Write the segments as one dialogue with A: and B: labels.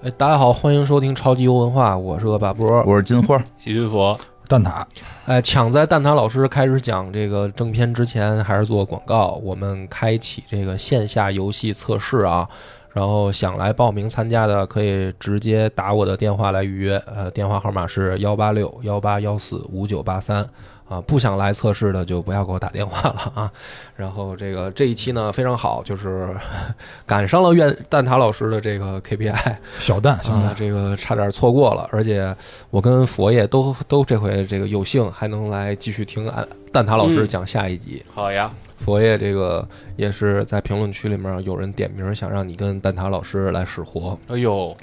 A: 哎，大家好，欢迎收听超级游文化，我是恶霸波。
B: 我是金花，
C: 细菌佛，
D: 蛋挞，
A: 哎，抢在蛋挞老师开始讲这个正片之前，还是做广告，我们开启这个线下游戏测试啊。然后想来报名参加的，可以直接打我的电话来预约，呃，电话号码是幺八六幺八幺四五九八三啊。不想来测试的就不要给我打电话了啊。 然后这个这一期呢非常好，就是 赶上了愿蛋挞老师的这个 KPI，
D: 小蛋，小
A: 啊
D: 蛋，，
A: 这个差点错过了，而且我跟佛爷都都这回这个有幸还能来继续听安蛋挞老师
D: 嗯
A: 讲下一集。
C: 好呀，
A: 佛爷这个也是在评论区里面有人点名想让你跟蛋挞老师来使活，
C: 哎呦，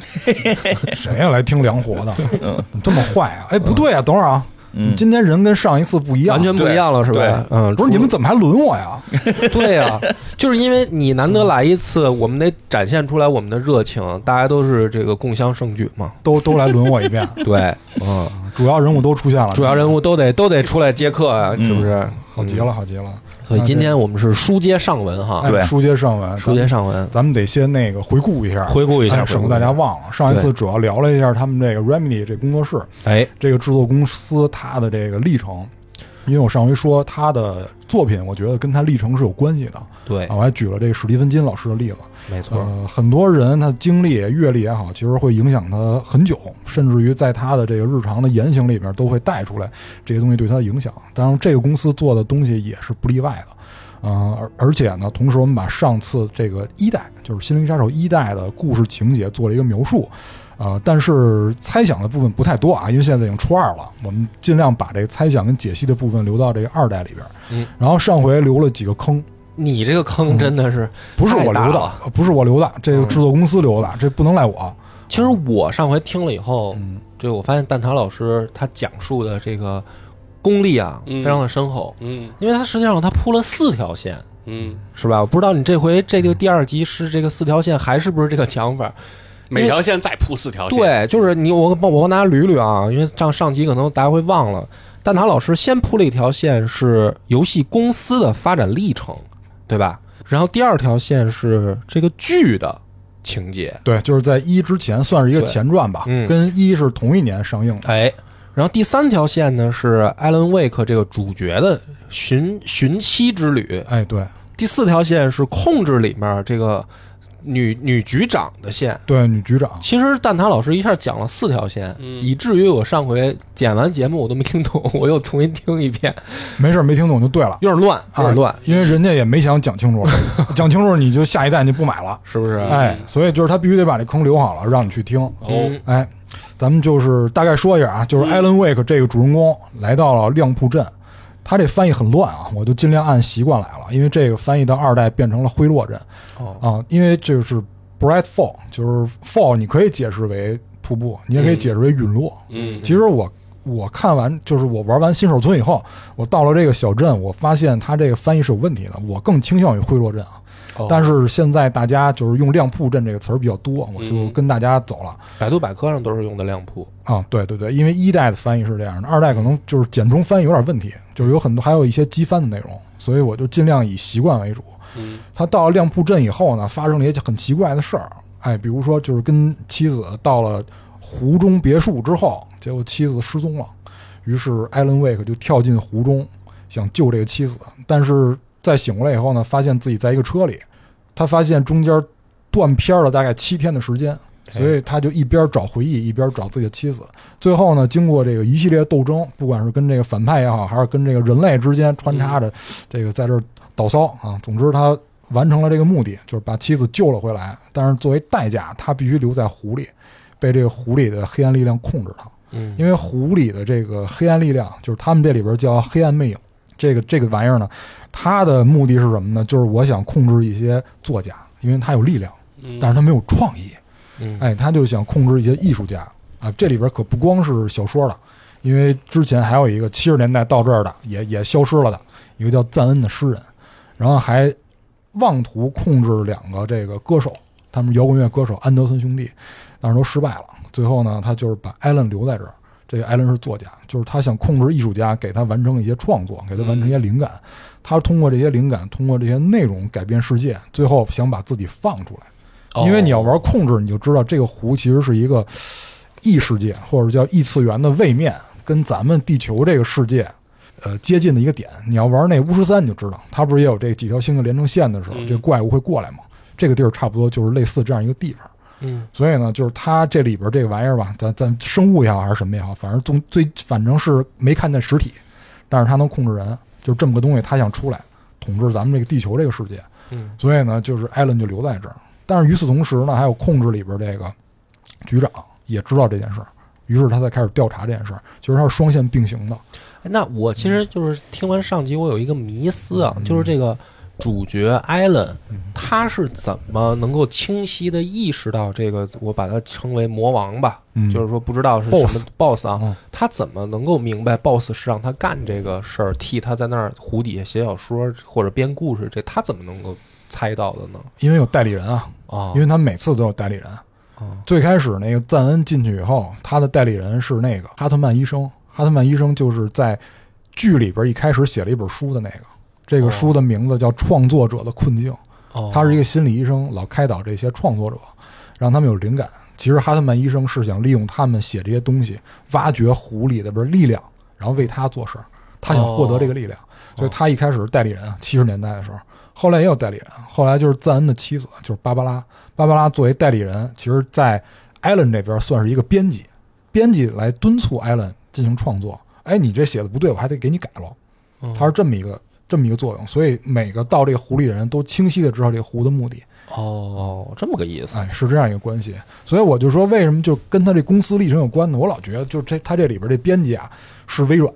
D: 谁呀来听梁活的？怎么这么坏啊？哎，不对啊，等会儿啊，
B: 嗯，
D: 今天人跟上一次不一样，
A: 完全不一样了是吧？嗯，
D: 不是你们怎么还轮我呀？
A: 对呀、就是因为你难得
D: 嗯
A: 来一次，我们得展现出来我们的热情，大家都是这个共襄盛举 嘛。
D: 都都来轮我 一遍，
A: 对，嗯，
D: 主要人物都出现了，
A: 主要人物嗯都得都得出来接客啊，是不是？
D: 嗯好极了，好极了。
A: 所以今天我们是书接上文哈，
B: 对
D: 哎，书接上文，
A: 啊书接上文。
D: 咱们得先那个回顾一下，
A: 回顾一下
D: 哎省得大家忘了。上一次主要聊了一下他们这个 Remedy 这工作室，
A: 哎，
D: 这个制作公司它的这个历程，因为我上回说他的作品，我觉得跟他历程是有关系的。
A: 对
D: 啊，，我还举了这个史蒂芬金老师的例子。
A: 没错，
D: 呃，很多人他经历、阅历也好，其实会影响他很久，甚至于在他的这个日常的言行里边都会带出来这些东西对他的影响。当然，这个公司做的东西也是不例外的。呃，而而且呢，同时我们把上次这个一代，就是《心灵杀手》一代的故事情节做了一个描述，呃，但是猜想的部分不太多啊，因为现在已经初二了，我们尽量把这个猜想跟解析的部分留到这个二代里边。
A: 嗯，
D: 然后上回留了几个坑，
A: 你这个
D: 嗯
A: 坑真的是，
D: 不是我
A: 太
D: 留
A: 大
D: 的
A: 了，嗯哦
D: 呃不是我留的，这个制作公司留的，这不能赖我。
A: 其实我上回听了以后，
D: 嗯，
A: 对我发现蛋挞老师他讲述的这个功力啊，
C: 嗯
A: 非常的深厚，
C: 嗯
A: 因为他实际上他铺了四条线，
C: 嗯，
A: 是吧？我不知道你这回这个
D: 嗯
A: 第二集是这个四条线还是不是这个讲法？
C: 每条线再铺四条线，，
A: 对，就是你我帮我帮大家捋捋啊，因为上上集可能大家会忘了，蛋挞老师先铺了一条线是游戏公司的发展历程，对吧？然后第二条线是这个剧的情节，
D: 对，就是在一之前算是一个
A: 对
D: 前传吧，
A: 嗯
D: 跟一是同一年上映的。
A: 哎，然后第三条线呢是艾伦·威克这个主角的寻寻妻之旅，
D: 哎，对
A: 第四条线是控制里面这个女女局长的线。
D: 对，女局长，
A: 其实蛋挞老师一下讲了四条线，以至于我上回剪完节目我都没听懂，我又重新听一遍，
D: 没事儿没听懂就对了，
A: 有点乱，有点乱，
D: 啊因为人家也没想讲 清楚，讲清楚你就下一代你就不买了，
A: 是不是？
D: 哎，所以就是他必须得把这坑留好了，让你去听。
C: 哦，
D: 哎，咱们就是大概说一下啊，
A: 嗯
D: 就是艾伦·威克这个主人公来到了亮铺镇，他这翻译很乱啊，我就尽量按习惯来了，因为这个翻译到二代变成了灰落镇
A: 哦，
D: 啊，因为这是 bright fall，就是 fall，你可以解释为瀑布，你也可以解释为陨落。
C: 嗯
D: 其实我我看完就是我玩完新手村以后，我到了这个小镇，我发现它这个翻译是有问题的，我更倾向于灰落镇啊。
A: 哦
D: 但是现在大家就是用“亮铺镇”这个词儿比较多，我就
C: 嗯
D: 跟大家走了。
A: 百度百科上都是用的亮铺，
D: 啊，对对对，因为一代的翻译是这样的，二代可能就是简中翻译有点问题，就是有很多还有一些机翻的内容，所以我就尽量以习惯为主。
C: 嗯，
D: 他到了亮铺镇以后呢，发生了一些很奇怪的事儿，哎，比如说就是跟妻子到了湖中别墅之后，结果妻子失踪了，于是艾伦·威克就跳进湖中想救这个妻子，但是在醒过来以后呢，发现自己在一个车里，他发现中间断片了大概七天的时间，所以他就一边找回忆，一边找自己的妻子。最后呢，经过这个一系列斗争，不管是跟这个反派也好，还是跟这个人类之间穿插着这个在这儿倒骚啊，总之他完成了这个目的，就是把妻子救了回来。但是作为代价，他必须留在湖里，被这个湖里的黑暗力量控制他。
A: 嗯，
D: 因为湖里的这个黑暗力量，就是他们这里边叫黑暗魅影，这个这个玩意儿呢，它的目的是什么呢？就是我想控制一些作家，因为他有力量，
C: 嗯
D: 但是他没有创意，
A: 嗯
D: 哎，他就想控制一些艺术家啊。这里边可不光是小说了，因为之前还有一个七十年代到这儿的，也也消失了的，一个叫赞恩的诗人，然后还妄图控制两个这个歌手，他们摇滚乐歌手安德森兄弟，但是都失败了。最后呢，他就是把艾伦留在这儿。这个艾伦是作家，就是他想控制艺术家，给他完成一些创作，给他完成一些灵感。他通过这些灵感，通过这些内容改变世界，最后想把自己放出来。
A: 哦
D: 因为你要玩控制，你就知道这个湖其实是一个异世界或者叫异次元的位面，跟咱们地球这个世界呃接近的一个点。你要玩那巫师三，你就知道，它不是也有这几条星星连成线的时候，
C: 嗯
D: 这怪物会过来吗？这个地儿差不多就是类似这样一个地方。
A: 嗯
D: 所以呢，就是它这里边这个玩意儿吧，咱咱生物也好还是什么也好，反正总最反正是没看见实体，但是它能控制人，就这么个东西，它想出来统治咱们这个地球这个世界。
A: 嗯
D: 所以呢，就是艾伦就留在这儿。但是与此同时呢，还有控制里边这个局长也知道这件事儿，于是他才开始调查这件事儿。就是它是双线并行的，
A: 哎那我其
D: 嗯
A: 实就是听完上集，我有一个迷思啊，就是这个主角艾伦，
D: 嗯
A: 他是怎么能够清晰的意识到这个？我把它称为魔王吧，
D: 嗯
A: 就是说不知道是什
D: Boss
A: 么 boss 啊，
D: 嗯
A: 他怎么能够明白 boss 是让他干这个事儿，替他在那儿湖底下写小说或者编故事？这他怎么能够猜到的呢？
D: 因为有代理人啊，
A: 啊、
D: 因为他们每次都有代理人。
A: 哦
D: 最开始那个赞恩进去以后，他的代理人是那个哈特曼医生。哈特曼医生就是在剧里边一开始写了一本书的那个，这个
A: 哦
D: 书的名字叫《创作者的困境》。
A: 哦，
D: 他是一个心理医生，老开导这些创作者，让他们有灵感。其实哈特曼医生是想利用他们写这些东西，挖掘湖里的边力量，然后为他做事儿。他想获得这个力量，所以他一开始是代理人，七十年代的时候，后来也有代理人，后来就是赞恩的妻子，就是芭芭拉。芭芭拉作为代理人，其实在艾伦这边算是一个编辑，编辑来敦促艾伦进行创作。哎，你这写的不对，我还得给你改了。
A: 嗯
D: 它是这么一个这么一个作用，所以每个到这个湖里的人都清晰的知道这个湖的目的，
A: 哦，这么个意思。
D: 哎，是这样一个关系。所以我就说，为什么就跟他这公司历程有关呢？我老觉得，就这他这里边这编辑啊是微软，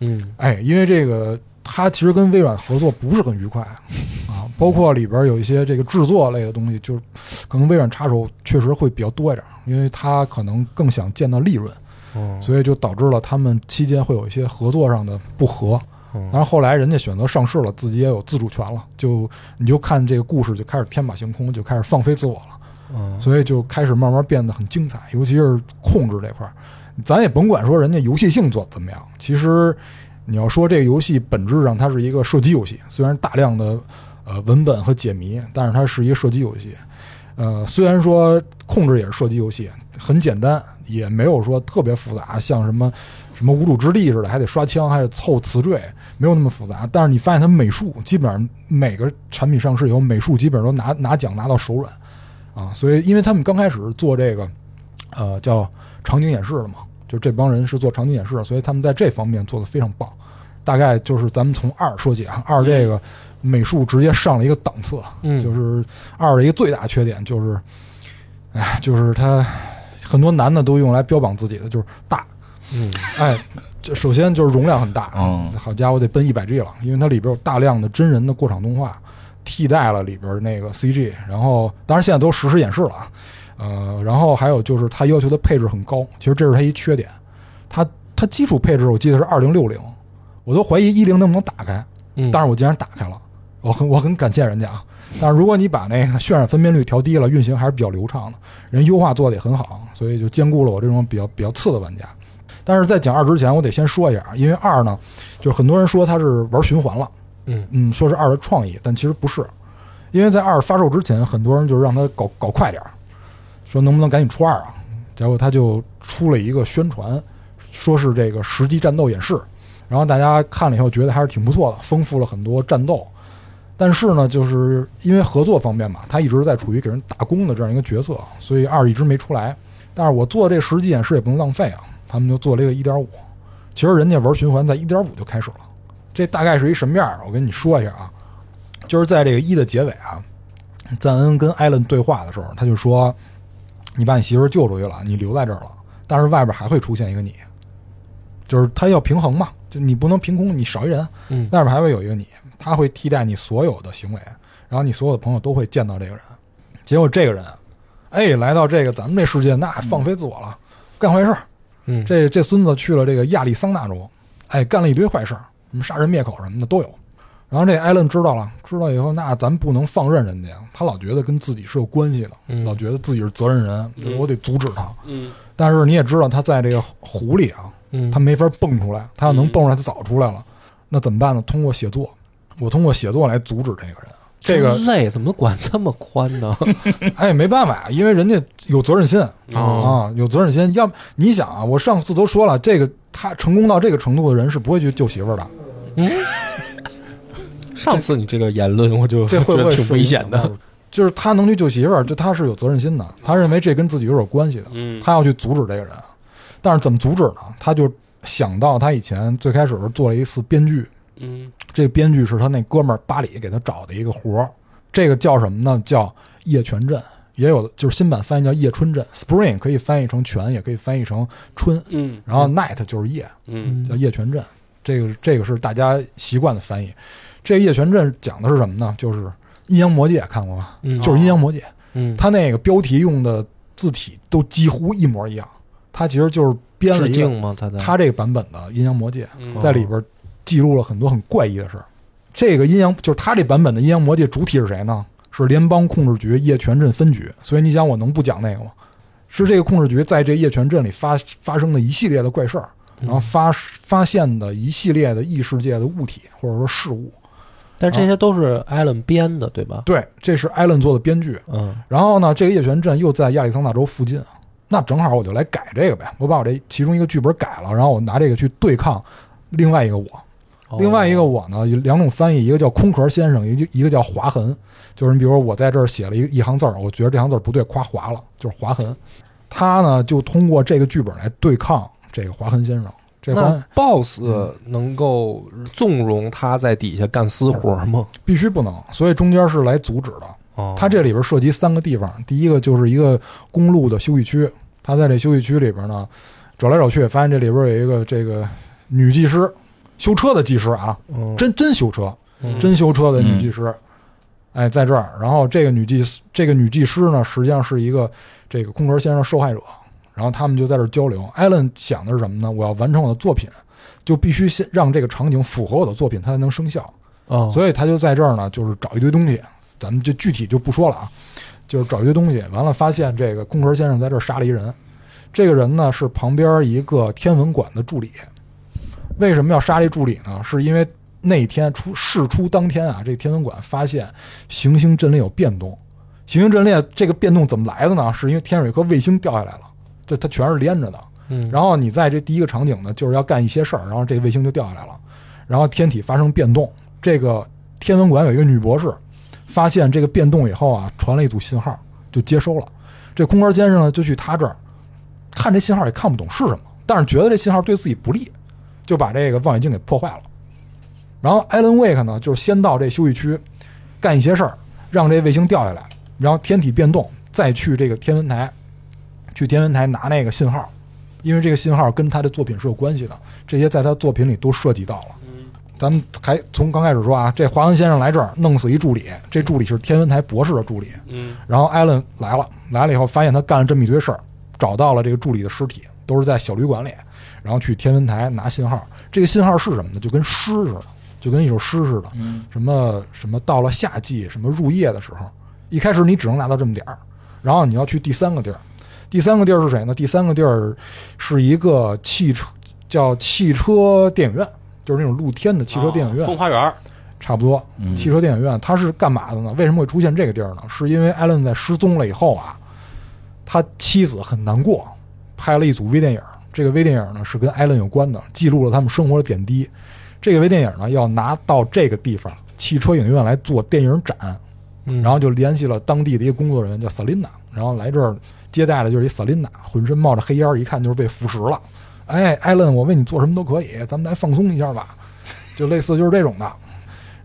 A: 嗯
D: 哎，因为这个他其实跟微软合作不是很愉快啊，包括里边有一些这个制作类的东西，就是可能微软插手确实会比较多一点，因为他可能更想见到利润，
A: 嗯
D: 所以就导致了他们期间会有一些合作上的不和。
A: 嗯
D: 然后后来人家选择上市了，自己也有自主权了，就你就看这个故事就开始天马行空，就开始放飞自我了，
A: 嗯
D: 所以就开始慢慢变得很精彩，尤其是控制这块儿，咱也甭管说人家游戏性做得怎么样，其实你要说这个游戏本质上它是一个射击游戏，虽然大量的呃文本和解谜，但是它是一个射击游戏。呃，虽然说控制也是射击游戏，很简单，也没有说特别复杂，像什么什么无主之地似的，还得刷枪，还得凑词缀，没有那么复杂。但是你发现它美术基本上每个产品上市以后，美术基本上都拿拿奖拿到手软啊，所以因为他们刚开始做这个呃叫场景演示的嘛，就这帮人是做场景演示的，所以他们在这方面做的非常棒。大概就是咱们从二说起啊，二这个美术直接上了一个档次，
A: 嗯
D: 就是二的一个最大缺点就是，哎，就是他很多男的都用来标榜自己的就是大，
A: 嗯
D: 哎，这首先就是容量很大，啊
B: 嗯
D: 好家伙得奔一百 G 了，因为它里边有大量的真人的过场动画，替代了里边那个 CG，然后当然现在都实时演示了啊，呃，然后还有就是它要求的配置很高，其实这是它一缺点，它它基础配置我记得是二零六零，我都怀疑一零能不能打开，
A: 嗯，
D: 但是我竟然打开了，我很我很感谢人家啊。但是如果你把那个渲染分辨率调低了，运行还是比较流畅的，人优化做的也很好，所以就兼顾了我这种比较比较次的玩家。但是在讲二之前，我得先说一下啊，因为二呢，就是很多人说它是玩循环了，
A: 嗯
D: 嗯，说是二的创意，但其实不是，因为在二发售之前，很多人就是让它搞搞快点儿，说能不能赶紧出二啊？结果他就出了一个宣传，说是这个实际战斗演示，然后大家看了以后觉得还是挺不错的，丰富了很多战斗。但是呢，就是因为合作方面嘛，他一直在处于给人打工的这样一个角色，所以二一直没出来。但是我做这实际演示也不能浪费啊，他们就做了一个一点五。其实人家玩循环在一点五就开始了，这大概是一什么样儿？我跟你说一下啊，就是在这个一的结尾啊，赞恩跟艾伦对话的时候，他就说：“你把你媳妇儿救出去了，你留在这儿了，但是外边还会出现一个你，就是他要平衡嘛，就你不能凭空你少一人，
A: 嗯
D: 外边还会有一个你，他会替代你所有的行为，然后你所有的朋友都会见到这个人。结果这个人，哎，来到这个咱们这世界，那放飞自我了，干坏事儿。
A: 嗯
D: 这这孙子去了这个亚利桑那州，哎，干了一堆坏事儿，什么杀人灭口什么的都有。然后这艾伦知道了，知道以后，那咱不能放任人家，他老觉得跟自己是有关系的，
A: 嗯
D: 老觉得自己是责任人，就是我得阻止他。
C: 嗯
D: 但是你也知道，他在这个湖里啊，
A: 嗯
D: 他没法蹦出来，他要能蹦出来，他早出来了。那怎么办呢？通过写作，我通过写作来阻止这个人。啊这个
A: 真累怎么管这么宽呢？
D: 哎，没办法呀，因为人家有责任心啊、
A: 哦
D: 有责任心。要么你想啊，我上次都说了，这个他成功到这个程度的人是不会去救媳妇儿的，
A: 上次你这个言论我就
D: 这
A: 觉
D: 会不
A: 得
D: 会
A: 挺
D: 是
A: 危
D: 影
A: 险
D: 响到
A: 的
D: 我？就是他能去救媳妇儿，就他是有责任心的，他认为这跟自己是有关系的，
C: 嗯，
D: 他要去阻止这个人。但是怎么阻止呢？他就想到他以前最开始的时候做了一次编剧，
C: 嗯
D: 这个编剧是他那哥们儿巴里给他找的一个活儿，这个叫什么呢？叫叶泉镇，也有就是新版翻译叫叶春镇，Spring 可以翻译成泉，也可以翻译成春，
C: 嗯
D: 然后 Night 就是夜，
C: 嗯
D: 叫叶泉镇，这个这个是大家习惯的翻译。这个叶泉镇讲的是什么呢？就是《阴阳魔界》，看过吗？
A: 嗯
D: 就是《阴阳魔界》，
A: 嗯，
D: 他那个标题用的字体都几乎一模一样，他其实就是编了
A: 致
D: 一个
A: 敬吗？他在
D: 他这个版本的《阴阳魔界》。
C: 嗯，
D: 在里边记录了很多很怪异的事儿。这个阴阳就是他这版本的阴阳魔界主体是谁呢？是联邦控制局叶泉镇分局。所以你想，我能不讲那个吗？是这个控制局在这叶泉镇里发发生的一系列的怪事儿，
A: 嗯
D: 然后发发现的一系列的异世界的物体或者说事物。
A: 但是这些都是艾伦编哦的，对吧？
D: 对，这是艾伦做的编剧。
A: 嗯
D: 然后呢，这个叶泉镇又在亚利桑那州附近，那正好我就来改这个呗。我把我这其中一个剧本改了，然后我拿这个去对抗另外一个我。
A: 哦
D: 另外一个我呢，有两种翻译，一个叫空壳先生，一个一个叫划痕，就是你比如说我在这儿写了一一行字儿，我觉得这行字儿不对，夸划了，就是划痕。他呢就通过这个剧本来对抗这个划痕先生。这
A: 那
D: 划
A: boss 能够纵容他在底下干私活吗？
D: 必须不能，所以中间是来阻止的。
A: 哦，
D: 它这里边涉及三个地方，第一个就是一个公路的休息区，他在这休息区里边呢找来找去，发现这里边有一个这个女技师，修车的技师啊，
A: 嗯
D: 真真修车，
A: 嗯
D: 真修车的女技师，哎，在这儿。然后这个女技这个女技师呢，实际上是一个这个空壳先生受害者。然后他们就在这儿交流。艾伦想的是什么呢？我要完成我的作品，就必须先让这个场景符合我的作品，它才能生效。
A: 哦，
D: 所以他就在这儿呢，就是找一堆东西，咱们就具体就不说了啊，就是找一堆东西。完了，发现这个空壳先生在这儿杀了一人，这个人呢是旁边一个天文馆的助理。为什么要杀这助理呢？是因为那一天出事出当天啊，这天文馆发现行星阵列有变动。行星阵列这个变动怎么来的呢？是因为天上有一颗卫星掉下来了，这它全是连着的。
A: 嗯，
D: 然后你在这第一个场景呢，就是要干一些事儿，然后这卫星就掉下来了，然后天体发生变动。这个天文馆有一个女博士，发现这个变动以后啊，传了一组信号，就接收了。这空格先生呢，就去他这儿看这信号，也看不懂是什么，但是觉得这信号对自己不利，就把这个望远镜给破坏了。然后艾伦·威克呢，就是先到这休息区干一些事儿，让这卫星掉下来，然后天体变动，再去这个天文台，去天文台拿那个信号，因为这个信号跟他的作品是有关系的，这些在他作品里都涉及到了。咱们还从刚开始说啊，这华文先生来这儿弄死一助理，这助理是天文台博士的助理。
C: 嗯
D: 然后艾伦来了，来了以后发现他干了这么一堆事儿，找到了这个助理的尸体，都是在小旅馆里，然后去天文台拿信号。这个信号是什么呢？就跟诗似的，就跟一首诗似的，什么什么到了夏季，什么入夜的时候，一开始你只能拿到这么点儿，然后你要去第三个地儿。第三个地儿是谁呢？第三个地儿是一个汽车，叫汽车电影院，就是那种露天的汽车电影院。
C: 啊风花园儿，
D: 差不多。汽车电影院它是干嘛的呢？为什么会出现这个地儿呢？是因为艾伦在失踪了以后啊，他妻子很难过，拍了一组微电影。这个微电影呢是跟艾伦有关的，记录了他们生活的点滴。这个微电影呢要拿到这个地方汽车影院来做电影展，
A: 嗯
D: 然后就联系了当地的一个工作人员叫 Selina，然后来这儿接待的就是一 Selina，浑身冒着黑烟儿，一看就是被腐蚀了。哎，艾伦，我为你做什么都可以，咱们来放松一下吧，就类似就是这种的。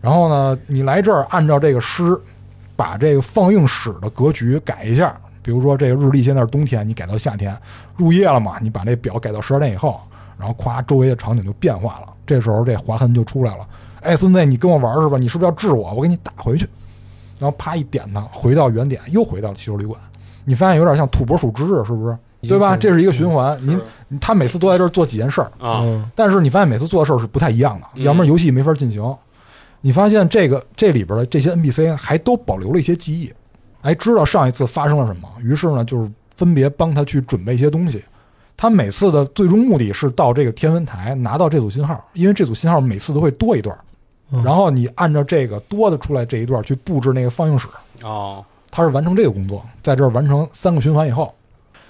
D: 然后呢，你来这儿按照这个诗，把这个放映室的格局改一下，比如说这个日历现在是冬天，你改到夏天，入夜了嘛，你把这表改到十二点以后，然后夸周围的场景就变化了。这时候这划痕就出来了。哎，孙子，你跟我玩儿是吧？你是不是要治我？我给你打回去。然后啪一点它，回到原点，又回到了汽车旅馆。你发现有点像土拨鼠之日，是不是？对吧？这是一个循环。您他每次都在这儿做几件事儿，
C: 啊，
A: 嗯
D: 但是你发现每次做的事儿是不太一样的，
C: 嗯
D: 要不然游戏没法进行。你发现这个这里边的这些 NPC 还都保留了一些记忆，哎，知道上一次发生了什么，于是呢就是分别帮他去准备一些东西。他每次的最终目的是到这个天文台拿到这组信号，因为这组信号每次都会多一段儿，
A: 嗯
D: 然后你按照这个多的出来这一段去布置那个放映室，
C: 哦，
D: 他是完成这个工作，在这儿完成三个循环以后，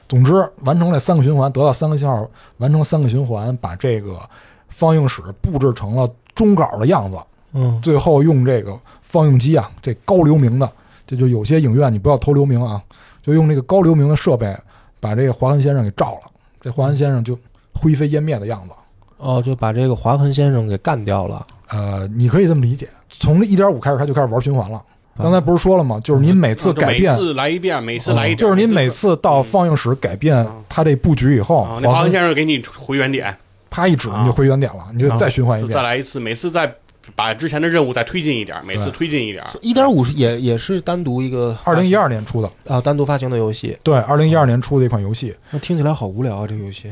D: 总之完成了三个循环，得到三个信号，完成三个循环，把这个放映室布置成了中稿的样子，
A: 嗯
D: 最后用这个放映机啊，这高流明的，这就有些影院你不要偷流明啊，就用这个高流明的设备把这个华痕先生给照了，这华痕先生就灰飞烟灭的样子。
A: 哦，就把这个华痕先生给干掉了。
D: 呃，你可以这么理解，从这一点五开始，他就开始玩循环了。刚才不是说了吗？啊就是您每次
C: 那就
D: 改变哦
C: 每，次来一遍，每次来一遍，
D: 就是您每
C: 次
D: 次到放映室改变它这布局以后，
C: 嗯啊，那
D: 哦黄
C: 华
D: 昏
C: 文先生给你回原点，
D: 啪一指，
C: 啊
D: 你就回原点了，你就再循环一
C: 就再
D: 遍。
C: 来一次，每次再把之前的任务再推进一点，每次
D: 对
C: 推进一点，
A: 一点五是也也是单独一个
D: 二零一二年出的，
A: 啊，单独发行的游戏。
D: 对，二零一二年出的一款游戏，
A: 那听起来好无聊啊，这个游戏。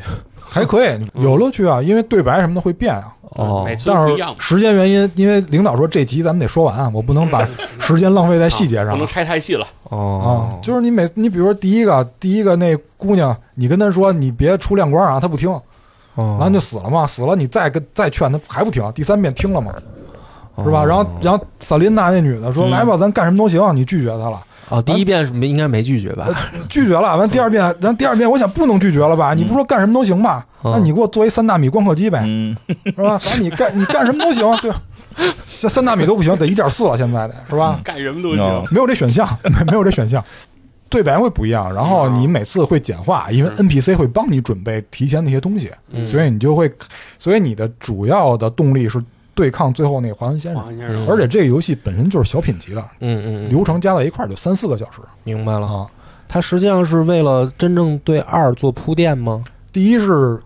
D: 还可以，有乐趣啊，因为对白什么的会变啊。
A: 哦，
C: 嗯每次都
D: 但
C: 嗯不一
D: 是
C: 样嘛，
D: 时间原因，因为领导说这集咱们得说完啊，我不能把 时间浪费在细节
C: 嗯啊不
D: 上
C: 能拆太细了。
D: 啊
A: 哦。，
D: 就是你每你比如说第一个第一个那姑娘，你跟她说你别出亮光啊，她不听，
A: 哦
D: 然后就死了嘛，死了你再跟再劝她还不听，第三遍听了嘛，
A: 哦嗯
D: 是吧？然后然后萨琳娜那女的说来吧，咱干什么都行，你拒绝她了。
A: 哦，第一遍是没应该没拒绝吧？
D: 拒绝了，完第二遍，然后第二遍我想不能拒绝了吧？你不说干什么都行吧？
A: 嗯
D: 那你给我做一三纳米光刻机呗，
B: 嗯，
D: 是吧？反正你干你干什么都行，对，三三纳米都不行，得一点四了，现在得是
A: 嗯
D: 吧？
C: 干什么都
B: 哦
C: 行。
D: 没有这选项，没没有这选项，对白会不一样，然后
A: 嗯
D: 你每次会简化，因为 NPC 会帮你准备提前那些东西，
A: 嗯
D: 所以你就会，所以你的主要的动力是对抗最后那个华文先
C: 华
D: 生，
C: 文先生，
D: 而且这个游戏本身就是小品级的，
A: 嗯嗯嗯，
D: 流程加在一块儿就三四个小时
A: 明白了。
D: 啊。
A: 它实际上是为了真正对二做铺垫吗？
D: 第一是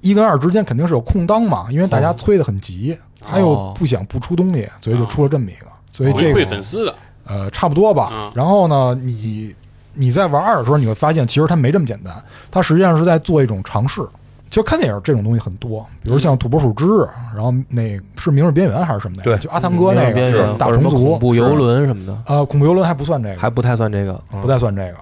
D: 一跟二之间肯定是有空档嘛，因为
A: 哦
D: 大家催得很急，他又不想不出东西，所以就出了这么一
A: 哦
D: 个。所以
C: 回
D: 这
C: 馈
D: 个
C: 粉丝的，
D: 呃差不多吧
C: 嗯。
D: 然后呢，你你在玩二的时候，你会发现其实它没这么简单，它实际上是在做一种尝试。就看电影这种东西很多，比如像《土拨鼠之日》，然后那是《明日边缘》还是什么的，
B: 对
D: 就阿汤哥那
A: 边
D: 个
A: 缘
D: 大
A: 嗯或者什
D: 虫
A: 么恐
D: 族，
A: 怖游轮什么的，
D: 呃，恐怖游轮还不算这个，
A: 还不太算这个。嗯
D: 不太算这个。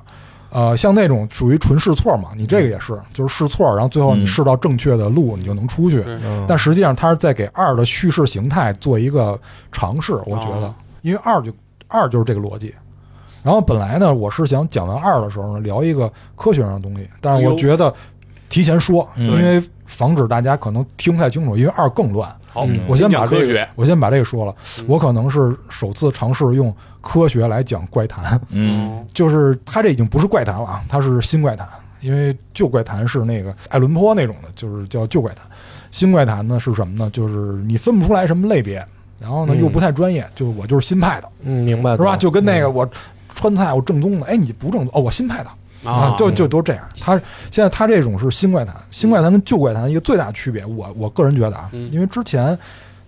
D: 呃，像那种属于纯试错嘛，你这
C: 嗯
D: 个也是，就是试错，然后最后你
B: 嗯
D: 试到正确的路，你就能出去。
C: 对
A: 嗯
D: 但实际上，它是在给二的叙事形态做一个尝试，我觉得
C: 哦，
D: 因为二就二就是这个逻辑。然后本来呢，我是想讲完二的时候呢，聊一个科学上的东西，但是
C: 哎
D: 我
C: 呦
D: 觉得提前说，
B: 嗯
D: 因为防止大家可能听不太清楚，因为二更乱。
C: 好
A: 嗯，
D: 我先把
C: 讲
D: 这
C: 科
D: 个
C: 学，，
D: 我先把这个说了。
C: 嗯
D: 我可能是首次尝试用科学来讲怪谈，
B: 嗯，
D: 就是他这已经不是怪谈了啊，他是新怪谈，因为旧怪谈是那个爱伦坡那种的，就是叫旧怪谈。新怪谈呢是什么呢？就是你分不出来什么类别，然后呢
A: 嗯
D: 又不太专业，就我就是新派的，
A: 嗯，明白了
D: 是吧？就跟那个我川菜我正宗的，哎你不正宗哦，我新派的啊
C: 啊，，
D: 就就都这样。他现在他这种是新怪谈，新怪谈跟旧怪谈一个最大区别，我我个人觉得啊，
C: 嗯
D: 因为之前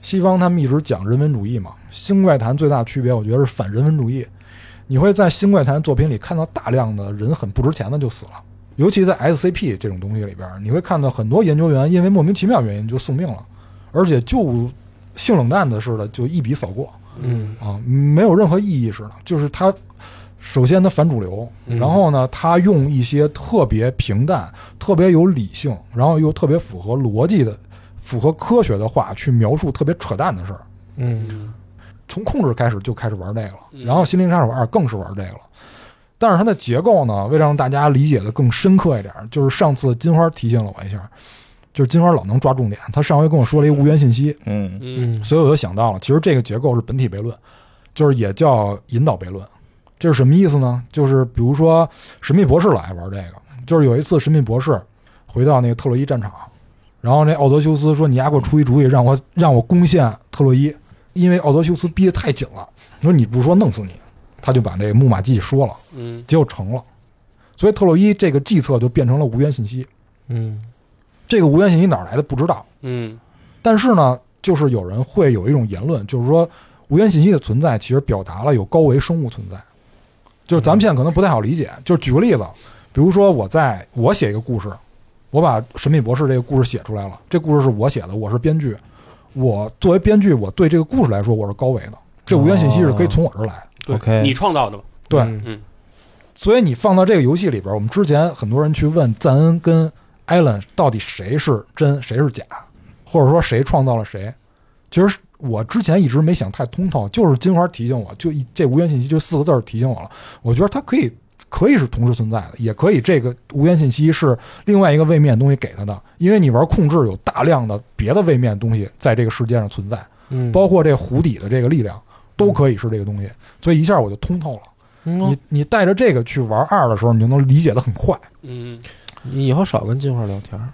D: 西方他们一直讲人文主义嘛，新怪谈最大区别我觉得是反人文主义。你会在新怪谈作品里看到大量的人很不值钱的就死了，尤其在 SCP 这种东西里边，你会看到很多研究员因为莫名其妙原因就送命了，而且就性冷淡的似的就一笔扫过。
A: 嗯
D: 啊，没有任何意义似的。就是它，首先它反主流，
A: 嗯
D: 然后呢，它用一些特别平淡、特别有理性，然后又特别符合逻辑的、符合科学的话去描述特别扯淡的事儿。
A: 嗯
D: 从控制开始就开始玩这个了，
C: 嗯
D: 然后《心灵杀手二》更是玩这个了。但是它的结构呢，为了让大家理解的更深刻一点，就是上次金花提醒了我一下，就是金花老能抓重点。她上回跟我说了一无源信息，
B: 嗯，
C: 嗯，
A: 嗯
D: 所以我就想到了，其实这个结构是本体悖论，就是也叫引导悖论。这是什么意思呢？就是比如说《神秘博士》老爱玩这个，就是有一次《神秘博士》回到那个特洛伊战场，然后那奥德修斯说：“你丫给我出一主意，让我让我攻陷特洛伊。”因为奥德修斯逼得太紧了，说：“你不是说弄死你？”他就把这个木马计说了，
C: 嗯，
D: 结果成了。所以特洛伊这个计策就变成了无源信息。
A: 嗯
D: 这个无源信息哪儿来的不知道，
C: 嗯，
D: 但是呢，就是有人会有一种言论，就是说无源信息的存在其实表达了有高维生物存在。就是咱们现在可能不太好理解，就是举个例子，比如说我在我写一个故事，我把《神秘博士》这个故事写出来了，这故事是我写的，我是编剧，我作为编剧，我对这个故事来说我是高维的，这无源信息是可以从我这儿来的。
C: 对
A: OK
C: 你创造的嘛，
D: 对，
A: 嗯
C: 嗯
D: 所以你放到这个游戏里边，我们之前很多人去问赞恩跟艾伦到底谁是真，谁是假，或者说谁创造了谁。其实我之前一直没想太通透，就是金花提醒我，就一这无源信息就四个字儿提醒我了。我觉得它可以可以是同时存在的，也可以这个无源信息是另外一个位面东西给它的，因为你玩控制有大量的别的位面东西在这个世界上存在，
A: 嗯，
D: 包括这湖底的这个力量都可以是这个东西，所以一下我就通透了。
A: 你
D: 你你带着这个去玩二的时候，你就能理解的很快。
C: 嗯，
A: 你以后少跟金花聊 天儿，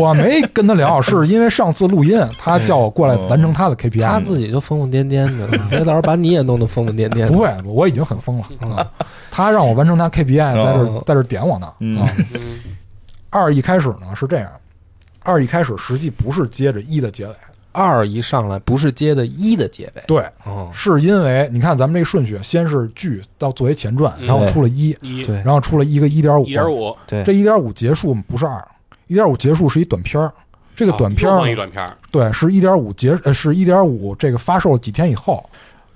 D: 我没跟他聊，是因为上次录音，他叫我过来完成他的 KPI。
A: 他自己就疯疯癫癫的， 别到时候把你也弄得疯疯癫癫
D: 不
A: 的。
D: 会，我已经很疯了。啊 他让我完成他 KPI，在这儿
A: 哦
D: 在这儿点我呢。
B: 嗯
D: 啊，
C: 嗯
D: 二一开始呢是这样，二一开始实际不是接着一的结尾，
A: 二一上来不是接的一的结尾，
D: 对，
A: 哦，
D: 是因为你看咱们这个顺序，先是剧到作为前传，
C: 嗯
D: 然后出了一，
C: 一
A: 对
D: 然后出了一个一点五，
C: 一点五
A: 对
D: 这，一点五结束不是二，一点五结束是一短片儿。这
C: 这
D: 个短片儿呢
C: 啊放一短片儿，
D: 对，是一点五结，呃，是一点五这个发售了几天以后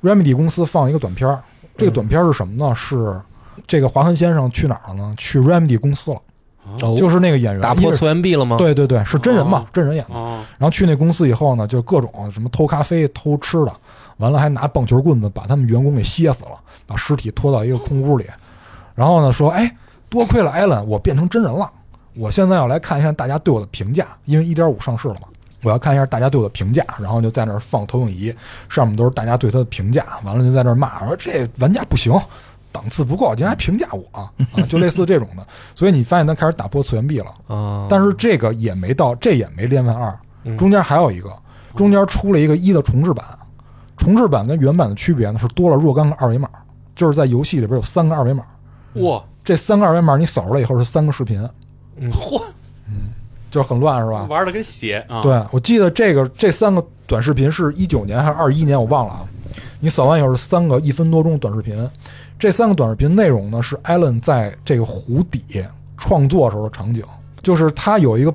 D: ，Remedy 公司放一个短片儿。这个
A: 嗯
D: 短片儿是什么呢？是这个华痕先生去哪儿了呢？去 Remedy 公司了，
A: 哦
D: 就是那个演员
A: 打破
D: 因为
A: 次元壁了吗？
D: 对对对，是真人嘛
C: 哦，
D: 真人演的。
C: 哦，
D: 然后去那公司以后呢，就各种什么偷咖啡、偷吃的，完了还拿棒球棍子把他们员工给歇死了，把尸体拖到一个空屋里，然后呢说，哎，多亏了艾伦，我变成真人了，我现在要来看一看大家对我的评价，因为一点五上市了嘛。我要看一下大家对我的评价，然后就在那儿放投影仪，上面都是大家对他的评价，完了就在那儿骂，说这玩家不行，档次不够，竟然还评价我啊，就类似这种的。所以你发现他开始打破次元壁了，
A: 啊，
D: 但是这个也没到，这也没连完二
A: 嗯，
D: 中间还有一个，中间出了一个一的重置版，重置版跟原版的区别呢是多了若干个二维码，就是在游戏里边有三个二维码，
C: 哇
D: 这三个二维码你扫出来以后是三个视频，
C: 嚯，
D: 就是很乱是吧？
C: 玩的跟血啊，
D: 对，我记得这个这三个短视频是一九年还是二一年，我忘了啊。你扫完以后是三个一分多钟短视频，这三个短视频内容呢是艾伦在这个湖底创作时候的场景，就是他有一个，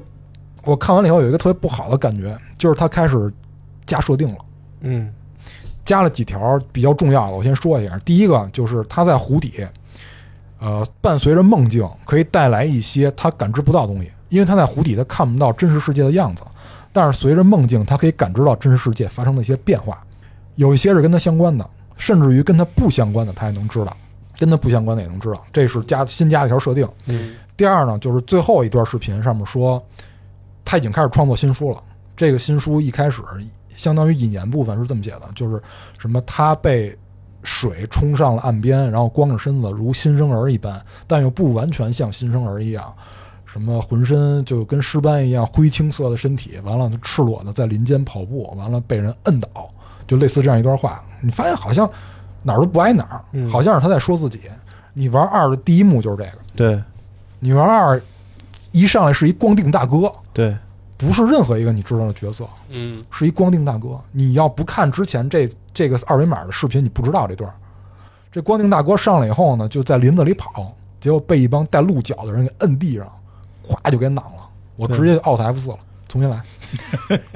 D: 我看完了以后有一个特别不好的感觉，就是他开始加设定了。
A: 嗯
D: 加了几条比较重要的，我先说一下。第一个就是他在湖底，呃，伴随着梦境，可以带来一些他感知不到的东西，因为他在湖底他看不到真实世界的样子，但是随着梦境，他可以感知到真实世界发生的一些变化，有一些是跟他相关的，甚至于跟他不相关的他也能知道，跟他不相关的也能知道，这是加新加的一条设定。
C: 嗯，
D: 第二呢，就是最后一段视频上面说，他已经开始创作新书了。这个新书一开始相当于引言部分是这么写的，就是什么他被水冲上了岸边，然后光着身子如新生儿一般，但又不完全像新生儿一样，什么浑身就跟尸斑一样灰青色的身体，完了他赤裸的在林间跑步，完了被人摁倒，就类似这样一段话。你发现好像哪儿都不挨哪儿，
A: 嗯
D: 好像是他在说自己。你玩二的第一幕就是这个。
A: 对
D: 女王二一上来是一光腚大哥，
A: 对，
D: 不是任何一个你知道的角色，
C: 嗯
D: 是一光腚大哥。你要不看之前这这个二维码的视频，你不知道这段儿。这光腚大哥上来以后呢，就在林子里跑，结果被一帮带鹿角的人给摁地上，咵就给攮了。我直接就 out F 四了，重新来。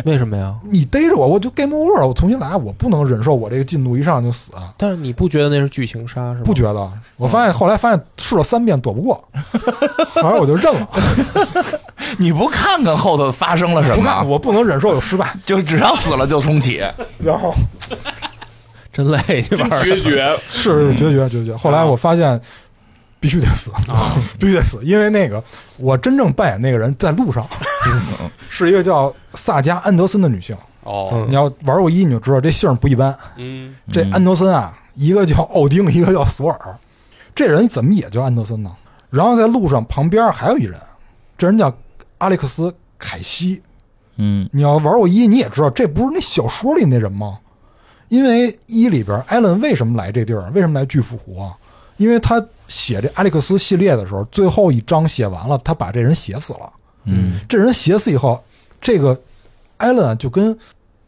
A: 为什么呀？
D: 你逮着我，我就 game over 了，我重新来，我不能忍受我这个进度一上就死。
A: 但是你不觉得那是剧情杀是吗？
D: 不觉得，我发现后来发现试了三遍躲不过，后来我就认了，
B: 你不看看后头发生了什
D: 不看
B: 么，
D: 我不能忍受有失败，
B: 就只要死了就重启。
D: 然后
A: 真累，你
C: 真
A: 玩儿
C: 决绝，
D: 是是决绝决绝。后来我发现必须得死， 必须得死，因为那个我真正扮演那个人在路上， 是一个叫萨加·安德森的女性。
C: 哦，
D: 你要玩过一，你就知道这姓儿不一般。
C: 嗯，
D: 这安德森啊，一个叫奥丁，一个叫索尔，这人怎么也叫安德森呢？然后在路上旁边还有一人，这人叫阿历克斯·凯西。
B: 嗯
D: 你要玩过一，你也知道这不是那小说里那人吗？因为一里边，艾伦为什么来这地儿？为什么来巨斧湖啊？因为他写这阿历克斯系列的时候，最后一章写完了，他把这人写死了。
B: 嗯
D: 这人写死以后，这个艾伦就跟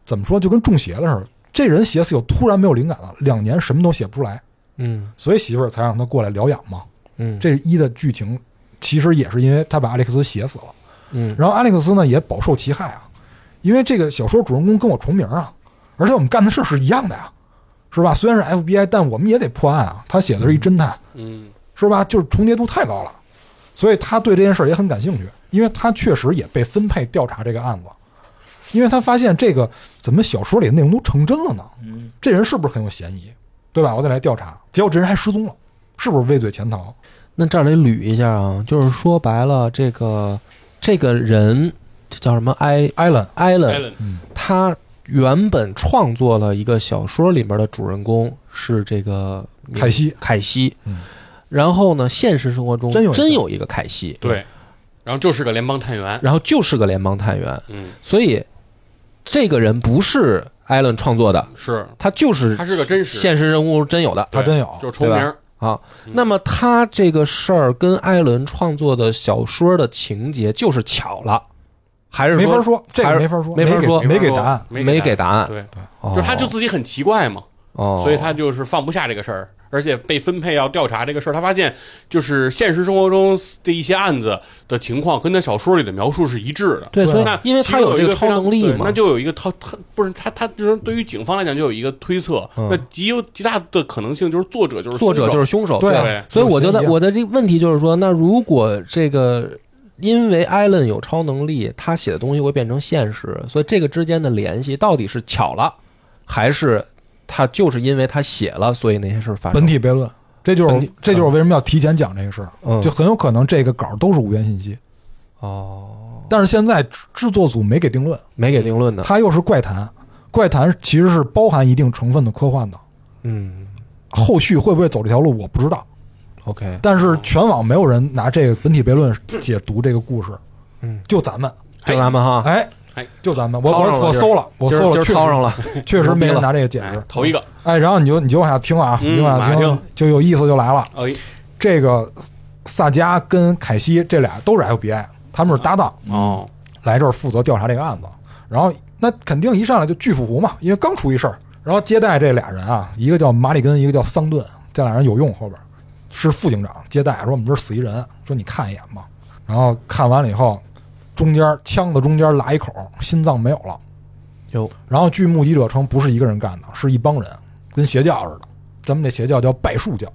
D: 怎么说，就跟中邪了似的。这人写死以后，突然没有灵感了，两年什么都写不出来，
A: 嗯
D: 所以媳妇儿才让他过来疗养嘛。
A: 嗯，
D: 这是一的剧情，其实也是因为他把阿历克斯写死了。
A: 嗯
D: 然后阿历克斯呢也饱受其害啊，因为这个小说主人公跟我重名啊，而且我们干的事儿是一样的呀，是吧？虽然是 FBI，但我们也得破案啊。他写的是一侦探，
C: 嗯
D: 是吧？就是重叠度太高了，所以他对这件事儿也很感兴趣，因为他确实也被分配调查这个案子。因为他发现这个怎么小说里的内容都成真了呢？
B: 嗯，
D: 这人是不是很有嫌疑，对吧？我得来调查，结果这人还失踪了，是不是畏罪潜逃？
A: 那这儿得捋一下啊，就是说白了，这个这个人叫什么埃
D: 艾伦，
A: 艾
C: 艾
A: 伦，
C: 伦
A: 他原本创作了一个小说，里面的主人公是这个
D: 凯西，
A: 凯西
D: 嗯。
A: 然后呢，现实生活中
D: 真有一个
A: 有一个凯西，，
C: 对，然后就是个联邦探员，
A: 然后就是个联邦探员，
C: 嗯，
A: 所以这个人不是艾伦创作的，
C: 是
A: 他就是
C: 他是个真实，
A: 现实人物真有的
D: 他真有，
C: 就是重名儿，
A: 啊。
C: 嗯
A: 那么他这个事儿跟艾伦创作的小说的情节就是巧了，还是
D: 没法
A: 说
D: 说，这
A: 还
D: 个
A: 是
D: 没法说，
A: 没
D: 没
A: 法
D: 给
A: 说
D: 没
C: 法
D: 给
C: 说
D: 答案。
A: 没给
C: 给
A: 答案？
C: 对，
A: 哦
C: 就是他就自己很奇怪嘛，
A: 哦，
C: 所以他就是放不下这个事儿，而且被分配要调查这个事儿，他发现就是现实生活中的一些案子的情况跟他小说里的描述是一致的。
A: 对，
D: 对
A: 所以
C: 那
A: 因为
C: 其
A: 他
C: 实有
A: 这
C: 一
A: 个
C: 个
A: 超
C: 非常
A: 能力
C: 对
A: 嘛
C: 那，就有一个他他不是他他就是对于警方来讲就有一个推测，
A: 嗯
C: 那极有极大的可能性就是作者就是
A: 作者
C: 凶手
A: 就是凶手，
D: 对
C: 对
D: 啊
A: 所以我觉
D: 有些
A: 得
D: 一样
A: 我的这个问题就是说，那如果这个因为艾伦有超能力，他写的东西会变成现实，所以这个之间的联系到底是巧了，还是他就是因为他写了，所以那些事儿发生
D: 本？体悖论，这就是
A: 本
D: 我
A: 体
D: 这就是我为什么要提前讲这个事儿，
A: 嗯，
D: 就很有可能这个稿都是无源信息。
A: 哦，嗯
D: 但是现在制制作组没给定论，
A: 没给定论呢。
D: 它又是怪谈，怪谈其实是包含一定成分的科幻的。
A: 嗯嗯
D: 后续会不会走这条路，我不知道。
A: ，OK，
D: 但是全网没有人拿这个本体悖论解读这个故事，
A: 嗯，
D: 就咱们，
A: 就咱们哈，
D: 哎
C: 哎，
D: 就咱们，我
A: 掏上了
D: 我我
A: 今儿
D: 搜了，我
A: 今
D: 搜
A: 儿今儿
D: 了，确
A: 掏上
D: 实
A: 了，
D: 确实没
A: 牛逼了
D: 人拿这个解
C: 哎
D: 释，
C: 头一个，
D: 哎，然后你就你就往下听啊，
C: 嗯
D: 你就往下
C: 往下
D: 听
C: 听，
D: 就有意思就来了。
C: 哎，
D: 这个萨迦跟凯西这俩都是 FBI，他们是搭档，
C: 哦，
D: 来这儿负责调查这个案子。然后那肯定一上来就巨富湖嘛，因为刚出一事儿。然后接待这俩人啊，一个叫马里根，一个叫桑顿，这俩人有用。后边是副警长接待，说我们这儿死一人，说你看一眼吧。然后看完了以后，中间枪的中间拉一口，心脏没有了。
A: 有
D: 然后据目击者称，不是一个人干的，是一帮人，跟邪教似的。哎咱们这邪教叫拜树教，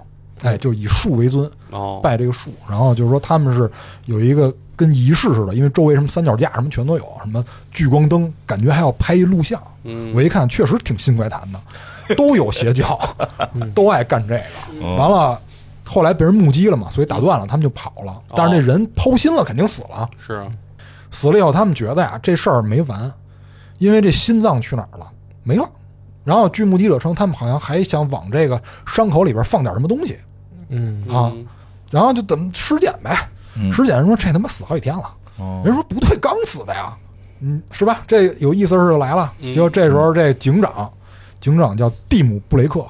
D: 哎，就以树为尊，
C: 哦，
D: 拜这个树，然后就是说他们是有一个跟仪式似的，因为周围什么三脚架什么全都有，什么聚光灯，感觉还要拍一录像。
C: 嗯
D: 我一看，确实挺新怪 谈的，都有邪教，
C: 嗯
D: 都爱干这个。
C: 哦
B: 嗯
D: 完了，后来被人目击了嘛，所以打断了，他们就跑了。
C: 哦
D: 但是那人抛心了，肯定死了。
C: 是啊
D: 死了以后，他们觉得呀、这事儿没完，因为这心脏去哪儿了？没了。然后据目击者称，他们好像还想往这个伤口里边放点什么东西。
A: 嗯
D: 啊
C: 嗯
D: 然后就怎么尸检呗
B: 嗯，
D: 尸检人说这他妈死好几天了，
B: 哦
D: 人说不对，刚死的呀，嗯，是吧？这有意思儿就来了，
C: 嗯
D: 结果这时候这警长，警长叫蒂姆布雷克，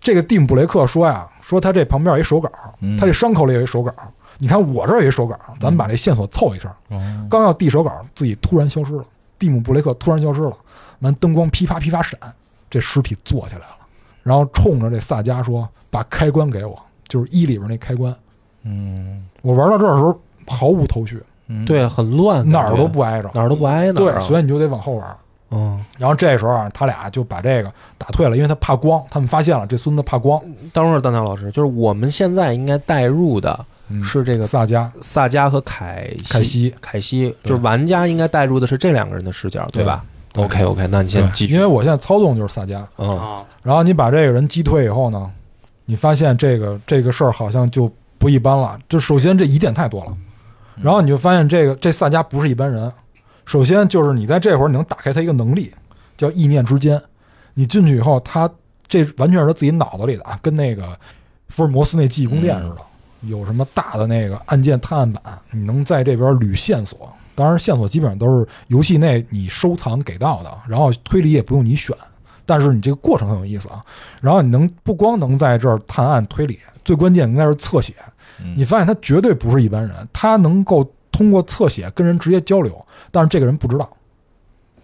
D: 这个蒂姆布雷克说呀，说他这旁边有一手稿
B: 嗯，
D: 他这伤口里有一手稿，你看我这儿有一手稿，咱们把这线索凑一下，
B: 哦
D: 刚要递手稿，自己突然消失了，蒂姆布雷克突然消失了，完灯光噼啪噼啪闪，这尸体坐起来了，然后冲着这萨迦说：“把开关给我，就是一里边那开关。”
B: 嗯
D: 我玩到这儿的时候毫无头绪，
B: 嗯，
A: 对，很乱，
D: 哪儿
A: 感
D: 都
A: 觉
D: 不挨着。
A: 哪儿都不挨哪儿
D: 对，
A: 啊，
D: 所以你就得往后玩。
A: 嗯，
D: 然后这时候啊，他俩就把这个打退了，因为他怕光，他们发现了这孙子怕光。
A: 等会儿蛋挞老师，就是我们现在应该带入的
D: 嗯
A: 是这个
D: 萨迦，
A: 萨迦和凯西
D: 凯西
A: 凯西，
D: 对
A: 就是玩家应该带入的是这两个人的视角，
D: 对
A: 吧
D: 对
A: ？OK OK，那你
D: 对
A: 先继，续
D: 因为。我现在操纵就是萨迦。
A: 嗯，
C: 啊，
D: 然后你把这个人击退以后呢，你发现这个这个事儿好像就不一般了。就首先这疑点太多了，然后你就发现这个这萨迦不是一般人。首先就是你在这会儿你能打开他一个能力，叫意念之间。你进去以后，他这完全是他自己脑子里的啊，跟那个福尔摩斯那记忆宫殿似的。有什么大的那个案件探案板，你能在这边捋线索。当然，线索基本上都是游戏内你收藏给到的，然后推理也不用你选。但是你这个过程很有意思啊。然后你能不光能在这儿探案推理，最关键应该是侧写。
B: 嗯
D: 你发现他绝对不是一般人，他能够通过侧写跟人直接交流，但是这个人不知道，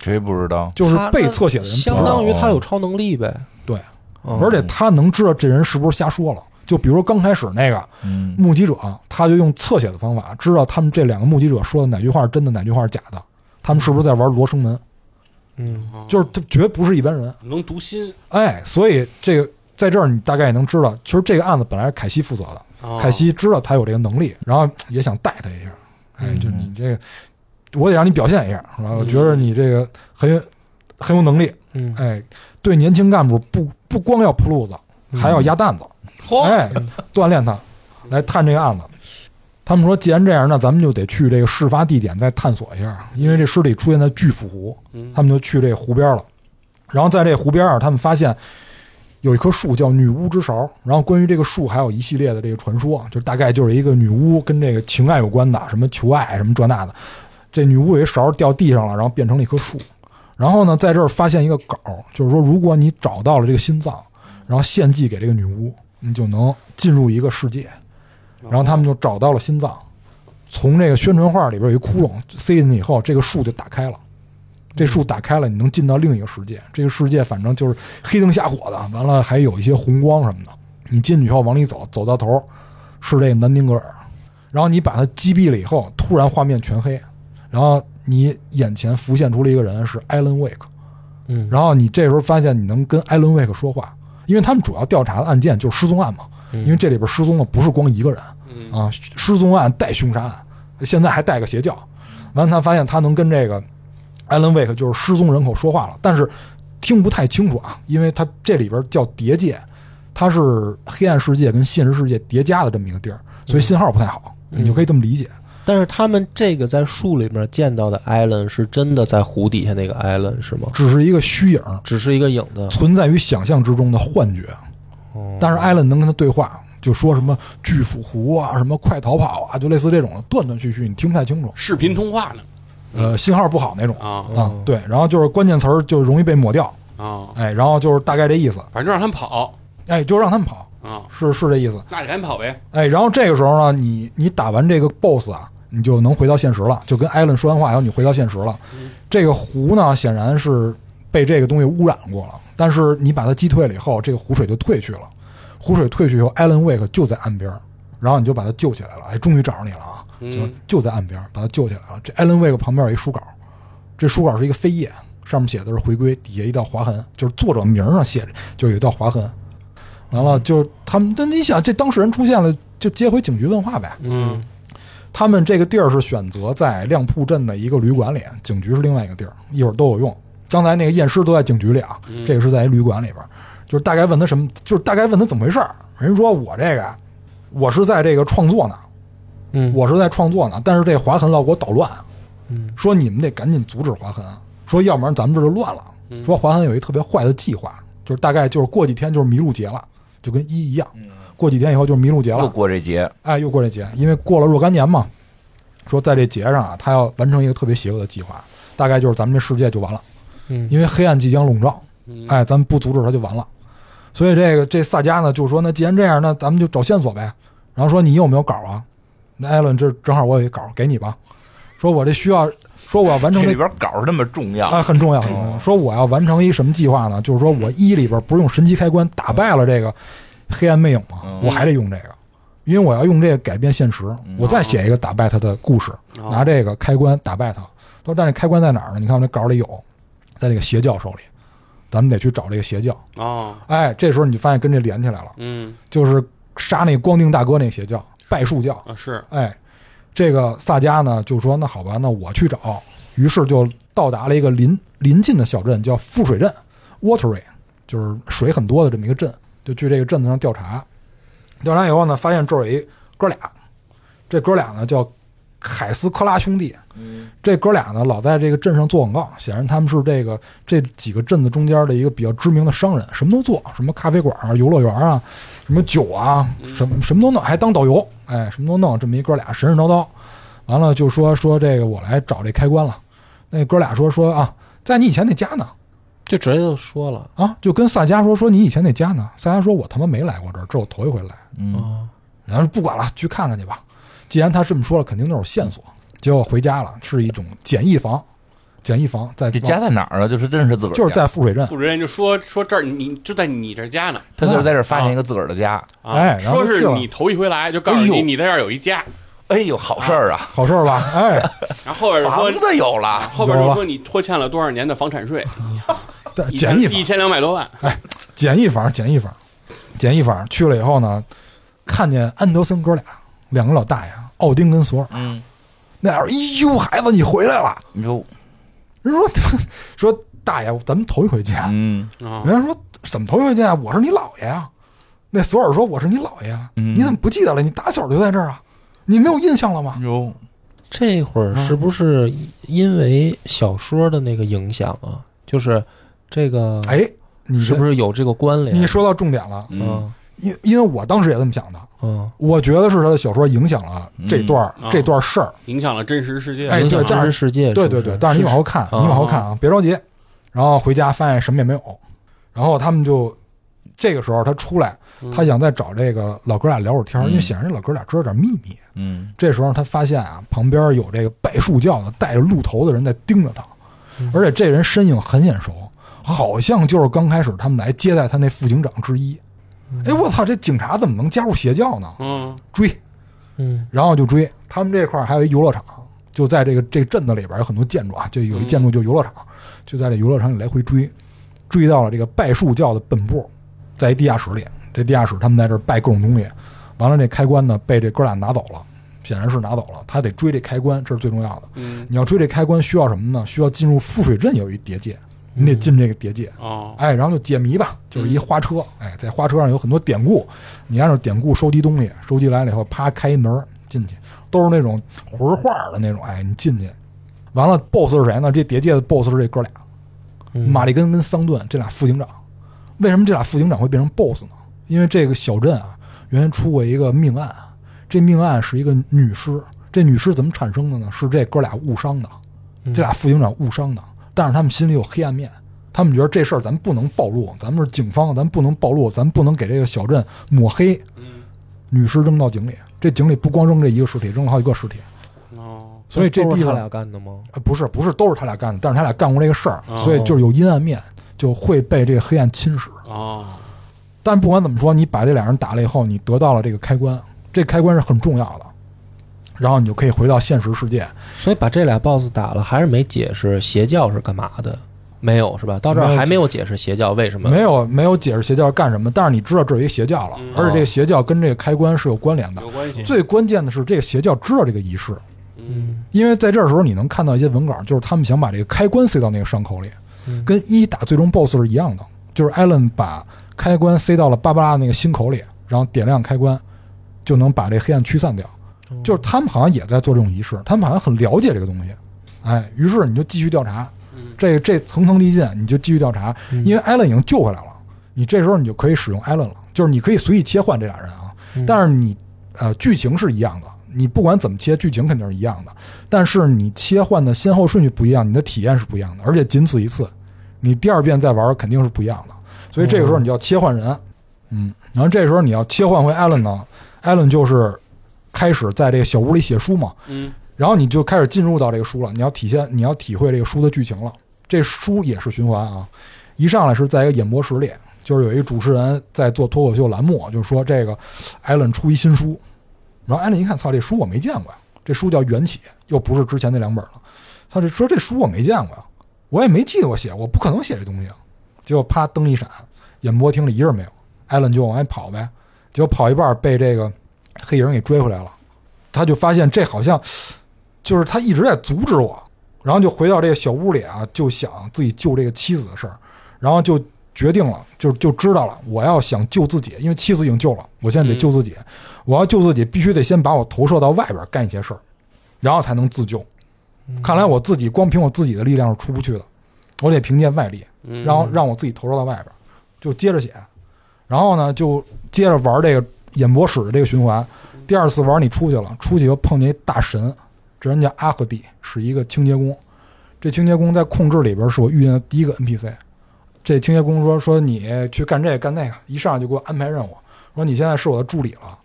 B: 谁不知道？
D: 就是
A: 他
D: 被侧写的人不知
A: 相
D: 道。
A: 当于他有超能力呗。
D: 对，
A: 嗯
D: 而且他能知道这人是不是瞎说了。就比如刚开始那个
B: 嗯
D: 目击者，他就用侧写的方法知道他们这两个目击者说的哪句话是真的，哪句话是假的。他们是不是在玩罗生门？
A: 嗯，
D: 就是他绝不是一般人。
C: 啊能读心，
D: 哎，所以这个在这儿你大概也能知道，其实这个案子本来是凯西负责的，
C: 哦
D: 凯西知道他有这个能力，然后也想带他一下。哎，
A: 嗯
D: 就你这个我得让你表现一下，是吧？我觉得你这个很很有能力，
A: 嗯，
D: 哎，对年轻干部不不光要铺路子，还要压担子，
B: 嚯，
D: 哎，锻炼他来探这个案子。他们说，既然这样，那咱们就得去这个事发地点再探索一下，因为这尸体出现在巨斧湖，
C: 嗯
D: 他们就去这湖边了。然后在这湖边儿，他们发现有一棵树叫女巫之勺。然后关于这个树还有一系列的这个传说，就大概就是一个女巫跟这个情爱有关的，什么求爱什么这那的。这女巫有一勺掉地上了，然后变成了一棵树。然后呢，在这儿发现一个稿，就是说如果你找到了这个心脏，然后献祭给这个女巫，你就能进入一个世界。然后他们就找到了心脏，从这个宣传画里边有一窟窿塞进去以后，这个树就打开了。这树打开了，你能进到另一个世界。这个世界反正就是黑灯瞎火的，完了还有一些红光什么的。你进去以后往里走，走到头儿是这个南丁格尔，然后你把它击毙了以后，突然画面全黑，然后你眼前浮现出了一个人是艾伦·威克，
A: 嗯
D: 然后你这时候发现你能跟艾伦·威克说话，因为他们主要调查的案件就是失踪案嘛，因为这里边失踪的不是光一个人
C: 嗯
D: 啊，失踪案带凶杀案，现在还带个邪教。完了，他发现他能跟这个艾伦·威克就是失踪人口说话了，但是听不太清楚啊，因为他这里边叫叠界，它是黑暗世界跟现实世界叠加的这么一个地儿，所以信号不太好，你就可以这么理解。
A: 但是他们这个在树里面见到的艾伦是真的在湖底下那个艾伦是吗？
D: 只是一个虚影，
A: 只是一个影子，
D: 存在于想象之中的幻觉。
A: 哦
D: 但是艾伦能跟他对话，就说什么“巨斧湖”啊，什么“快逃跑”啊，就类似这种的，断断续续，你听不太清楚，
C: 视频通话呢
D: 呃，信号不好那种
C: 啊
D: 啊。对，然后就是关键词儿就容易被抹掉，
C: 啊，
D: 哎，然后就是大概这意思，
C: 反正让他们跑
D: 哎，就让他们跑，
C: 啊，
D: 是是这意思，
C: 那就赶紧跑呗。
D: 哎，然后这个时候呢，你你打完这个 BOSS 啊，你就能回到现实了，就跟艾伦说完话以后，你回到现实了。这个湖呢，显然是被这个东西污染过了，但是你把它击退了以后，这个湖水就退去了。湖水退去以后，艾伦威克就在岸边儿，然后你就把他救起来了。哎，终于找着你了啊！就
C: 嗯
D: 就在岸边儿把他救起来了。这艾伦威克旁边有一书稿，这书稿是一个扉页，上面写的是回归，底下一道划痕，就是作者名儿上写着就有一道划痕。完了，就他们，但你想，这当事人出现了，就接回警局问话呗。
C: 嗯
D: 他们这个地儿是选择在亮铺镇的一个旅馆里，警局是另外一个地儿，一会儿都有用。刚才那个验尸都在警局里啊，这个是在一旅馆里边儿，就是大概问他什么，就是大概问他怎么回事儿。人说我这个，我是在这个创作呢，
A: 嗯，
D: 我是在创作呢，但是这划痕老给我捣乱，
A: 嗯，
D: 说你们得赶紧阻止划痕，说要不然咱们这就乱了。
A: 嗯
D: 说划痕有一特别坏的计划，就是大概就是过几天就是麋鹿节了，就跟一一样，过几天以后就是麋鹿节
B: 又
D: 了，
B: 过这节，
D: 哎，又过这节，因为过了若干年嘛，说在这节上啊，他要完成一个特别邪恶的计划，大概就是咱们这世界就完了，
A: 嗯
D: 因为黑暗即将笼罩，
C: 嗯
D: 哎，咱们不阻止他就完了。所以这个这萨迦呢就说，那既然这样，那咱们就找线索呗。然后说你有没有稿啊？那艾伦这正好我有一稿，给你吧。说我这需要，说我要完
B: 这
D: 成
B: 里
D: 这
B: 边稿儿那么重要，
D: 啊，很重要。很重要说我要完成一什么计划呢？就是说我一里边不是用神奇开关打败了这个黑暗魅影吗？
B: 嗯
D: 我还得用这个，因为我要用这个改变现实。我再写一个打败他的故事，
C: 哦
D: 拿这个开关打败他。说但是开关在哪儿呢？你看我这稿里有，在这个邪教手里，咱们得去找这个邪教。
C: 啊
D: 哎，这时候你就发现跟这连起来了，
C: 嗯
D: 就是杀那光腚大哥那邪教拜术教。
C: 啊是
D: 哎，这个萨迦呢就说那好吧，那我去找，于是就到达了一个邻邻近的小镇，叫富水镇 （Watery），就是水很多的这么一个镇，就去这个镇子上调查。调查以后呢，发现这儿有一哥俩，这哥俩呢叫凯斯科拉兄弟。这哥俩呢，老在这个镇上做广告，显然他们是这个这几个镇子中间的一个比较知名的商人，什么都做，什么咖啡馆啊、游乐园啊、什么酒啊，什么什么都弄，还当导游，哎，什么都弄，这么一哥俩神神叨叨，完了就说说这个我来找这开关了，那哥俩说说啊，在你以前那家呢
A: 就直接就说了，
D: 啊，就跟萨迦说说你以前那家呢，萨迦说我他妈没来过这儿，这是我头一回来，
B: 嗯，
A: 啊，
D: 然后不管了，去看看去吧。既然他这么说了，肯定都有线索。结果回家了，是一种简易房，简易房在
B: 这家在哪儿啊？就是真是自个儿家，
D: 就是在富水镇，
C: 富人就说说这儿你就在你这儿家呢。
B: 他就是在这儿发现一个自个儿的家，
C: 啊
D: 哎然后
C: 说
D: 就是去了
C: 你头一回来，就告诉
B: 哎
C: 你
B: 呦
C: 你在这儿有一家，
B: 哎呦，好事儿啊，
D: 好事儿吧？哎，
C: 然后后边
B: 房
C: 说
B: 子有了，
C: 后边
D: 有啊
C: 就
D: 了
C: 说你拖欠了多少年的房产 税，
D: 但
C: 一
D: 简易
C: 一
D: 房，
C: 千两百多万。
D: 简易房，简易房，简易房。去了以后呢，看见安德森哥俩两个老大爷，奥丁跟索尔，
B: 嗯，
D: 那俩人，哎呦，孩子你回来了！
B: 哟，
D: 人说 说大爷，咱们头一回见。
B: 嗯
C: 啊，
D: 人家说怎么头一回见啊？我是你姥爷啊！那索尔说我是你姥爷啊！
B: 嗯
D: 你怎么不记得了？你打小就在这儿啊？你没有印象了吗？
B: 哟，
A: 这会儿是不是因为小说的那个影响啊？就是这个
D: 哎，你
A: 是不是有这个关联？啊
D: 你说到重点了？
B: 嗯
D: 因因为我当时也这么想的，
A: 嗯，
D: 我觉得是他的小说影响了这段儿、
C: 嗯啊
D: 这段事儿。
C: 影响了真实世界。啊
D: 哎
A: 影响
D: 对但
A: 真
D: 是
A: 实世界，
D: 对
A: 是不
D: 对
A: 是
D: 对，但是你往后看，
A: 是
D: 你往后看啊，别着急。然后回家发现什么也没有，然后他们就这个时候他出来，他想再找这个老哥俩聊会儿天儿，
B: 嗯
D: 因为显然这老哥俩知道点秘密。
B: 嗯
D: 这时候他发现啊，旁边有这个拜树教的带着鹿头的人在盯着他，而且这人身影很眼熟，好像就是刚开始他们来接待他那副警长之一。哎，我操！这警察怎么能加入邪教呢？
C: 嗯，
D: 追，
A: 嗯
D: 然后就追。他们这块儿还有一游乐场，就在这个这个镇子里边有很多建筑啊，就有一建筑就游乐场，就在这游乐场里来回追，追到了这个拜树教的本部，在一地下室里。这地下室他们在这儿拜各种东西，完了这开关呢被这哥俩拿走了，显然是拿走了。他得追这开关，这是最重要的。
C: 嗯
D: 你要追这开关需要什么呢？需要进入富水镇有一叠界，你得进这个叠界。
C: 哦，
D: 哎，然后就解谜吧，就是
A: 嗯
D: 一花车，哎，在花车上有很多典故，你按照典故收集东西，收集来了以后，啪开一门儿进去，都是那种魂画的那种，哎，你进去，完了，BOSS 是谁呢？这叠界的 BOSS 是这哥俩，
A: 嗯
D: 玛丽根跟桑顿这俩副警长。为什么这俩副警长会变成 BOSS 呢？因为这个小镇啊，原来出过一个命案，这命案是一个女尸，这女尸怎么产生的呢？是这哥俩误伤的，
A: 嗯
D: 这俩副警长误伤的，但是他们心里有黑暗面，他们觉得这事儿咱不能暴露，咱们是警方，咱不能暴露，咱不能给这个小镇抹黑。
C: 嗯
D: 女尸扔到井里，这井里不光扔这一个尸体，扔了好几个尸体，
C: 哦，
D: 所以这
A: 都
D: 地
A: 是他
D: 方
A: 俩干的吗？
D: 呃，不是不是，都是他俩干的，但是他俩干过这个事儿，
C: 哦
D: 所以就是有阴暗面，就会被这个黑暗侵蚀。
C: 哦，
D: 但不管怎么说，你把这俩人打了以后，你得到了这个开关，这开关是很重要的，然后你就可以回到现实世界。
A: 所以把这俩 BOSS 打了，还是没解释邪教是干嘛的，没有是吧？到这
D: 没
A: 儿
D: 有
A: 还没有解释邪教为什么
D: 没有没有解释邪教干什么，但是你知道这有一邪教了
C: 嗯，
D: 而且这个邪教跟这个开关是有关联的
C: 有。关系。
D: 最关键的是，这个邪教知道这个仪式，
C: 嗯
D: 因为在这时候你能看到一些文稿，就是他们想把这个开关塞到那个伤口里
A: 嗯，
D: 跟一打最终 BOSS 是一样的，就是艾伦把开关塞到了芭芭拉那个心口里，然后点亮开关，就能把这黑暗驱散掉。就是他们好像也在做这种仪式，他们好像很了解这个东西，哎，于是你就继续调查，
C: 嗯
D: 这这层层递进，你就继续调查，
A: 嗯
D: 因为艾伦已经救回来了，你这时候你就可以使用艾伦了，就是你可以随意切换这俩人啊，
A: 嗯
D: 但是你呃剧情是一样的，你不管怎么切，剧情肯定是一样的，但是你切换的先后顺序不一样，你的体验是不一样的，而且仅此一次，你第二遍再玩肯定是不一样的，所以这个时候你就要切换人，嗯，然后这时候你要切换回艾伦呢，艾伦就是开始在这个小屋里写书嘛，
C: 嗯
D: 然后你就开始进入到这个书了，你要体现，你要体会这个书的剧情了。这书也是循环啊，一上来是在一个演播室里，就是有一个主持人在做脱口秀栏目，就说这个艾伦出一新书，然后艾伦一看，操，这书我没见过呀，这书叫《缘起》，又不是之前那两本了，操，这说这书我没见过呀，我也没记得我写，我不可能写这东西啊。结果啪灯一闪，演播厅里一人没有，艾伦就往外跑呗，结果跑一半被这个黑影给追回来了，他就发现这好像就是他一直在阻止我，然后就回到这个小屋里啊，就想自己救这个妻子的事儿，然后就决定了，就就知道了，我要想救自己，因为妻子已经救了，我现在得救自己，我要救自己，必须得先把我投射到外边儿干一些事儿，然后才能自救。看来我自己光凭我自己的力量是出不去的，我得凭借外力，
C: 嗯，
D: 然后让我自己投射到外边儿，就接着写，然后呢就接着玩这个演播室的这个循环。第二次玩你出去了，出去又碰见一大神，这人叫阿赫蒂，是一个清洁工。这清洁工在控制里边是我遇见的第一个 NPC。这清洁工说说你去干这个干那个，一上来就给我安排任务，说你现在是我的助理了，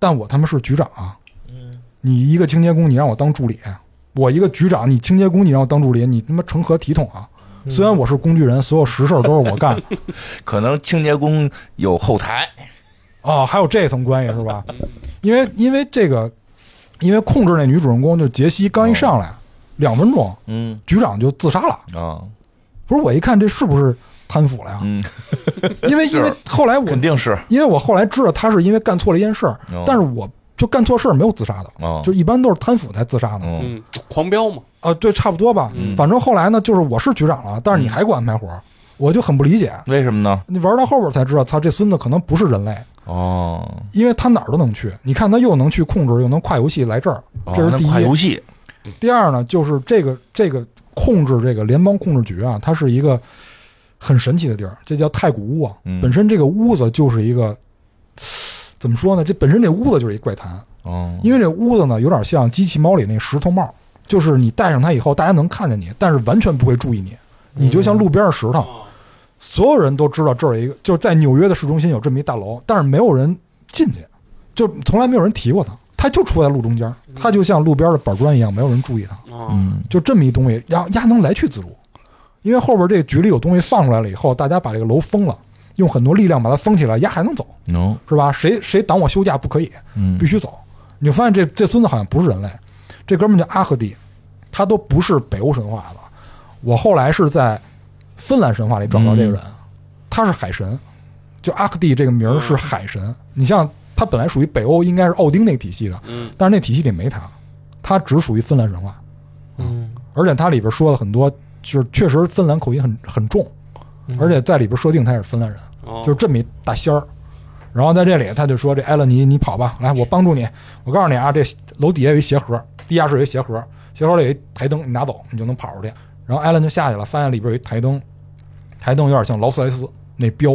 D: 但我他妈是局长啊！你一个清洁工，你让我当助理，我一个局长，你清洁工，你让我当助理，你他妈成何体统啊！
B: 嗯
D: 虽然我是工具人，所有实事儿都是我 干
B: 可能清洁工有后台，
D: 哦，还有这层关系是吧？因为因为这个，因为控制那女主人公就是杰西，刚一上
B: 哦
D: 来、两分钟，
B: 嗯
D: 局长就自杀了。
B: 啊，
D: 不是我一看这是不是贪腐了呀？
B: 嗯，
D: 因为因为后来我
B: 肯定是，
D: 因为我后来知道他是因为干错了一件事儿，
B: 哦
D: 但是我就干错事儿没有自杀的，
B: 哦
D: 就一般都是贪腐才自杀的。
B: 嗯
C: 嗯，狂飙嘛，
D: 啊，对，差不多吧。反正后来呢，就是我是局长了，但是
B: 嗯
D: 你还管安排活儿，我就很不理解。
B: 为什么呢？
D: 你玩到后边才知道，操，这孙子可能不是人类，
B: 哦，
D: 因为他哪儿都能去。你看他又能去控制，又能跨游戏来这儿，
B: 哦
D: 这是第
B: 那
D: 一。
B: 跨游戏
D: 第二呢，就是这个这个控制这个联邦控制局啊，它是一个很神奇的地儿，这叫太古屋啊。
B: 嗯
D: 本身这个屋子就是一个怎么说呢？这本身这屋子就是一怪谈，
B: 哦，
D: 因为这屋子呢有点像机器猫里那石头帽，就是你戴上它以后，大家能看见你，但是完全不会注意你，你就像路边的石头，所有人都知道这儿有一个，就是在纽约的市中心有这么一大楼，但是没有人进去，就从来没有人提过它，它就出在路中间，它就像路边的板砖一样，没有人注意它。
C: 啊，
B: 嗯
D: 就这么一东西，然后压能来去自如，因为后边这个局里有东西放出来了以后，大家把这个楼封了，用很多力量把它封起来，压还能走，
B: 能
D: 是吧？谁谁挡我休假不可以，
B: 嗯
D: 必须走。你就发现这这孙子好像不是人类，这哥们儿叫阿赫蒂，他都不是北欧神话的。我后来是在芬兰神话里找到这个人，他是海神，就阿克蒂这个名儿是海神。你像他本来属于北欧，应该是奥丁那个体系的，
C: 嗯
D: 但是那体系里没他，他只属于芬兰神话。
A: 嗯，
D: 而且它里边说了很多，就是确实芬兰口音很很重，而且在里边设定他也是芬兰人，
C: 哦
D: 就是这么一大仙儿。然后在这里，他就说：“这艾勒尼，你跑吧，来，我帮助你。我告诉你啊，这楼底下有一鞋盒，地下室有一鞋盒，鞋盒里有一台灯，你拿走，你就能跑出去。”然后艾伦就下去了，发现里边有一台灯，台灯有点像劳斯莱斯那标，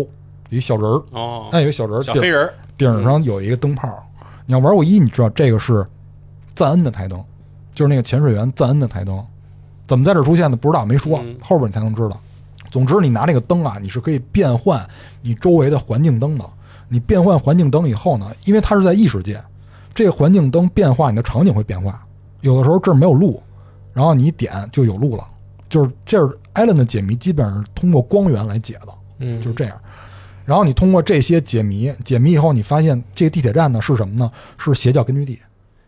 D: 有一小人儿，哎
C: 哦
D: 那，有一小人儿，
C: 小飞人儿，
D: 顶上有一个灯泡。你要玩过一，你知道这个是赞恩的台灯，就是那个潜水员赞恩的台灯。怎么在这儿出现的不知道，没说
C: 嗯，
D: 后边你才能知道。总之，你拿这个灯啊，你是可以变换你周围的环境灯的。你变换环境灯以后呢，因为它是在异世界，这个环境灯变化，你的场景会变化。有的时候这儿没有路，然后你一点就有路了。就是这儿艾伦的解谜基本上是通过光源来解的。
A: 嗯
D: 就是这样。然后你通过这些解谜，解谜以后，你发现这个地铁站呢是什么呢？是邪教根据地，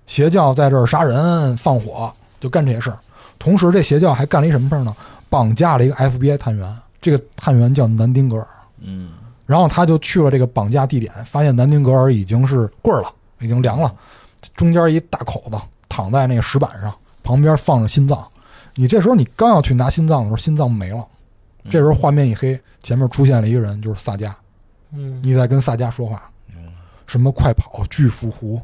D: 邪教在这儿杀人、放火，就干这些事儿。同时，这邪教还干了一什么事儿呢？绑架了一个 FBI 探员，这个探员叫南丁格尔。
B: 嗯
D: 然后他就去了这个绑架地点，发现南丁格尔已经是棍儿了，已经凉了，中间一大口子躺在那个石板上，旁边放着心脏。你这时候你刚要去拿心脏的时候，心脏没了。这时候画面一黑，前面出现了一个人，就是萨迦。
A: 嗯
D: 你在跟萨迦说话，什么快跑、巨伏湖，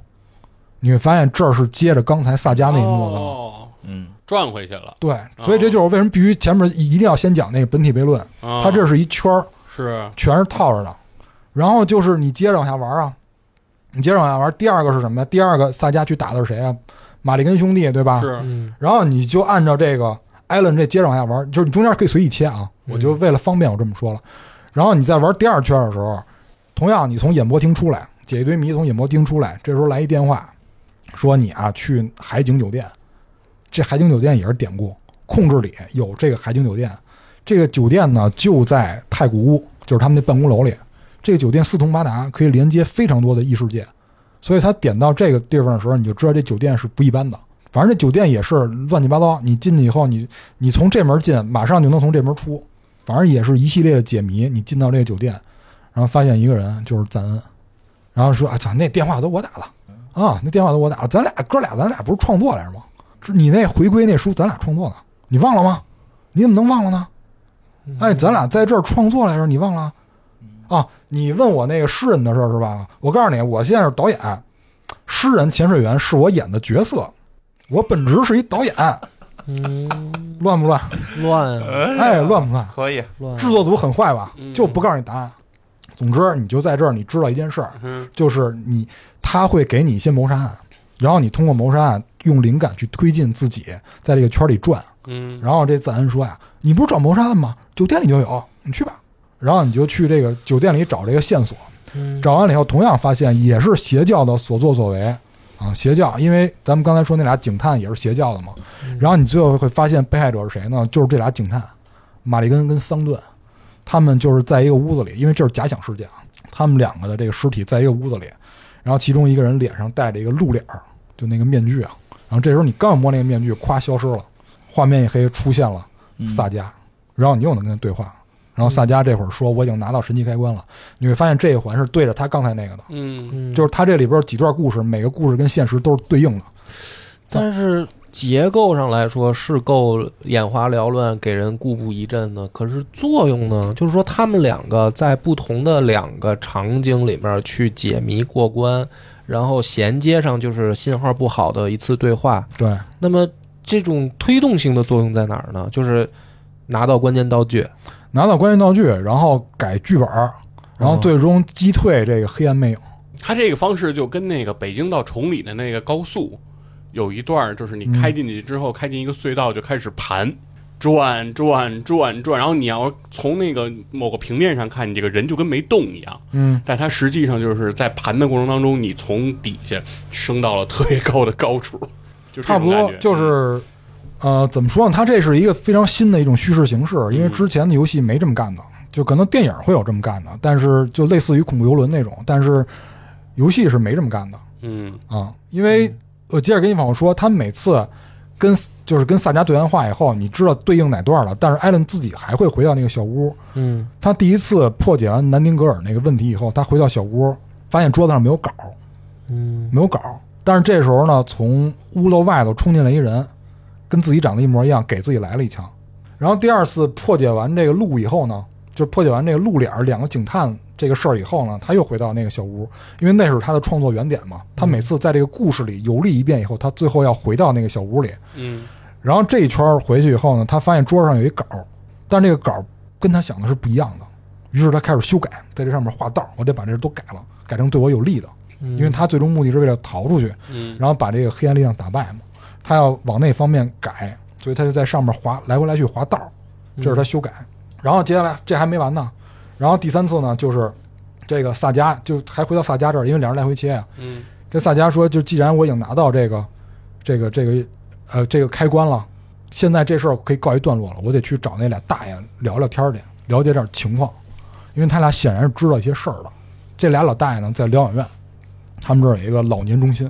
D: 你会发现这儿是接着刚才萨迦那一幕的。
C: 哦，
B: 嗯
C: 转回去了，
D: 对，所以这就是为什么必须前面一定要先讲那个本体悖论，
C: 啊
D: 它这是一啊圈儿，
C: 是
D: 全是套着的。然后就是你接着往下玩啊，你接着往下玩。第二个是什么呀？第二个萨迦去打的是谁啊？马里根兄弟，对吧？
C: 是，
A: 嗯
D: 然后你就按照这个艾伦这接着往下玩，就是你中间可以随意切啊，我就为了方便我这么说了。然后你在玩第二圈的时候，同样你从演播厅出来，解一堆谜，从演播厅出来，这时候来一电话，说你啊去海景酒店，这海景酒店也是典故，控制里有这个海景酒店，这个酒店呢就在太古屋，就是他们那办公楼里。这个酒店四通八达，可以连接非常多的异世界，所以他点到这个地方的时候，你就知道这酒店是不一般的。反正这酒店也是乱七八糟，你进去以后，你你从这门进，马上就能从这门出，反正也是一系列的解谜。你进到这个酒店，然后发现一个人就是赞恩，然后说啊，操，那电话都我打了啊，那电话都我打了，咱俩哥俩咱俩不是创作来着吗？是你那回归那书咱俩创作的，你忘了吗？你怎么能忘了呢？
A: 嗯
D: 哎，咱俩在这儿创作来着，你忘了？啊，你问我那个诗人的事儿是吧？我告诉你，我现在是导演，诗人潜水员是我演的角色，我本职是一导演，
A: 嗯，
D: 乱不乱？
A: 乱啊
D: 哎，乱不乱？
B: 可以
A: 乱啊，
D: 制作组很坏吧
C: 嗯？
D: 就不告诉你答案。总之，你就在这儿，你知道一件事儿，
C: 嗯
D: 就是你他会给你一些谋杀案，然后你通过谋杀案用灵感去推进自己在这个圈里转。
C: 嗯
D: 然后这赞恩说呀：“你不是找谋杀案吗？酒店里就有，你去吧。”然后你就去这个酒店里找这个线索，
A: 嗯
D: 找完了以后，同样发现也是邪教的所作所为啊，邪教，因为咱们刚才说那俩警探也是邪教的嘛。然后你最后会发现被害者是谁呢？就是这俩警探，马利根跟桑顿，他们就是在一个屋子里，因为这是假想世界啊，他们两个的这个尸体在一个屋子里，然后其中一个人脸上戴着一个鹿脸儿，就那个面具啊，然后这时候你刚要摸那个
B: 嗯
D: 面嗯具，咵消失了，画面一黑，出现了萨迦，然后你又能跟他对话，然后萨迦这会儿说我已经拿到神奇开关了，你会发现这一环是对着他刚才那个的，
C: 嗯，
A: 嗯，
D: 就是他这里边几段故事，每个故事跟现实都是对应的。
A: 但是结构上来说是够眼花缭乱，给人固步一震的。可是作用呢，就是说他们两个在不同的两个场景里面去解谜过关，然后衔接上就是信号不好的一次对话。
D: 对，
A: 那么这种推动性的作用在哪儿呢？就是拿到关键道具，
D: 拿到关键道具，然后改剧本儿，然后最终击退这个黑暗魅影。
C: 他这个方式就跟那个北京到崇礼的那个高速有一段儿，就是你开进去之后，开进一个隧道就开始盘。转转转转，然后你要从那个某个平面上看，你这个人就跟没动一样，
D: 嗯，
C: 但它实际上就是在盘的过程当中，你从底下升到了特别高的高处，就这种
D: 差不
C: 感
D: 多
C: 觉嗯
D: 就是，呃，怎么说呢？它这是一个非常新的一种叙事形式，因为之前的游戏没这么干的，就可能电影会有这么干的，但是就类似于恐怖游轮那种，但是游戏是没这么干的
C: 嗯
D: 啊。因为我接着跟你朋友说，他们每次跟就是跟萨迦对完话以后，你知道对应哪段了，但是艾伦自己还会回到那个小屋。
A: 嗯
D: 他第一次破解完南丁格尔那个问题以后，他回到小屋，发现桌子上没有稿，
A: 嗯
D: 没有稿。但是这时候呢，从屋漏外头冲进来一人，跟自己长得一模一样，给自己来了一枪。然后第二次破解完这个路以后呢，就是破解完这个路脸儿两个警探这个事儿以后呢，他又回到那个小屋，因为那是他的创作原点嘛。他每次在这个故事里游历一遍以后，他最后要回到那个小屋里。
C: 嗯
D: 然后这一圈儿回去以后呢，他发现桌上有一稿，但这个稿跟他想的是不一样的，于是他开始修改，在这上面画道，我得把这都改了，改成对我有利的，
A: 嗯，
D: 因为他最终目的是为了逃出去，
C: 嗯
D: 然后把这个黑暗力量打败嘛，他要往那方面改，所以他就在上面划来回来去划道，这
A: 嗯
D: 是他修改。然后接下来这还没完呢，然后第三次呢就是这个萨迦就还回到萨迦这儿，因为两人来回切啊，
C: 嗯
D: 这萨迦说，就既然我已经拿到这个这个这个呃这个开关了，现在这事儿可以告一段落了，我得去找那俩大爷聊聊天儿去，了解点情况，因为他俩显然是知道一些事儿的。这俩老大爷呢，在疗养院，他们这儿有一个老年中心，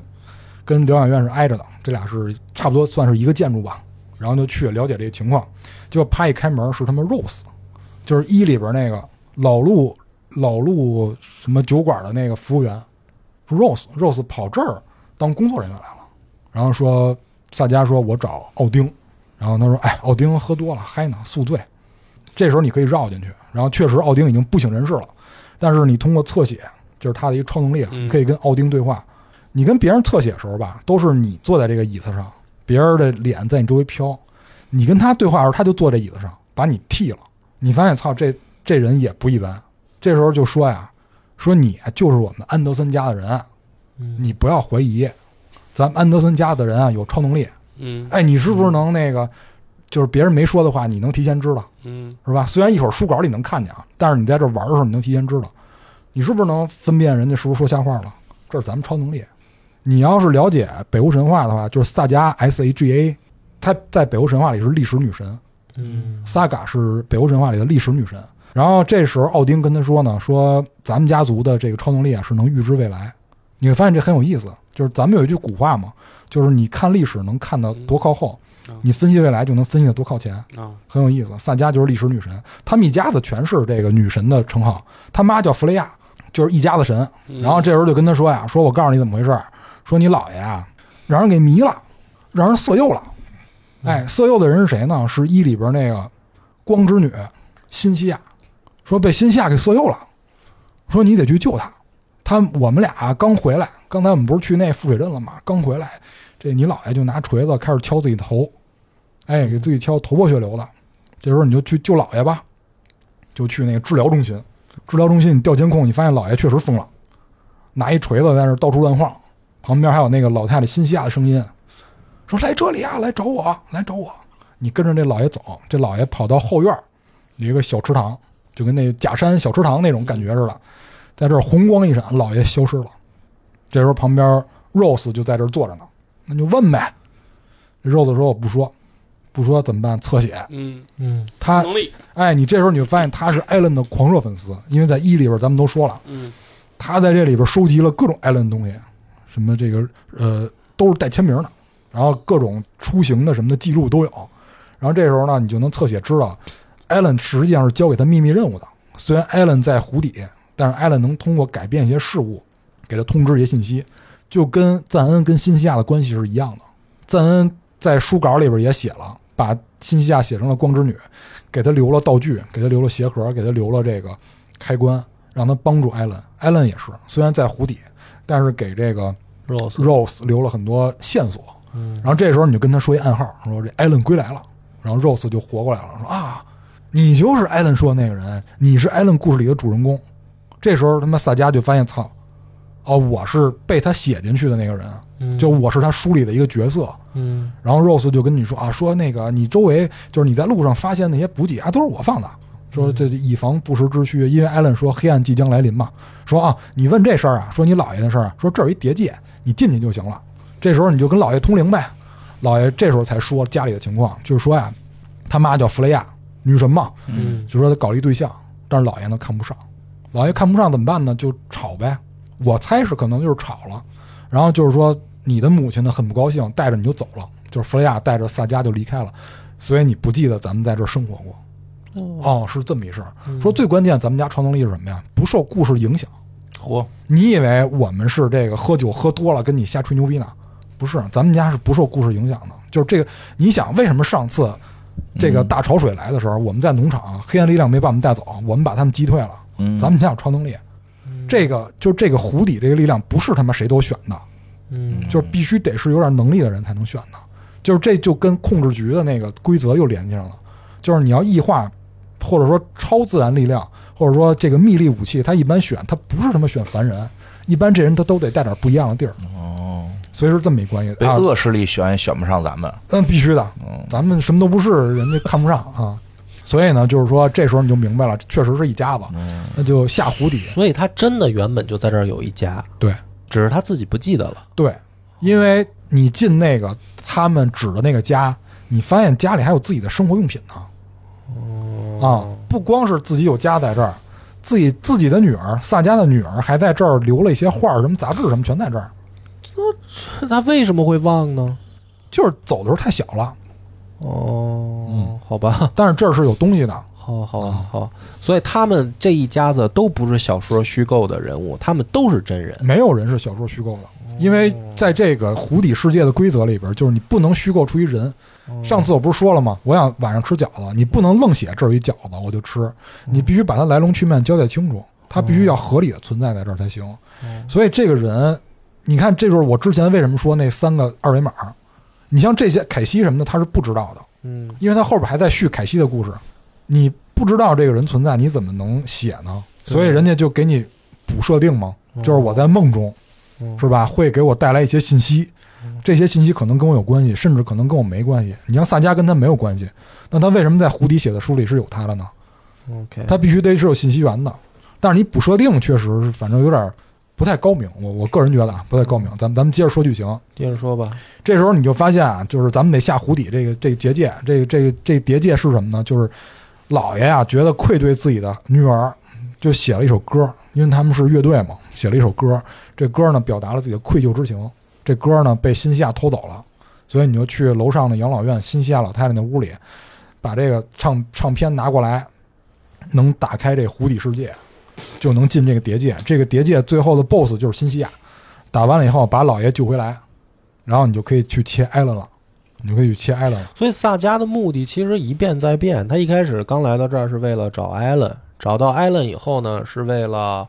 D: 跟疗养院是挨着的，这俩是差不多算是一个建筑吧。然后就去了解这个情况，结果啪一开门是他们 Rose，就是一里边那个老陆老陆什么酒馆的那个服务员，Rose Rose 跑这儿当工作人员来了，然后说萨迦说我找奥丁，然后他说哎奥丁喝多了嗨呢宿醉，这时候你可以绕进去，然后确实奥丁已经不省人事了，但是你通过侧写就是他的一个超能力啊，
C: 嗯
D: 你可以跟奥丁对话。你跟别人侧写的时候吧，都是你坐在这个椅子上，别人的脸在你周围飘，你跟他对话的时候，他就坐这椅子上，把你替了。你发现操这这人也不一般，这时候就说呀，说你啊就是我们安德森家的人，啊你不要怀疑，咱们安德森家的人啊有超能力。
C: 嗯
D: 哎，你是不是能那个，就是别人没说的话，你能提前知道，
C: 嗯
D: 是吧？虽然一会儿书稿里能看见啊，但是你在这玩的时候，你能提前知道，你是不是能分辨人家是不是说瞎话了？这是咱们超能力。你要是了解北欧神话的话，就是萨迦 S A G A，她在北欧神话里是历史女神，
A: 嗯
D: 萨嘎是北欧神话里的历史女神。然后这时候奥丁跟他说呢，说咱们家族的这个超能力啊是能预知未来。你会发现这很有意思，就是咱们有一句古话嘛，就是你看历史能看得多靠后
C: 嗯啊，
D: 你分析未来就能分析得多靠前，
C: 啊
D: 很有意思。萨迦就是历史女神，他们一家子全是这个女神的称号，他妈叫弗雷亚，就是一家子神。
C: 嗯
D: 然后这时候就跟他说呀，说我告诉你怎么回事儿，说你姥爷啊让人给迷了，让人色诱了。哎，色诱的人是谁呢？是一里边那个光之女辛西亚，说被辛西亚给色诱了，说你得去救她。他我们俩刚回来，刚才我们不是去那富水镇了吗？刚回来，这你姥爷就拿锤子开始敲自己头，哎，给自己敲头破血流的。这时候你就去救姥爷吧，就去那个治疗中心。治疗中心你调监控，你发现姥爷确实疯了，拿一锤子在那儿到处乱晃，旁边还有那个老太太辛西亚的声音，说来这里啊，来找我，来找我。你跟着这老爷走，这老爷跑到后院儿有一个小池塘，就跟那假山小池塘那种感觉似的，在这儿红光一闪，老爷消失了。这时候旁边 Rose 就在这儿坐着呢，那就问呗。这 Rose 说我不说，不说怎么办？侧写。
C: 嗯，
A: 嗯
D: 他
C: 能力
D: 哎，你这时候你就发现他是艾伦的狂热粉丝，因为在一里边咱们都说了，
C: 嗯，
D: 他在这里边收集了各种艾伦的东西，什么这个呃都是带签名的，然后各种出行的什么的记录都有。然后这时候呢，你就能侧写知道艾伦实际上是交给他秘密任务的。虽然艾伦在湖底，但是艾伦能通过改变一些事物，给他通知一些信息，就跟赞恩跟辛西亚的关系是一样的。赞恩在书稿里边也写了，把辛西亚写成了光之女，给他留了道具，给他留了鞋盒，给他留了这个开关，让他帮助艾伦。艾伦也是，虽然在湖底，但是给这个
A: Rose，
D: Rose 留了很多线索。
A: 嗯
D: 然后这时候你就跟他说一暗号，说这艾伦归来了。然后 Rose 就活过来了，说啊，你就是艾伦说的那个人，你是艾伦故事里的主人公。这时候他妈萨迦就发现，操，哦，我是被他写进去的那个人，
A: 嗯
D: 就我是他书里的一个角色。
A: 嗯
D: 然后 Rose 就跟你说啊，说那个你周围就是你在路上发现那些补给啊，都是我放的。说这以防不时之需，因为艾伦说黑暗即将来临嘛。说啊，你问这事儿啊，说你姥爷的事儿啊，说这儿有一结界，你进去就行了。这时候你就跟姥爷通灵呗。姥爷这时候才说家里的情况，就是说呀，他妈叫弗雷亚，女神嘛，
A: 嗯
D: 就说他搞了一对象，但是姥爷呢看不上，姥爷看不上怎么办呢？就吵呗。我猜是可能就是吵了，然后就是说你的母亲呢很不高兴，带着你就走了，就是弗雷亚带着萨迦就离开了，所以你不记得咱们在这儿生活过。哦，是这么一事儿。说最关键，咱们家超能力是什么呀？不受故事影响。
B: 嚯，
D: 你以为我们是这个喝酒喝多了跟你瞎吹牛逼呢？不是，咱们家是不受故事影响的。就是这个，你想为什么上次这个大潮水来的时候，我们在农场，黑暗力量没把我们带走，我们把他们击退了。
B: 嗯
D: 咱们家有超能力，这个就这个湖底这个力量不是他妈谁都选的，
A: 嗯
D: 就是必须得是有点能力的人才能选的。就是这就跟控制局的那个规则又联系上了，就是你要异化，或者说超自然力量，或者说这个密力武器，他一般选他不是他妈选凡人，一般这人他都得带点不一样的地儿，
B: 哦，
D: 所以是这么一关系
B: 被
D: 啊。
B: 恶势力选也选不上咱们，
D: 嗯，必须的，
B: 嗯
D: 咱们什么都不是，人家看不上啊。所以呢，就是说这时候你就明白了，确实是一家子，
B: 嗯
D: 那就下湖底。
A: 所以他真的原本就在这儿有一家，
D: 对，
A: 只是他自己不记得了。
D: 对，因为你进那个他们指的那个家，你发现家里还有自己的生活用品呢。啊，不光是自己有家在这儿，自己自己的女儿萨迦的女儿还在这儿留了一些画儿，什么杂志什么全在这儿。
A: 他为什么会忘呢？
D: 就是走的时候太小了，
A: 哦，
D: 嗯
A: 好吧，
D: 但是这儿是有东西的。
A: 好好
D: 啊
A: 好，所以他们这一家子都不是小说虚构的人物，他们都是真人。
D: 没有人是小说虚构的，因为在这个湖底世界的规则里边，就是你不能虚构出一人。哦上次我不是说了吗？我想晚上吃饺子，你不能愣写这儿有一饺子我就吃，你必须把它来龙去脉交代清楚，它必须要合理的存在在这儿才行。
A: 哦嗯
D: 所以这个人，你看，这就是我之前为什么说那三个二维码。你像这些凯西什么的，他是不知道的，
A: 嗯
D: 因为他后边还在续凯西的故事，你不知道这个人存在，你怎么能写呢？所以人家就给你补设定嘛，就是我在梦中，
A: 哦嗯
D: 是吧？会给我带来一些信息，这些信息可能跟我有关系，甚至可能跟我没关系。你像萨迦跟他没有关系，那他为什么在湖底写的书里是有他的呢？
A: ，OK，
D: 他必须得是有信息源的。但是你补设定确实是，反正有点不太高明，我我个人觉得啊，不太高明。咱们咱们接着说剧情，
A: 接着说吧。
D: 这时候你就发现啊，就是咱们得下湖底这个这个结界，这个这个这个结界是什么呢？就是老爷啊，觉得愧对自己的女儿，就写了一首歌，因为他们是乐队嘛，写了一首歌。这歌呢，表达了自己的愧疚之情。这歌呢，被新西亚偷走了，所以你就去楼上的养老院新西亚老太太那屋里，把这个唱唱片拿过来，能打开这湖底世界，就能进这个叠界。这个叠界最后的 BOSS 就是新西亚，打完了以后把老爷救回来，然后你就可以去切艾伦了，你就可以去切艾伦了。
A: 所以萨迦的目的其实一变再变。他一开始刚来到这儿是为了找艾伦，找到艾伦以后呢，是为了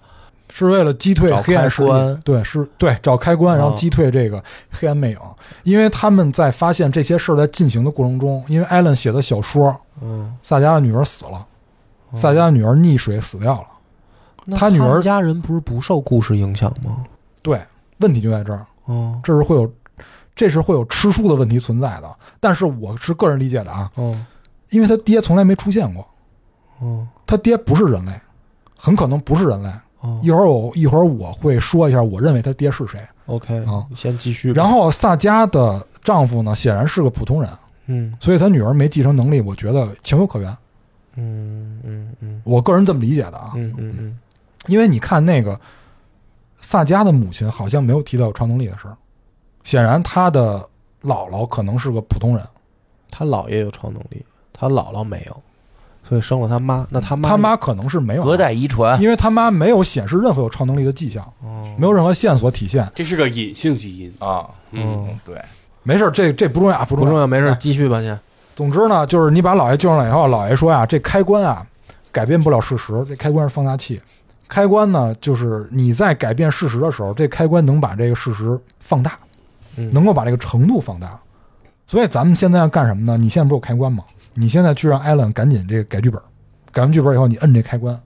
D: 是为了击退
A: 找
D: 黑暗势力
A: 开关
D: 对，是对找开关，然后
A: 哦
D: 击退这个黑暗魅影。因为他们在发现这些事儿在进行的过程中，因为艾伦写的小说，
A: 嗯，
D: 萨迦的女儿死了，萨迦的女儿溺水死掉了。
A: 那
D: 他女儿
A: 们家人不是不受故事影响吗？
D: 对，问题就在这儿，
A: 哦
D: 这是会有，这是会有吃书的问题存在的。但是我是个人理解的啊，
A: 哦
D: 因为他爹从来没出现过，
A: 哦
D: 他爹不是人类，很可能不是人类。
A: 哦
D: 一会儿我一会儿我会说一下，我认为他爹是谁。
A: ，OK，
D: 啊
A: 你先继续吧。
D: 然后萨迦的丈夫呢，显然是个普通人，
A: 嗯
D: 所以他女儿没继承能力，我觉得情有可原。
A: 嗯嗯嗯
D: 我个人这么理解的啊，
A: 嗯嗯嗯，
D: 因为你看那个萨迦的母亲好像没有提到有超能力的事儿，显然他的姥姥可能是个普通人。
A: 他姥爷有超能力，他姥姥没有。所以生了他妈。那他妈
D: 他妈可能是没有，啊
B: 隔代啊遗传，
D: 因为他妈没有显示任何有超能力的迹象，
A: 哦
D: 没有任何线索体现。
C: 这是个隐性基因。
B: 啊，
C: 嗯，
A: 嗯
B: 对，
D: 没事儿，这这不重要，不
A: 不
D: 重
A: 重
D: 要。
A: 要，没事
D: 哎，
A: 继续吧，先。
D: 总之呢，就是你把老爷救上来以后，啊老爷说呀，这开关啊，改变不了事实，这开关是放大器。开关呢，就是你在改变事实的时候，这开关能把这个事实放大，
A: 嗯
D: 能够把这个程度放大。所以咱们现在要干什么呢？你现在不是有开关吗？你现在去让艾伦赶紧这个改剧本，改完剧本以后，你摁这开关，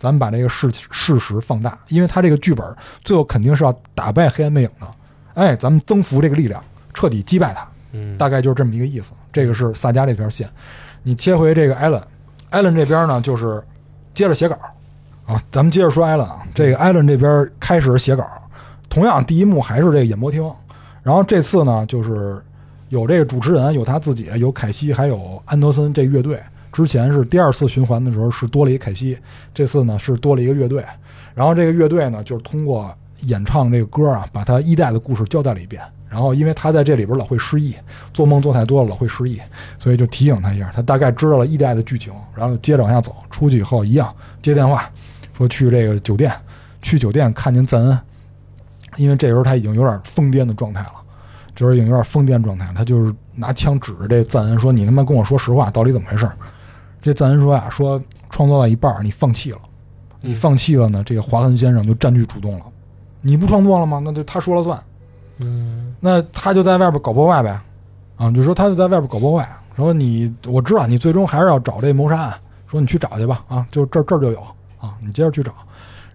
D: 咱们把这个事事实放大，因为他这个剧本最后肯定是要打败黑暗魅影的。哎，咱们增幅这个力量，彻底击败他。
A: 嗯，
D: 大概就是这么一个意思。这个是萨迦这条线，你切回这个艾伦，艾伦这边呢就是接着写稿啊，咱们接着说艾伦啊，这个艾伦这边开始写稿，同样第一幕还是这个演播厅，然后这次呢就是有这个主持人，有他自己，有凯西，还有安德森这乐队。之前是第二次循环的时候是多了一凯西，这次呢是多了一个乐队，然后这个乐队呢就是通过演唱这个歌啊，把他一代的故事交代了一遍。然后因为他在这里边老会失忆，做梦做太多了老会失忆，所以就提醒他一下，他大概知道了一代的剧情，然后就接着往下走。出去以后一样接电话，说去这个酒店，去酒店看见赞恩，因为这时候他已经有点疯癫的状态了，这时候已经有点疯癫状态，他就是拿枪指着这赞恩说：“你他妈跟我说实话，到底怎么回事儿？”这赞恩说呀、说创作到一半儿你放弃了，你放弃了呢，这个华恩先生就占据主动了，你不创作了吗？那就他说了算。
A: 嗯
D: 那他就在外边搞破坏呗，啊，就说他就在外边搞破坏，说你我知道你最终还是要找这谋杀案，说你去找去吧，啊，就这儿这儿就有啊，你接着去找。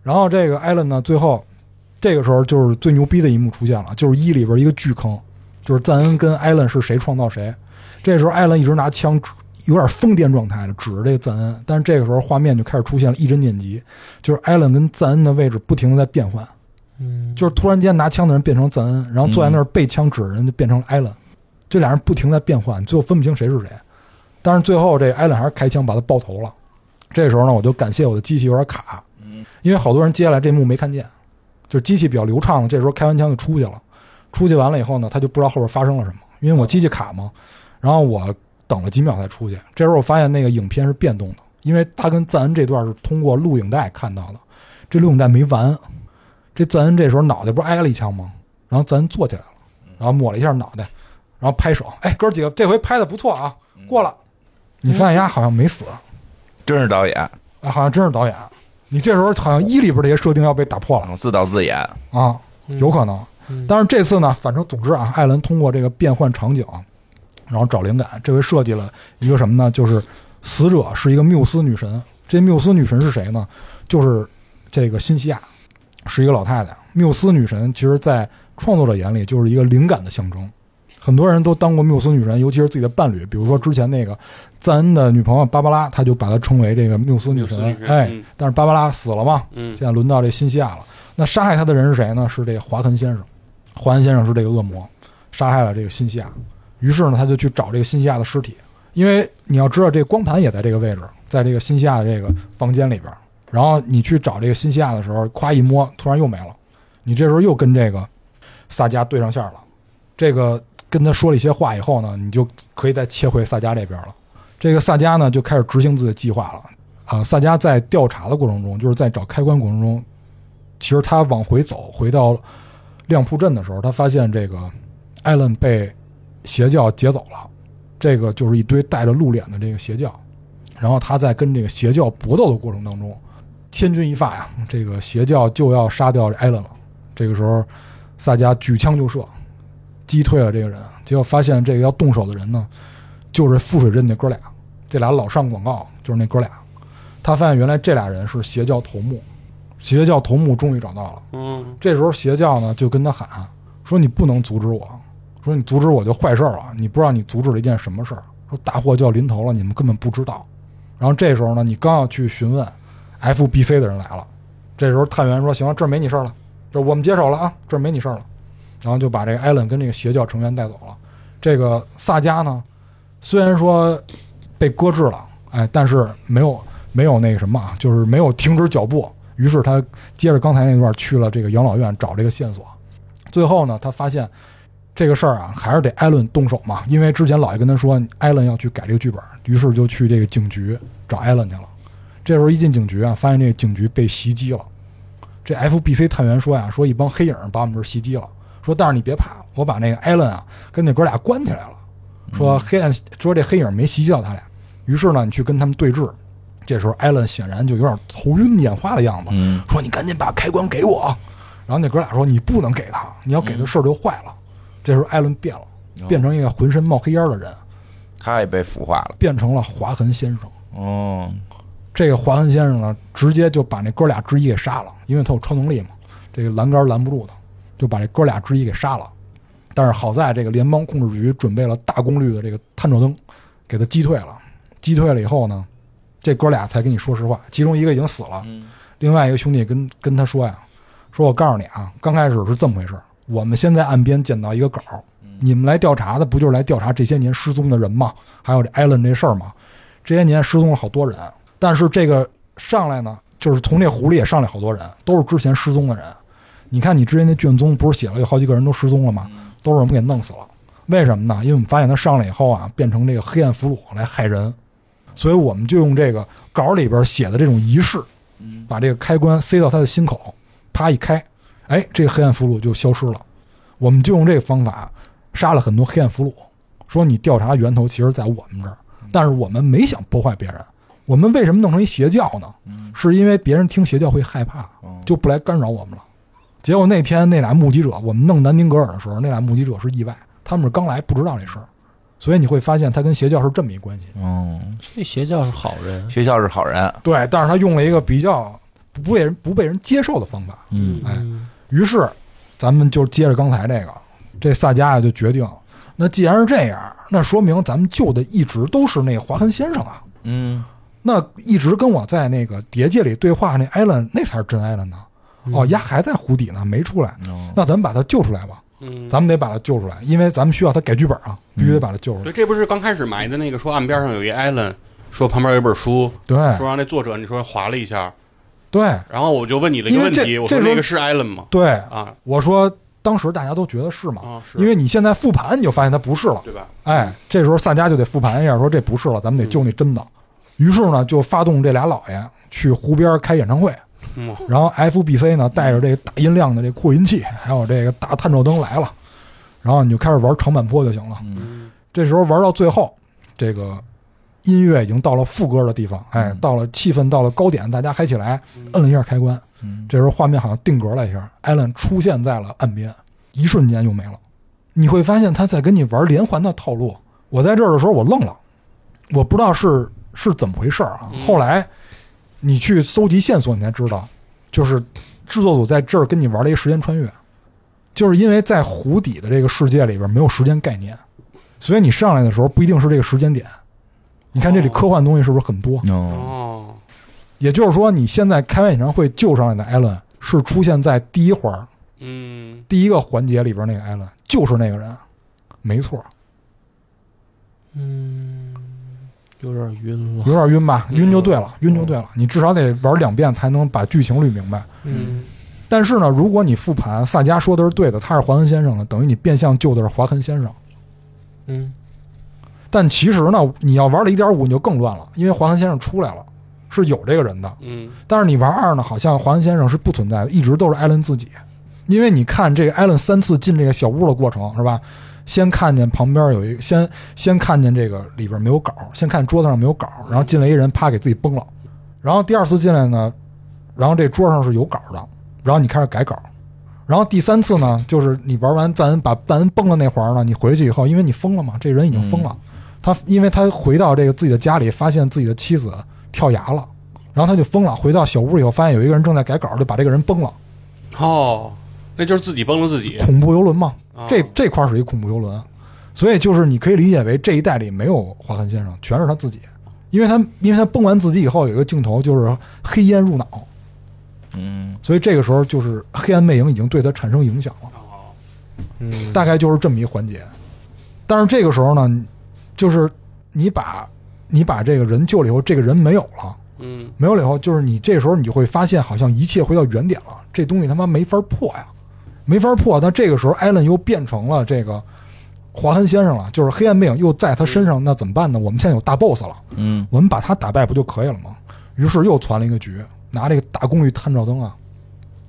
D: 然后这个艾伦呢，最后这个时候就是最牛逼的一幕出现了，就是一里边一个巨坑，就是赞恩跟艾伦是谁创造谁。这时候艾伦一直拿枪指，有点疯癫状态的指着这个赞恩，但是这个时候画面就开始出现了一帧剪辑，就是艾伦跟赞恩的位置不停的在变换。
A: 嗯，
D: 就是突然间拿枪的人变成赞恩，然后坐在那儿被枪指的人就变成了艾伦，这俩人不停地在变换，最后分不清谁是谁。但是最后这艾伦还是开枪把他爆头了。这时候呢，我就感谢我的机器有点卡，因为好多人接下来这幕没看见，就是机器比较流畅，这时候开完枪就出去了。出去完了以后呢，他就不知道后边发生了什么，因为我机器卡嘛。然后我等了几秒才出去，这时候我发现那个影片是变动的，因为他跟赞恩这段是通过录影带看到的，这录影带没完，这赞恩这时候脑袋不是挨了一枪吗？然后赞恩坐起来了，然后抹了一下脑袋，然后拍手，哎，哥几个这回拍的不错啊，过了。你发现丫好像没死，
B: 嗯真是导演，
D: 啊，好像真是导演。你这时候好像一里边这些设定要被打破了
B: 自导自演，
D: 啊，有可能。
A: 嗯
D: 但是这次呢，反正总之啊，艾伦通过这个变换场景，然后找灵感，这回设计了一个什么呢？就是死者是一个缪斯女神。这缪斯女神是谁呢？就是这个辛西亚，是一个老太太。缪斯女神其实，在创作者眼里就是一个灵感的象征。很多人都当过缪斯女神，尤其是自己的伴侣，比如说之前那个赞恩的女朋友芭芭拉，她就把她称为这个缪斯女神。
C: 缪斯女神
D: 哎
C: 嗯，
D: 但是芭芭拉死了嘛，
C: 嗯
D: 现在轮到这辛西亚了。那杀害他的人是谁呢？是这个华痕先生。华痕先生是这个恶魔，杀害了这个辛西亚。于是呢，他就去找这个辛西亚的尸体，因为你要知道，这个光盘也在这个位置，在这个辛西亚的这个房间里边。然后你去找这个辛西亚的时候，夸一摸，突然又没了。你这时候又跟这个萨迦对上线了。这个跟他说了一些话以后呢，你就可以再切回萨迦这边了。这个萨迦呢，就开始执行自己的计划了。啊，萨迦在调查的过程中，就是在找开关过程中，其实他往回走，回到亮铺镇的时候，他发现这个艾伦被邪教劫走了，这个就是一堆带着露脸的这个邪教。然后他在跟这个邪教搏斗的过程当中，千钧一发呀，这个邪教就要杀掉这艾伦了。这个时候，萨迦举枪就射，击退了这个人。结果发现这个要动手的人呢，就是富水镇那哥俩，这俩老上广告就是那哥俩。他发现原来这俩人是邪教头目，邪教头目终于找到了。
C: 嗯，
D: 这时候邪教呢就跟他喊说：“你不能阻止我，说你阻止我就坏事儿了。你不知道你阻止了一件什么事儿，说大祸就要临头了，你们根本不知道。”然后这时候呢，你刚要去询问 FBC 的人来了，这时候探员说：“行了，这儿没你事儿了，就我们接手了啊，这儿没你事儿了。”然后就把这个艾伦跟这个邪教成员带走了。这个萨迦呢，虽然说被搁置了，哎，但是没有没有那个什么啊，就是没有停止脚步。于是他接着刚才那段去了这个养老院找这个线索，最后呢，他发现这个事儿啊，还是得艾伦动手嘛，因为之前老爷跟他说艾伦要去改这个剧本，于是就去这个警局找艾伦去了。这时候一进警局啊，发现这个警局被袭击了。这 FBC 探员说呀，说一帮黑影把我们这儿袭击了，说但是你别怕，我把那个艾伦啊跟那哥俩关起来了，说黑暗说这黑影没袭击到他俩，于是呢你去跟他们对峙。这时候艾伦显然就有点头晕眼花的样子，
B: 嗯
D: 说你赶紧把开关给我。然后那哥俩说你不能给他，你要给他事儿就坏了。这时候艾伦变了，变成一个浑身冒黑烟的人，
B: 他也被腐化了。
D: 变成了划痕先生。
B: 哦，
D: 这个华恩先生呢，直接就把那哥俩之一给杀了，因为他有超能力嘛，这个栏杆拦不住他，就把这哥俩之一给杀了。但是好在这个联邦控制局准备了大功率的这个探照灯，给他击退了。击退了以后呢，这哥俩才跟你说实话，其中一个已经死了，
B: 嗯
D: 另外一个兄弟跟跟他说呀，说我告诉你啊，刚开始是这么回事儿，我们先在岸边捡到一个稿儿，你们来调查的不就是来调查这些年失踪的人吗？还有这艾伦这事儿吗？这些年失踪了好多人，但是这个上来呢，就是从这湖里也上来好多人，都是之前失踪的人。你看你之前那卷宗不是写了有好几个人都失踪了吗？都是我们给弄死了。为什么呢？因为我们发现他上来以后啊，变成这个黑暗俘虏来害人，所以我们就用这个稿里边写的这种仪式，把这个开关塞到他的心口，啪一开，哎，这个黑暗俘虏就消失了。我们就用这个方法杀了很多黑暗俘虏。说你调查的源头其实在我们这儿，但是我们没想破坏别人。我们为什么弄成一邪教呢？是因为别人听邪教会害怕，
B: 嗯
D: 就不来干扰我们了。结果那天那俩目击者，我们弄南丁格尔的时候，那俩目击者是意外，他们是刚来不知道这事儿，所以你会发现他跟邪教是这么一关系。
B: 哦，
A: 这邪教是好人，
B: 学校是好人，
D: 对，但是他用了一个比较不不被人不被人接受的方法，
B: 嗯
D: 哎，于是，咱们就接着刚才这个，这萨迦呀就决定，那既然是这样，那说明咱们救的一直都是那华痕先生啊，
B: 嗯，
D: 那一直跟我在那个结界里对话那艾伦，那才是真艾伦呢。
C: 嗯
D: 哦，丫还在湖底呢，没出来。
B: 哦
D: 那咱们把他救出来吧，
C: 嗯，
D: 咱们得把他救出来，因为咱们需要他改剧本啊，必须得把他救出来
C: 对，。这不是刚开始埋的那个说岸边上有一 island，说旁边有一本书，说
D: 对
C: 让那作者你说划了一下，
D: 对
C: 然后我就问你了一个问
D: 因为
C: 题，
D: 这
C: 我说
D: 这时候
C: 那个是 island 吗？
D: 对，
C: 啊
D: 我说当时大家都觉得是嘛，
C: 啊，是
D: 因为你现在复盘你就发现他不是了。
C: 对吧？
D: 哎，这时候萨迦就得复盘一下，说这不是了，咱们得救那真的。于是呢，就发动这俩老爷去湖边开演唱会，
C: 嗯，
D: 然后 FBC 呢带着这个大音量的这扩音器，还有这个大探照灯来了，然后你就开始玩长坂坡就行了。这时候玩到最后，这个音乐已经到了副歌的地方，哎，到了气氛到了高点，大家嗨起来，摁了一下开关。
B: 嗯
D: 这时候画面好像定格了一下，艾伦出现在了岸边，一瞬间就没了。你会发现他在跟你玩连环的套路。我在这儿的时候，我愣了，我不知道是是怎么回事儿啊。后来你去搜集线索，你才知道，就是制作组在这儿跟你玩了一时间穿越，就是因为在湖底的这个世界里边没有时间概念，所以你上来的时候不一定是这个时间点。你看这里科幻东西是不是很多？
B: 哦，
C: 哦，
D: 也就是说，你现在开完演唱会救上来的艾伦是出现在第一环儿
C: 嗯，
D: 第一个环节里边那个艾伦就是那个人，没错，
A: 嗯，有点晕了，
D: 有点晕吧？晕就对了，晕就对了。你至少得玩两遍才能把剧情捋明白。
A: 嗯，
D: 但是呢，如果你复盘，萨迦说的是对的，他是华痕先生的，等于你变相救的是华痕先生。
A: 嗯，
D: 但其实呢，你要玩了一点五，你就更乱了，因为华痕先生出来了，是有这个人的。
C: 嗯，
D: 但是你玩二呢，好像华恩先生是不存在的，一直都是艾伦自己。因为你看这个艾伦三次进这个小屋的过程是吧？先看见旁边有一个，先先看见这个里边没有稿，先看桌子上没有稿，然后进来一人，啪给自己崩了。然后第二次进来呢，然后这桌上是有稿的，然后你开始改稿。然后第三次呢，就是你玩完赞恩把赞恩崩了那环呢，你回去以后，因为你疯了嘛，这人已经疯了，他因为他回到这个自己的家里，发现自己的妻子跳崖了，然后他就疯了。回到小屋以后，发现有一个人正在改稿，就把这个人崩了。
C: 哦，那就是自己崩了自己，
D: 恐怖游轮嘛
C: 嗯啊，
D: 这这块儿属于恐怖游轮，所以就是你可以理解为这一代里没有华汉先生，全是他自己，因为他因为他崩完自己以后有一个镜头就是黑烟入脑，
B: 嗯，
D: 所以这个时候就是黑暗魅影已经对他产生影响了。
A: 嗯，
D: 大概就是这么一环节。但是这个时候呢，就是你把你把这个人救了以后，这个人没有了，
C: 嗯，
D: 没有了以后，就是你这时候你就会发现，好像一切回到原点了。这东西他妈没法破呀，没法破。但这个时候，艾伦又变成了这个华痕先生了，就是黑暗背影又在他身上，那怎么办呢？我们现在有大 boss 了，
B: 嗯
D: 我们把他打败不就可以了吗？于是又传了一个局，拿这个大功率探照灯啊，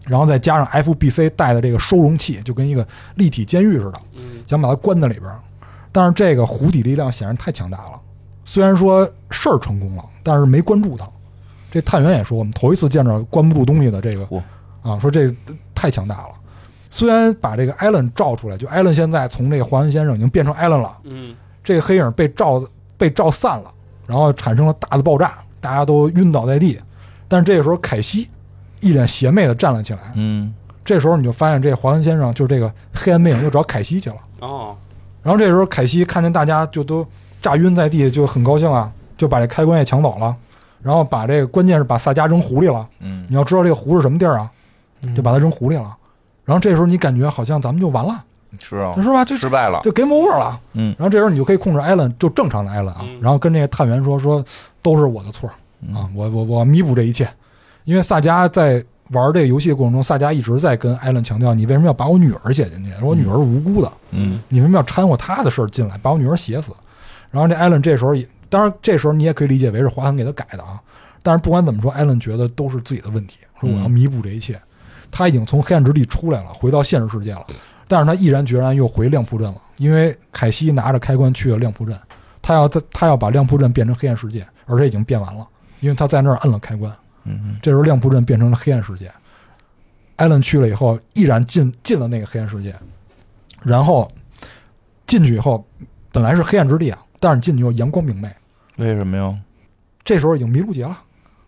D: 然后再加上 FBC 带的这个收容器，就跟一个立体监狱似的，
C: 嗯
D: 想把他关在里边儿。但是这个湖底力量显然太强大了，虽然说事儿成功了，但是没关住他。这探员也说，我们头一次见着关不住东西的这个
B: 嚯
D: 啊，说这太强大了。虽然把这个艾伦照出来，就艾伦现在从这个华恩先生已经变成艾伦了，
C: 嗯，
D: 这个黑影被照被照散了，然后产生了大的爆炸，大家都晕倒在地。但是这个时候，凯西一脸邪魅的站了起来。
B: 嗯，
D: 这时候你就发现，这华恩先生就是这个黑暗背影又找凯西去了。
C: 哦，
D: 然后这时候，凯西看见大家就都炸晕在地，就很高兴啊，就把这开关也抢走了，然后把这个关键是把萨迦扔湖里了。
B: 嗯
D: 你要知道这个湖是什么地儿啊，
A: 嗯
D: 就把它扔湖里了。然后这时候你感觉好像咱们就完了，
B: 是啊，
D: 是吧？这
B: 失败了，
D: 就 game over 了。
B: 嗯
D: 然后这时候你就可以控制艾伦，就正常的艾伦啊
C: 嗯，
D: 然后跟这个探员说说都是我的错
B: 嗯
D: 啊，我我我弥补这一切，因为萨迦在玩这个游戏的过程中，萨迦一直在跟艾伦强调，你为什么要把我女儿写进去？说我女儿是无辜的，
B: 嗯
D: 你为什么要掺和她的事儿进来，把我女儿写死？然后这艾伦这时候也，当然这时候你也可以理解为是华恒给他改的啊，但是不管怎么说，艾伦觉得都是自己的问题，说我要弥补这一切。他已经从黑暗之地出来了，回到现实世界了，但是他毅然决然又回亮铺镇了，因为凯西拿着开关去了亮铺镇，他要在他要把亮铺镇变成黑暗世界，而且已经变完了，因为他在那儿摁了开关。
B: 嗯
D: 这时候亮铺镇变成了黑暗世界。艾伦去了以后，毅然进进了那个黑暗世界，然后进去以后，本来是黑暗之地啊，但是你进去以后阳光明媚。
B: 为什么呀？
D: 这时候已经麋鹿节了，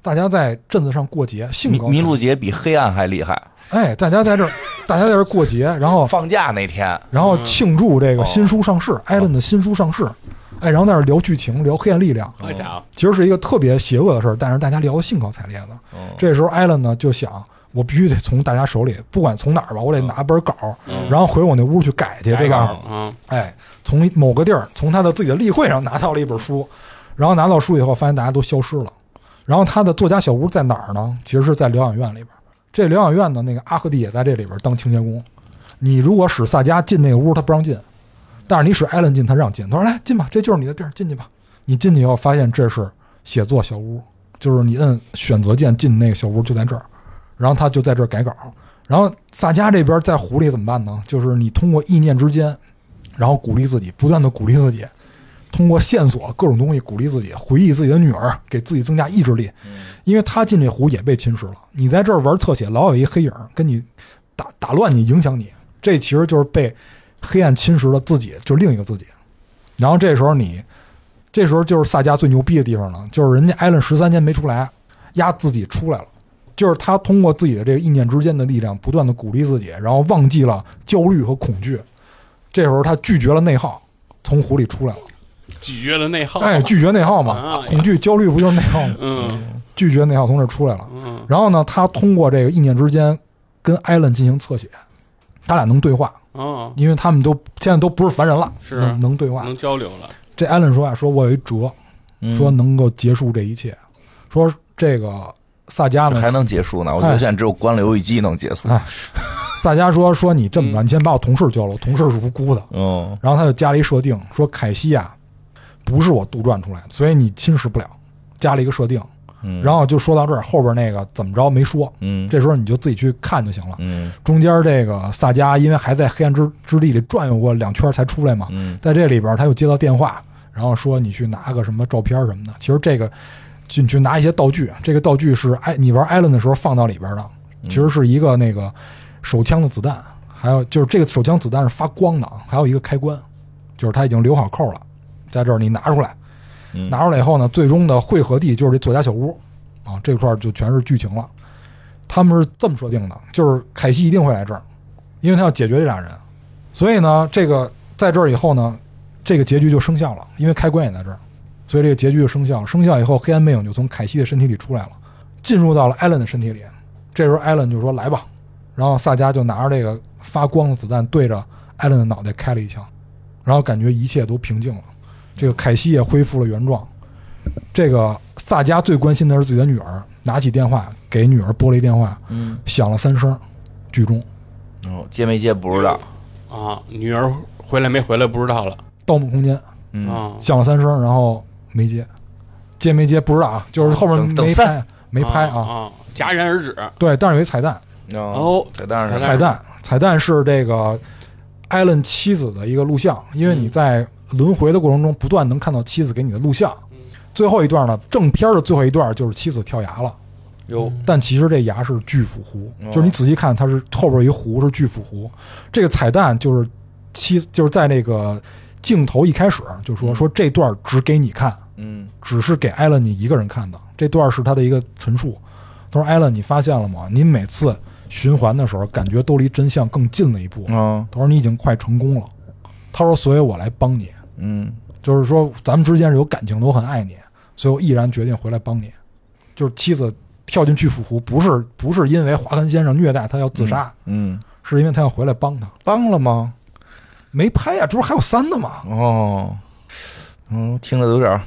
D: 大家在镇子上过节，兴
B: 麋
D: 高
B: 麋
D: 采
B: 鹿节比黑暗还厉害。
D: 哎，大家在这儿，大家在这儿过节，然后
B: 哦放假那天，
D: 然后庆祝这个新书上市，艾伦的新书上市，哎，然后在这儿聊剧情，聊黑暗力量，
C: 好家伙，
D: 其实是一个特别邪恶的事儿，但是大家聊得兴高采烈的。
B: 嗯
D: 这时候艾伦呢就想，我必须得从大家手里，不管从哪儿吧，我得拿本稿，然后回我那屋去改去。这
B: 改
D: 个
B: 稿，
C: 嗯，
D: 哎，从某个地儿，从他的自己的例会上拿到了一本书，然后拿到书以后，发现大家都消失了。然后他的作家小屋在哪儿呢？其实是在疗养院里边。这疗养院呢，那个阿赫蒂也在这里边当清洁工。你如果使萨迦进那个屋，他不让进；但是你使艾伦进，他让进。他说：“来进吧，这就是你的地儿，进去吧。”你进去以后，发现这是写作小屋，就是你摁选择键进那个小屋就在这儿，然后他就在这儿改稿。然后萨迦这边在湖里怎么办呢？就是你通过意念之间，然后鼓励自己，不断的鼓励自己，通过线索各种东西鼓励自己，回忆自己的女儿，给自己增加意志力。因为他进这湖也被侵蚀了，你在这儿玩侧写，老有一黑影跟你打打乱你，影响你，这其实就是被黑暗侵蚀了自己，就另一个自己。然后这时候你，这时候就是萨迦最牛逼的地方了，就是人家艾伦十三年没出来，压自己出来了。就是他通过自己的这个意念之间的力量，不断的鼓励自己，然后忘记了焦虑和恐惧。这时候他拒绝了内耗，从湖里出来了。
C: 拒绝了内耗，
D: 哎，拒绝内耗嘛
C: 哦啊，
D: 恐惧、焦虑不就是内耗吗？
C: 嗯
D: 拒绝内耗从这儿出来了。
C: 嗯
D: 然后呢，他通过这个意念之间跟艾伦进行侧写，他俩能对话，
C: 嗯，
D: 因为他们都现在都不是凡人了，
C: 是啊
D: 能能对话。
C: 能交流了，
D: 这艾伦说啊，说我有一辙，
B: 嗯
D: 说能够结束这一切，说这个萨迦
B: 这
D: 呢
B: 还能结束呢？我觉得
D: 哎
B: 现在只有关刘禹基能结束。
D: 哎萨迦说说你这么着，你先把我同事救了，我同事是无辜的。
B: 嗯
D: 然后他就加了一设定，说凯西啊，不是我杜撰出来的，所以你侵蚀不了，加了一个设定。
B: 嗯
D: 然后就说到这儿，后边那个怎么着没说，
B: 嗯
D: 这时候你就自己去看就行了。
B: 嗯
D: 中间这个萨迦因为还在黑暗之之地里转悠过两圈才出来嘛，
B: 嗯
D: 在这里边他又接到电话，然后说你去拿个什么照片什么的。其实这个就你去拿一些道具，啊这个道具是艾你玩艾伦的时候放到里边的，
B: 嗯
D: 其实是一个那个手枪的子弹，还有就是这个手枪子弹是发光的，还有一个开关，就是它已经留好扣了，在这儿你拿出来，
B: 嗯
D: 拿出来以后呢，最终的汇合地就是这作家小屋啊，这块儿就全是剧情了。他们是这么设定的，就是凯西一定会来这儿，因为他要解决这俩人，所以呢，这个在这儿以后呢，这个结局就生效了，因为开关也在这儿，所以这个结局就生效了。生效以后，黑暗魅影就从凯西的身体里出来了，进入到了艾伦的身体里。这时候艾伦就说：“来吧。”然后萨迦就拿着这个发光的子弹对着艾伦的脑袋开了一枪，然后感觉一切都平静了。这个凯西也恢复了原状。这个萨迦最关心的是自己的女儿，拿起电话给女儿拨了一电话，
B: 嗯，
D: 响了三声，剧终。
B: 哦接没接不知道。
C: 啊，女儿回来没回来不知道了
D: 盗梦空间
B: 嗯，
C: 啊。
D: 响了三声，然后没接，接没接不知道啊，就是后面
B: 哦等等
D: 没
B: 散
D: 拍没拍
C: 啊
D: 啊。
C: 啊，戛然而止。
D: 对，但是有一彩蛋，
B: 哦
C: 哦，
B: 彩蛋
C: 彩
B: 是
D: 彩蛋，彩蛋是这个艾伦妻子的一个录像，因
B: 嗯
D: 为你在轮回的过程中不断能看到妻子给你的录像。
B: 嗯
D: 最后一段呢，正片儿的最后一段就是妻子跳崖了，
B: 有
D: 但其实这崖是巨斧湖，
B: 哦
D: 就是你仔细看，它是后边有一湖是巨斧湖。这个彩蛋就是妻，就是在那个镜头一开始就说说这段只给你看，
B: 嗯
D: 只是给艾伦你一个人看的。这段是他的一个陈述。他说：“艾伦，你发现了吗？你每次循环的时候，感觉都离真相更近了一步。
B: 啊
D: 他说你已经快成功了。他说，所以我来帮你，
B: 嗯
D: 就是说咱们之间是有感情的，我很爱你，所以我毅然决定回来帮你。就是妻子跳进巨斧湖，不是不是因为华根先生虐待他要自杀，
B: 嗯，
D: 是因为他要回来帮他。
B: 帮了吗？
D: 没拍啊呀、这不是还有三呢吗？
B: 哦，嗯，听着有点儿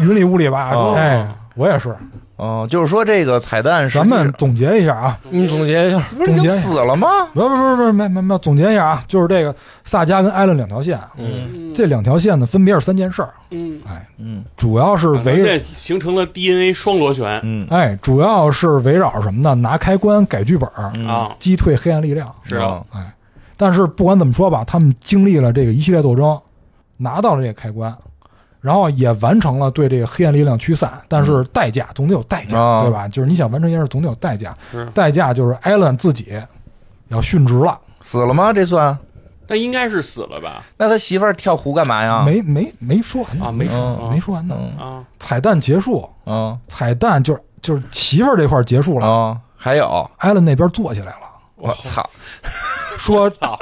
D: 云里雾里吧，
B: 哦
D: 哎，我也是。
B: 哦，就是说这个彩蛋实
D: 咱
B: 际上，
D: 们总结一下啊，
A: 嗯你总结一下，
B: 不是已经
D: 总结
B: 死了吗？
D: 不不不不，没没没，总结一下啊，就是这个萨迦跟艾伦两条线，
A: 嗯，
D: 这两条线呢分别是三件事儿，
C: 嗯，
D: 哎，
B: 嗯
D: 主要是围绕
C: 这形成了 DNA 双螺旋
B: 嗯
D: 哎，主要是围绕什么呢？拿开关改剧本，
B: 嗯
C: 啊，
D: 击退黑暗力量。
C: 是啊，
D: 哎，但是不管怎么说吧，他们经历了这个一系列斗争，拿到了这个开关，然后也完成了对这个黑暗力量驱散。但是代价总得有代价，
B: 啊
D: 对吧？就是你想完成一件事，总得有代价
C: 是。
D: 代价就是艾伦自己要殉职了，
B: 死了吗？这算？
C: 那应该是死了吧？
B: 那他媳妇儿跳湖干嘛呀？
D: 没没没说完呢
C: 啊，没
B: 嗯
D: 没说完呢。
B: 嗯
C: 啊，
D: 彩蛋结束，
B: 啊
D: 彩蛋就是就是媳妇儿这块儿结束了，
B: 啊，还有
D: 艾伦那边坐起来了。
B: 我操，
D: 说
C: 操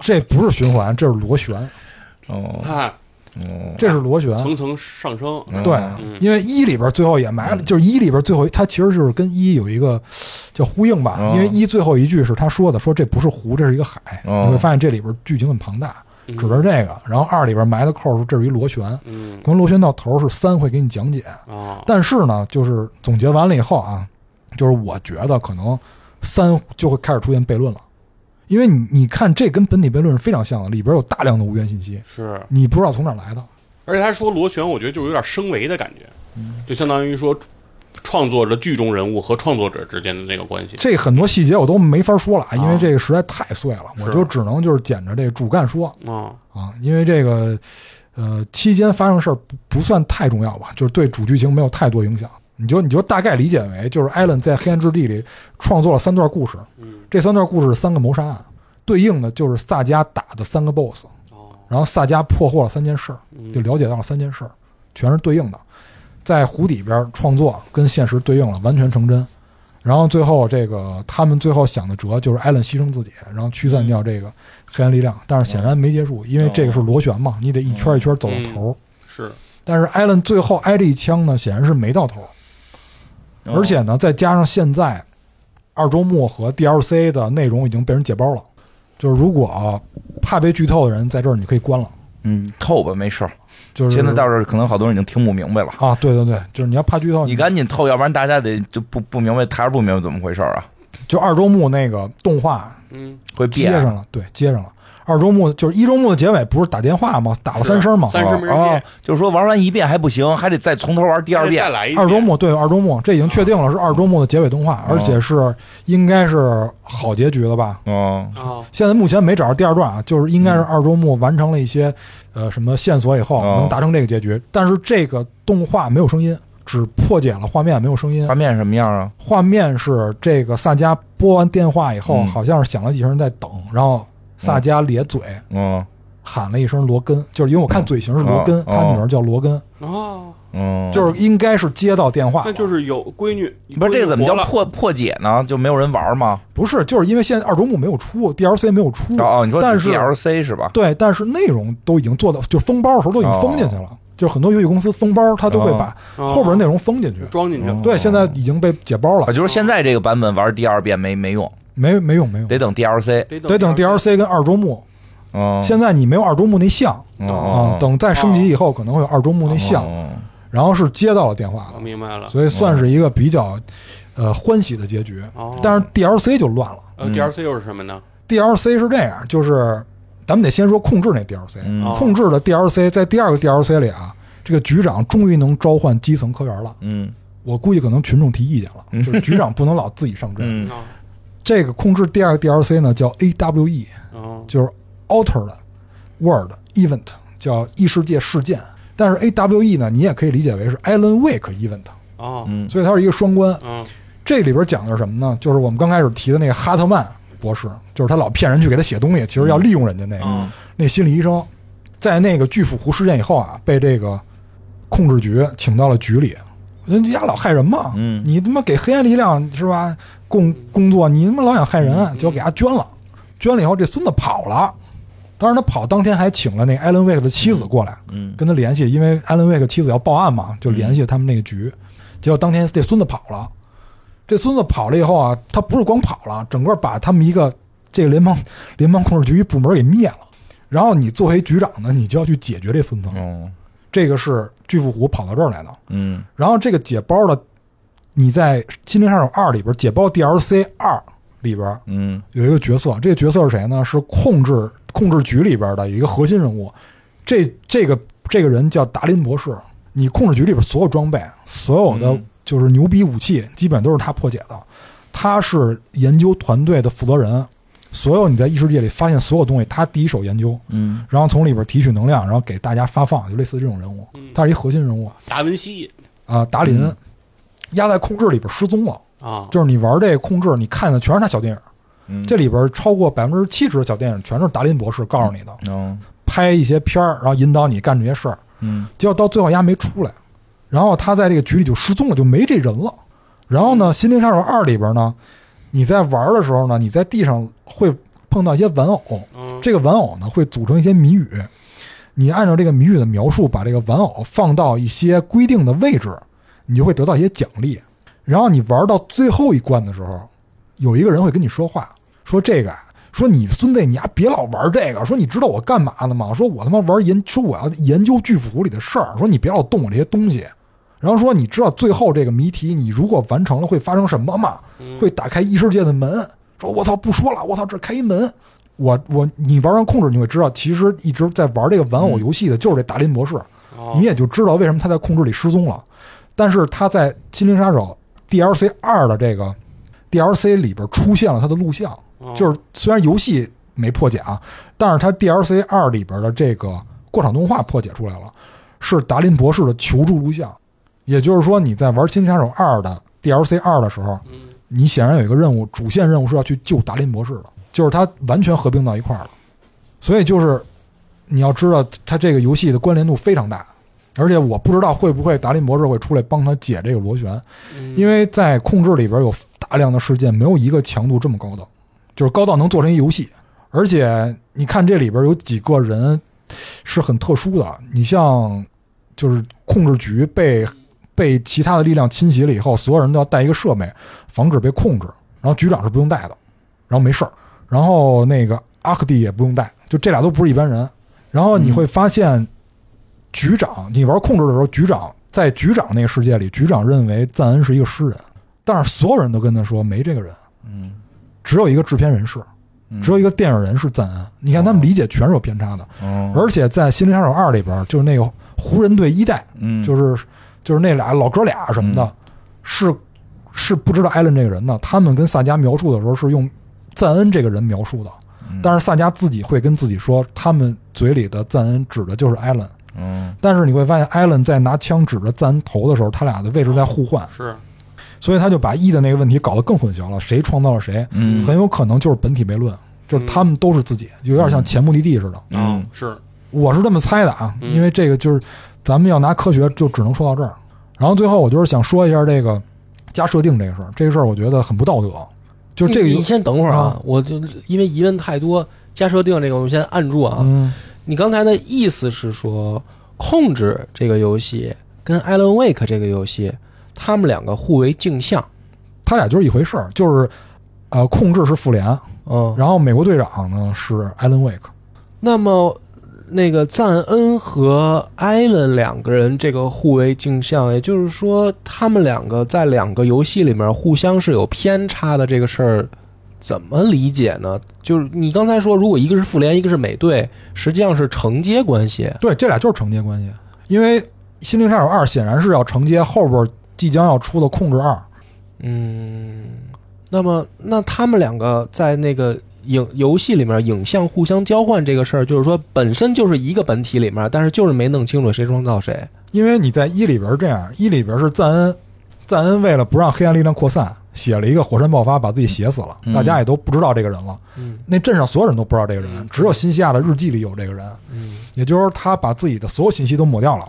D: 这不是循环，这是螺旋，
B: 哦
C: 看
B: 哦
D: 这是螺旋。
C: 层层上升，
B: 嗯
D: 对
C: 嗯，
D: 因为一里边最后也埋了，就是一里边最后它其实就是跟一有一个叫呼应吧，
B: 嗯
D: 因为一最后一句是他说的，说这不是湖，这是一个海。
B: 嗯
D: 你会发现这里边剧情很庞大，
C: 嗯
D: 指的是这个。然后二里边埋的扣是这是一螺旋，
C: 嗯
D: 跟螺旋到头是三会给你讲解，
C: 啊，
B: 嗯
D: 但是呢，就是总结完了以后啊，就是我觉得可能三就会开始出现悖论了，因为你你看这跟本体悖论是非常像的，里边有大量的无源信息，
C: 是，
D: 你不知道从哪儿来的。
C: 而且他说螺旋，我觉得就是有点升维的感觉，
B: 嗯
C: 就相当于说创作者剧中人物和创作者之间的那个关系。
D: 这很多细节我都没法说了，因为这个实在太碎了，
C: 是
D: 我就只能就是捡着这主干说
C: 啊，
D: 啊，因为这个呃期间发生的事儿不不算太重要吧，就是对主剧情没有太多影响。你就你就大概理解为，就是艾伦在黑暗之地里创作了三段故事，
C: 嗯，
D: 这三段故事是三个谋杀案，对应的就是萨迦打的三个 BOSS，
C: 哦，
D: 然后萨迦破获了三件事儿，
C: 嗯
D: 就了解到了三件事儿，全是对应的，在湖底边创作跟现实对应了，完全成真。然后最后这个他们最后想的辙就是艾伦牺牲自己，然后驱散
B: 嗯
D: 掉这个黑暗力量，但是显然没结束，因为这
B: 哦
D: 个是螺旋嘛，你得一圈一圈走到头儿。
C: 是，
D: 但是艾伦最后挨这一枪呢，显然是没到头儿，
B: 哦
D: 而且呢，再加上现在二周目和 DLC 的内容已经被人解包了，就是如果、啊怕被剧透的人在这儿你可以关了，
B: 嗯，透吧，没事儿。
D: 就是
B: 现在到这儿，可能好多人已经听不明白了。
D: 啊，对对对，就是哦你要怕剧透，
B: 你赶紧透，要不然大家得就不不明白，他是不明白怎么回事儿啊，
D: 就二周目那个动画
C: 嗯，
B: 会
D: 接
B: 变。
D: 上了，对，接上了。二周目就是一周目的结尾，不是打电话吗？打了三声吗？
C: 三声没人
B: 哦
C: 接，
B: 就是说玩完一遍还不行，还得再从头玩第二
C: 再
B: 遍。
C: 来一遍
D: 二周，目对二周目，这已经确定了是二周目的结尾动
B: 嗯
D: 画，而且是应该是好结局了吧？
B: 哦，
C: 啊，
D: 现在目前没找着第二段啊，就是应该是二周目完成了一些呃什么线索以后
B: 哦
D: 能达成这个结局，但是这个动画没有声音，只破解了画面没有声音
B: 画。面什么样啊？
D: 画面是这个萨迦拨完电话以后，
B: 嗯
D: 好像是响了几声在等，然后萨迦咧嘴
B: 嗯
D: 喊了一声罗根，就是因为我看嘴型是罗根，
B: 哦
D: 他女儿叫罗根，
B: 啊
C: 哦，
B: 嗯，
D: 就是应该是接到电话了，
C: 那就是有闺女，
B: 不啊是这个怎么
C: 闺女活
B: 叫
C: 了
B: 破破解呢？就没有人玩吗？
D: 不是就是因为现在二周目没有出 DLC 没有出，
B: 哦哦，你说
D: 但是
B: DLC 是吧？
D: 对，但是内容都已经做到，就封包的时候都已经封进去
B: 啊
D: 了。就很多游戏公司封包，它都会把
C: 哦
D: 后边内容封进去。
C: 装进去了？
D: 对，现在已经被解包
B: 啊，
D: 了，
B: 就是现在这个版本玩第二遍没没用，
D: 没没用没用，
B: 得等 DLC。
C: 得
D: 得等 DLC 跟二周目。
B: 嗯，
D: 现在你没有二周目那项
B: 嗯
D: 啊，等再升级以后可能会有二周目那项。
B: 嗯
D: 然后是接到了电话
C: 我
D: 了，
C: 啊明白了。
D: 所以算是一个比较呃欢喜的结局
C: 哦。
D: 但是 DLC 就乱了
C: 呃，DLC 又是什么呢？
D: ，DLC 是这样，就是咱们得先说控制那 DLC，、
B: 嗯
C: 哦
D: 控制的 DLC 在第二个 DLC 里啊，这个局长终于能召唤基层科员了。
B: 嗯
D: 我估计可能群众提意见了，就是局长不能老自己上阵。
B: 嗯
C: 啊
D: 这个控制第二个 DLC 呢叫 AWE，
C: 哦
D: 就是 Altered World Event，叫异世界事件。但是 AWE 呢，你也可以理解为是 Alan Wake Event，
C: 哦
B: 嗯
D: 所以它是一个双关。
C: 嗯
D: 这里边讲的是什么呢？就是我们刚开始提的那个哈特曼博士，就是他老骗人去给他写东西，其实要利用人家那个、
C: 嗯
D: 那心理医生，在那个巨腹湖事件以后啊，被这个控制局请到了局里。人家老害人嘛，
B: 嗯
D: 你他妈给黑暗力量是吧？工工作，你他妈老想害人，就给他捐了。捐了以后，这孙子跑了。当然，他跑当天还请了那艾伦·威克的妻子过来，
B: 嗯
D: 跟他联系，因为艾伦·威克妻子要报案嘛，就联系他们那个局。结果当天这孙子跑了，这孙子跑了以后啊，他不是光跑了，整个把他们一个这个联邦 联邦控制局一部门给灭了。然后你作为局长呢，你就要去解决这孙子。
B: 哦
D: 这个是巨富虎跑到这儿来的。
B: 嗯
D: 然后这个解包的，你在《心灵杀手二》里边解包 DLC 二里边
B: 嗯
D: 有一个角色，这个角色是谁呢？是控制控制局里边的一个核心人物。这这个这个人叫达林博士。你控制局里边所有装备、所有的
B: 嗯
D: 就是牛逼武器，基本都是他破解的。他是研究团队的负责人，所有你在异世界里发现所有东西，他第一手研究，
B: 嗯
D: 然后从里边提取能量，然后给大家发放，就类似这种人物。他是一核心人物啊、
C: 达文西
D: 达林
B: 嗯
D: 压在控制里边失踪了。
C: 啊
D: 就是你玩这控制，你看的全是他小电影。
B: 嗯
D: 这里边超过百分之七十的小电影全是达林博士告诉你的，
B: 哦
D: 拍一些片儿，然后引导你干这些事儿，
B: 嗯
D: 结果到最后丫没出来，然后他在这个局里就失踪了，就没这人了。然后呢，《心灵杀手二》里边呢，你在玩的时候呢，你在地上会碰到一些玩偶，
C: 嗯
D: 这个玩偶呢会组成一些谜语，你按照这个谜语的描述，把这个玩偶放到一些规定的位置，你就会得到一些奖励。然后你玩到最后一关的时候，有一个人会跟你说话，说这个啊，说你孙子，你呀别老玩这个，说你知道我干嘛呢吗？说我他妈玩研，说我要研究巨斧里的事儿，说你别老动我这些东西。然后说你知道最后这个谜题，你如果完成了会发生什么吗？会打开异世界的门。说我操，不说了，我操，这开一门。我我你玩完控制，你会知道，其实一直在玩这个玩偶游戏的就是这达林博士。
C: 哦
D: 你也就知道为什么他在控制里失踪了。但是他在《心灵杀手》DLC 二的这个 DLC 里边出现了他的录像，
C: 哦
D: 就是虽然游戏没破解啊，但是他 DLC 二里边的这个过场动画破解出来了，是达林博士的求助录像。也就是说，你在玩《心灵杀手二》的 DLC 二的时候，
C: 嗯
D: 你显然有一个任务，主线任务是要去救达林博士的，就是它完全合并到一块儿了。所以就是你要知道，它这个游戏的关联度非常大，而且我不知道会不会达林博士会出来帮他解这个螺旋，
C: 嗯
D: 因为在控制里边有大量的事件，没有一个强度这么高的，就是高到能做成一游戏。而且你看这里边有几个人是很特殊的，你像就是控制局被被其他的力量侵袭了以后，所有人都要带一个设备，防止被控制。然后局长是不用带的，然后没事儿。然后那个阿克蒂也不用带，就这俩都不是一般人。然后你会发现，局长，你玩控制的时候，局长在局长那个世界里，局长认为赞恩是一个诗人，但是所有人都跟他说没这个人，
B: 嗯
D: 只有一个制片人是，
B: 嗯
D: 只有一个电影人是赞恩。你看他们理解全是有偏差的，
B: 哦
D: 而且在《心灵杀手二》里边，就是那个湖人队一代，
B: 嗯
D: 就是就是那俩老哥俩什么的，
B: 嗯
D: 是是不知道艾伦这个人的。他们跟萨迦描述的时候是用赞恩这个人描述的，
B: 嗯
D: 但是萨迦自己会跟自己说，他们嘴里的赞恩指的就是艾伦。
B: 嗯
D: 但是你会发现，艾伦在拿枪指着赞恩头的时候，他俩的位置在互换，
C: 是啊
D: 所以他就把 E 的那个问题搞得更混淆了，谁创造了谁，
B: 嗯
D: 很有可能就是本体悖论，就是他们都是自己，有点像前目的地似的。
B: 嗯
C: 啊是
D: 我是这么猜的啊，
C: 嗯
D: 因为这个就是咱们要拿科学，就只能说到这儿。然后最后我就是想说一下这个加设定这个事儿，这个事儿我觉得很不道德。就是这个
A: 你
D: 游
A: 你，先等会儿啊
D: 啊，
A: 我就因为疑问太多，加设定这个我们先按住啊。
D: 嗯
A: 你刚才的意思是说，控制这个游戏跟 Alan Wake 这个游戏，他们两个互为镜像。
D: 他俩就是一回事儿，就是呃，控制是复联，
A: 嗯，
D: 然后美国队长呢是艾伦·威克。
A: 那么那个赞恩和艾伦两个人这个互为镜像，也就是说，他们两个在两个游戏里面互相是有偏差的这个事儿，怎么理解呢？就是你刚才说，如果一个是复联，一个是美队，实际上是承接关系。
D: 对，这俩就是承接关系，因为《心灵杀手二》显然是要承接后边即将要出的《控制二》，
A: 嗯，那么那他们两个在那个影游戏里面影像互相交换这个事儿，就是说本身就是一个本体里面，但是就是没弄清楚谁创造谁。
D: 因为你在一里边是这样，一里边是赞恩，赞恩为了不让黑暗力量扩散，写了一个火山爆发，把自己写死了，
B: 嗯
D: 大家也都不知道这个人了。
A: 嗯
D: 那镇上所有人都不知道这个人
C: 嗯，
D: 只有新西亚的日记里有这个人，
A: 嗯
D: 也就是他把自己的所有信息都抹掉了，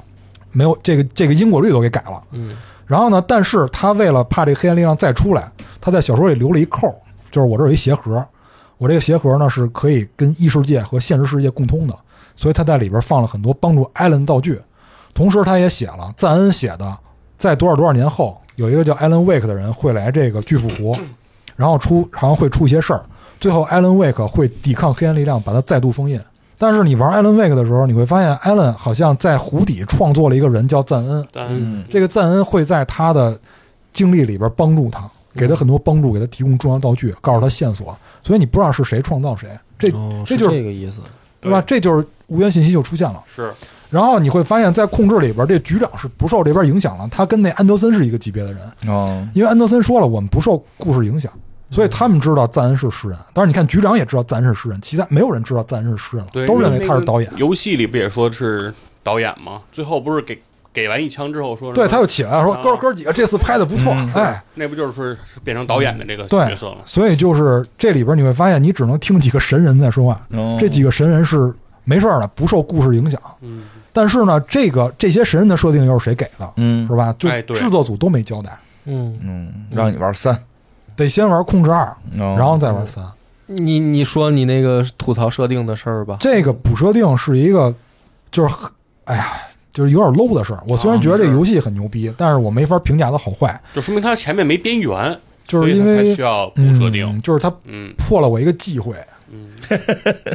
D: 没有这个这个因果律都给改了。
A: 嗯
D: 然后呢，但是他为了怕这个黑暗力量再出来，他在小说里留了一扣，就是我这儿有一鞋盒，我这个鞋盒呢是可以跟异世界和现实世界共通的，所以他在里边放了很多帮助艾伦的道具，同时他也写了赞恩写的，在多少多少年后，有一个叫艾伦·威克的人会来这个巨富湖，然后出好像会出一些事儿，最后艾伦·威克会抵抗黑暗力量，把他再度封印。但是你玩艾伦·威克的时候，你会发现艾伦好像在湖底创作了一个人叫赞恩，
C: 但
B: 嗯
D: 这个赞恩会在他的经历里边帮助他，
C: 嗯
D: 给他很多帮助，给他提供重要道具，告诉他线索，所以你不知道是谁创造谁，这
C: 嗯
A: 哦，
D: 这
A: 是
D: 就是
A: 这个意思。
D: 对吧？这就是无源信息就出现了。
C: 是
D: 然后你会发现在控制里边，这局长是不受这边影响了，他跟那安德森是一个级别的人，
B: 哦，
D: 因为安德森说了我们不受故事影
C: 嗯
D: 响，所以他们知道赞恩是诗人。当然，你看局长也知道赞恩是诗人，其他没有人知道赞恩是诗人了
C: 对，，
D: 都
C: 因
D: 认为他
C: 那
D: 是
C: 个
D: 导演。
C: 游戏里不也说是导演吗？最后不是给给完一枪之后说什么，
D: 对，他又起来说：“
C: 啊
D: 哥儿哥儿几个，这次拍的不错，
B: 嗯是
D: 哎。”
C: 那不就是说是变成导演的这个
D: 嗯对
C: 角色了？
D: 所以就是这里边你会发现，你只能听几个神人在说话，
B: 哦
D: 这几个神人是没事儿的，不受故事影响。
C: 嗯，
D: 但是呢，这个这些神人的设定又是谁给的，
B: 嗯哦
D: 是吧？就
C: 哎对
D: 制作组都没交代，
A: 嗯，
B: 嗯，让你玩三，哦
D: 得先玩控制二，
B: 然
D: 然后再玩三。
A: 嗯你你说你那个吐槽设定的事儿吧，
D: 这个补设定是一个，就是很，哎呀，就是有点 low 的事儿。我虽然觉得这
C: 啊是
D: 游戏很牛
B: 哦
D: 逼，但是我没法评价它好坏，
C: 就说明他前面没边缘，
D: 就是因
C: 所以他才
D: 为
C: 需要补设定
D: 嗯，。就是它
C: 嗯
D: 破了我一个忌讳，
C: 嗯，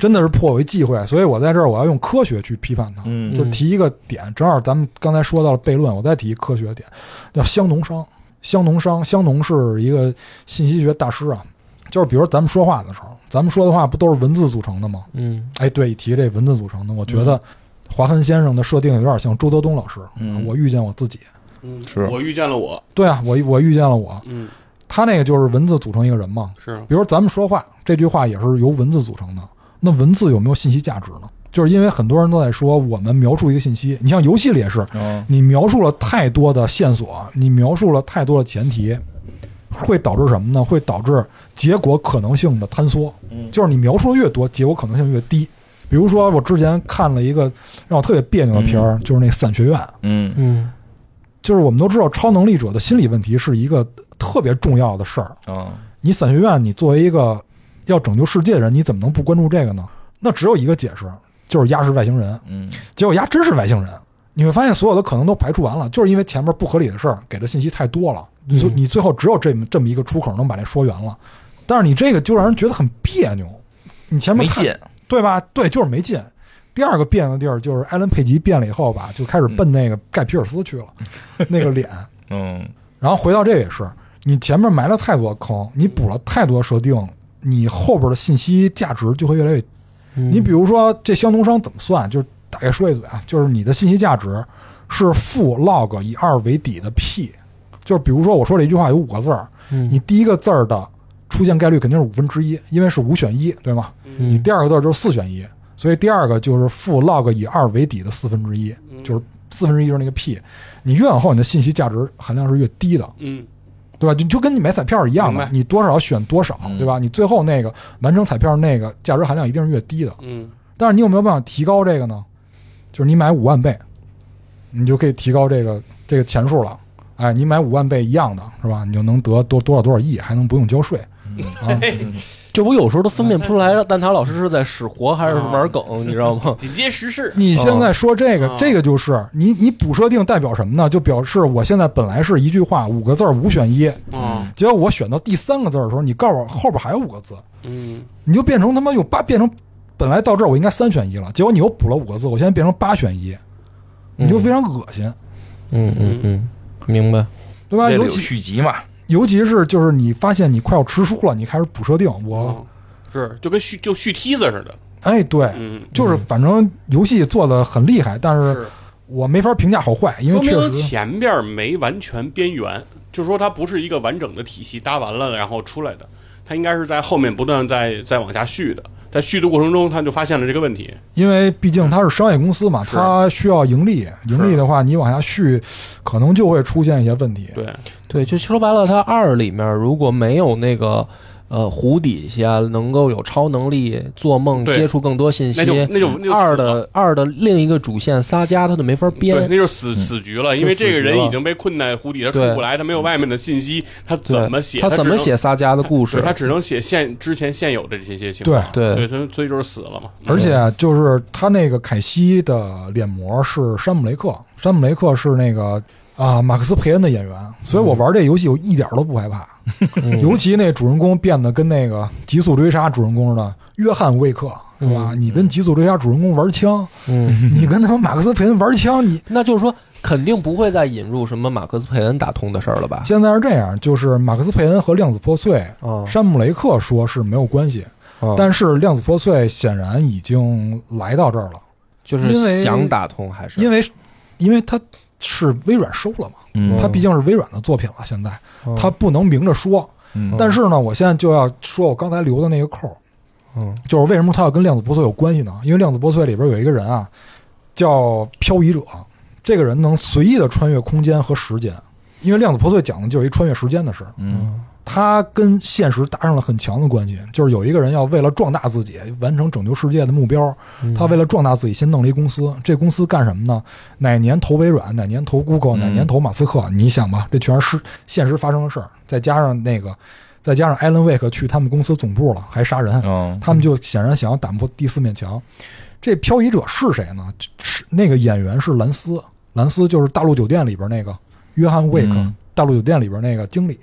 D: 真的是破我一忌讳，所以我在这儿我要用科学去批判它。
B: 嗯
D: 就提一个点，正好咱们刚才说到了悖论，我再提一科学点，叫香农商。香农商，香农是一个信息学大师啊，就是比如咱们说话的时候，咱们说的话不都是文字组成的吗？
A: 嗯
D: 哎，对，一提这文字组成的，我觉得华痕先生的设定有点像周德东老师。
B: 嗯
D: 我遇见我自己。
C: 嗯
B: 是
C: 我遇见了我，
D: 对啊，我我遇见了我，
C: 嗯，
D: 他那个就是文字组成一个人嘛。
C: 是
D: 比如咱们说话，这句话也是由文字组成的。那文字有没有信息价值呢？就是因为很多人都在说我们描述一个信息，你像游戏里也是，
B: 哦
D: 你描述了太多的线索，你描述了太多的前提，会导致什么呢？会导致结果可能性的坍缩。
B: 嗯
D: 就是你描述的越多，结果可能性越低。比如说，我之前看了一个让我特别别扭的片儿，就是那《伞学院》。
B: 嗯
A: 嗯
D: 就是我们都知道，超能力者的心理问题是一个特别重要的事儿。
B: 哦
D: 你伞学院，你作为一个要拯救世界的人，你怎么能不关注这个呢？那只有一个解释，就是鸭是外星人。
B: 嗯
D: 结果丫真是外星人。你会发现所有的可能都排除完了，就是因为前面不合理的事儿给的信息太多了，你最
A: 嗯
D: 你最后只有这么这么一个出口能把这说圆了，但是你这个就让人觉得很别扭，你前面
B: 没
D: 太
B: 劲，
D: 对吧？对，就是没劲。第二个别扭的地儿就是艾伦佩吉变了以后吧，就开始奔那个盖皮尔 斯去了，那个脸。
B: 嗯
D: 然后回到这也是，你前面埋了太多坑，你补了太多设定，你后边的信息价值就会越来越
A: 嗯，
D: 你比如说这相同商怎么算？就是大概说一嘴啊，就是你的信息价值是负 log 以二为底的 p，就是比如说我说这一句话有五个字儿，
A: 嗯
D: 你第一个字儿的出现概率肯定是五分之一，因为是五选一，对吗？
A: 嗯
D: 你第二个字儿就是四选一，所以第二个就是负 log 以二为底的四分之一，就是四分之一就是那个 p。你越往后，你的信息价值含量是越低的，
C: 嗯
D: 对吧？就就跟你买彩票一样
C: 明
D: 的
C: 白，
D: 你多少选多少，对吧？你最后那个完成彩票那个价值含量一定是越低的。
C: 嗯
D: 但是你有没有办法提高这个呢？就是你买五万倍，你就可以提高这个这个钱数了。哎，你买五万倍一样的是吧？你就能得多多少多少亿，还能不用交税。啊，
A: 就我有时候都分辨不出来，蛋挞老师是在使活还是玩梗，你知道吗？
C: 紧接时事，
D: 你现在说这个
C: 哦，
D: 这个就是你你补设定代表什么呢？就表示我现在本来是一句话五个字儿五选一，
C: 嗯
D: 结果我选到第三个字儿的时候，你告诉我后边还有五个字，
C: 嗯
D: 你就变成他妈有八变成本来到这儿我应该三选一了，结果你又补了五个字，我现在变成八选一，你就非常恶心，
A: 嗯嗯嗯，明白。
D: 对吧？
B: 为了
D: 尤
B: 有
D: 其
B: 续集嘛，
D: 尤其是就是你发现你快要吃书了，你开始补设定。我
C: 嗯，是就跟续就续梯子似的，
D: 哎，对，
C: 嗯，
D: 就是反正游戏做的很厉害，但是
C: 是
D: 我没法评价好坏，嗯因为
C: 说
D: 确
C: 明
D: 实
C: 前边没完全边缘，就是说它不是一个完整的体系搭完了然后出来的，它应该是在后面不断在在往下续的，在续的过程中，他就发现了这个问题，
D: 因为毕竟它是商业公司嘛，
C: 嗯是
D: 它需要盈利，盈利
C: 是
D: 的话你往下续，可能就会出现一些问题。
C: 对，
A: 对，就说白了，它二里面如果没有那个呃湖底下能够有超能力、做梦、
C: 对
A: 接触更多信
C: 那就
A: 息，
C: 那就那就
A: 二
C: 死了
A: 的二的另一个主线撒家，它就没法
C: 对，
A: 编。
C: 那就是死死局了，因为这个人已经被困在湖底，他出
A: 对
C: 不来，他没有外面的信息，他怎么写？
A: 他怎
C: 只
A: 么
C: 能？
A: 写撒家的故
C: 对，
A: 事
C: 他？只能写现之前现有的这些情况。
A: 对
C: 对，他所以就是死了嘛。嗯
D: 而且就是他那个凯西的脸模是山姆雷克，山姆雷克是那个啊、马克思佩恩的演员，所以我玩这游戏我一点儿都不害怕，
A: 嗯
D: 尤其那主人公变得跟那个《极速追杀》主人公似的，约翰·魏克是吧？你跟《极速追杀》主人公玩枪，
A: 嗯，
D: 你跟他妈马克思佩恩玩枪，你
A: 那就是说肯定不会再引入什么马克思佩恩打通的事儿了吧？
D: 现在是这样，就是马克思佩恩和量子破碎，
A: 啊，
D: 山姆雷克说是没有关系，
A: 啊
D: 但是量子破碎显然已经来到这儿了，
A: 就是
D: 因为
A: 想打通还是
D: 因为因为它是微软收了嘛。
A: 嗯
D: 它毕竟是微软的作品了，现在
A: 嗯
D: 它不能明着说。
B: 嗯
D: 但是呢，我现在就要说我刚才留的那个扣儿，
A: 嗯
D: 就是为什么它要跟量子破碎有关系呢？因为量子破碎里边有一个人啊，叫漂移者，这个人能随意的穿越空间和时间。因为量子破碎讲的就是一穿越时间的事儿，
B: 嗯
D: 它跟现实搭上了很强的关系。就是有一个人要为了壮大自己，完成拯救世界的目标，
A: 嗯
D: 他为了壮大自己，先弄了一公司。这公司干什么呢？哪年投微软，哪年投 Google，
B: 嗯
D: 哪年投马斯克？你想吧，这全是现实发生的事儿。再加上那个，再加上艾伦·魏克去他们公司总部了，还杀人，
B: 嗯
D: 他们就显然想要打破第四面墙。这漂移者是谁呢？是那个演员是兰斯，兰斯就是《大陆酒店》里边那个约翰·魏克，
B: 嗯
D: 大陆酒店》里边那个经理。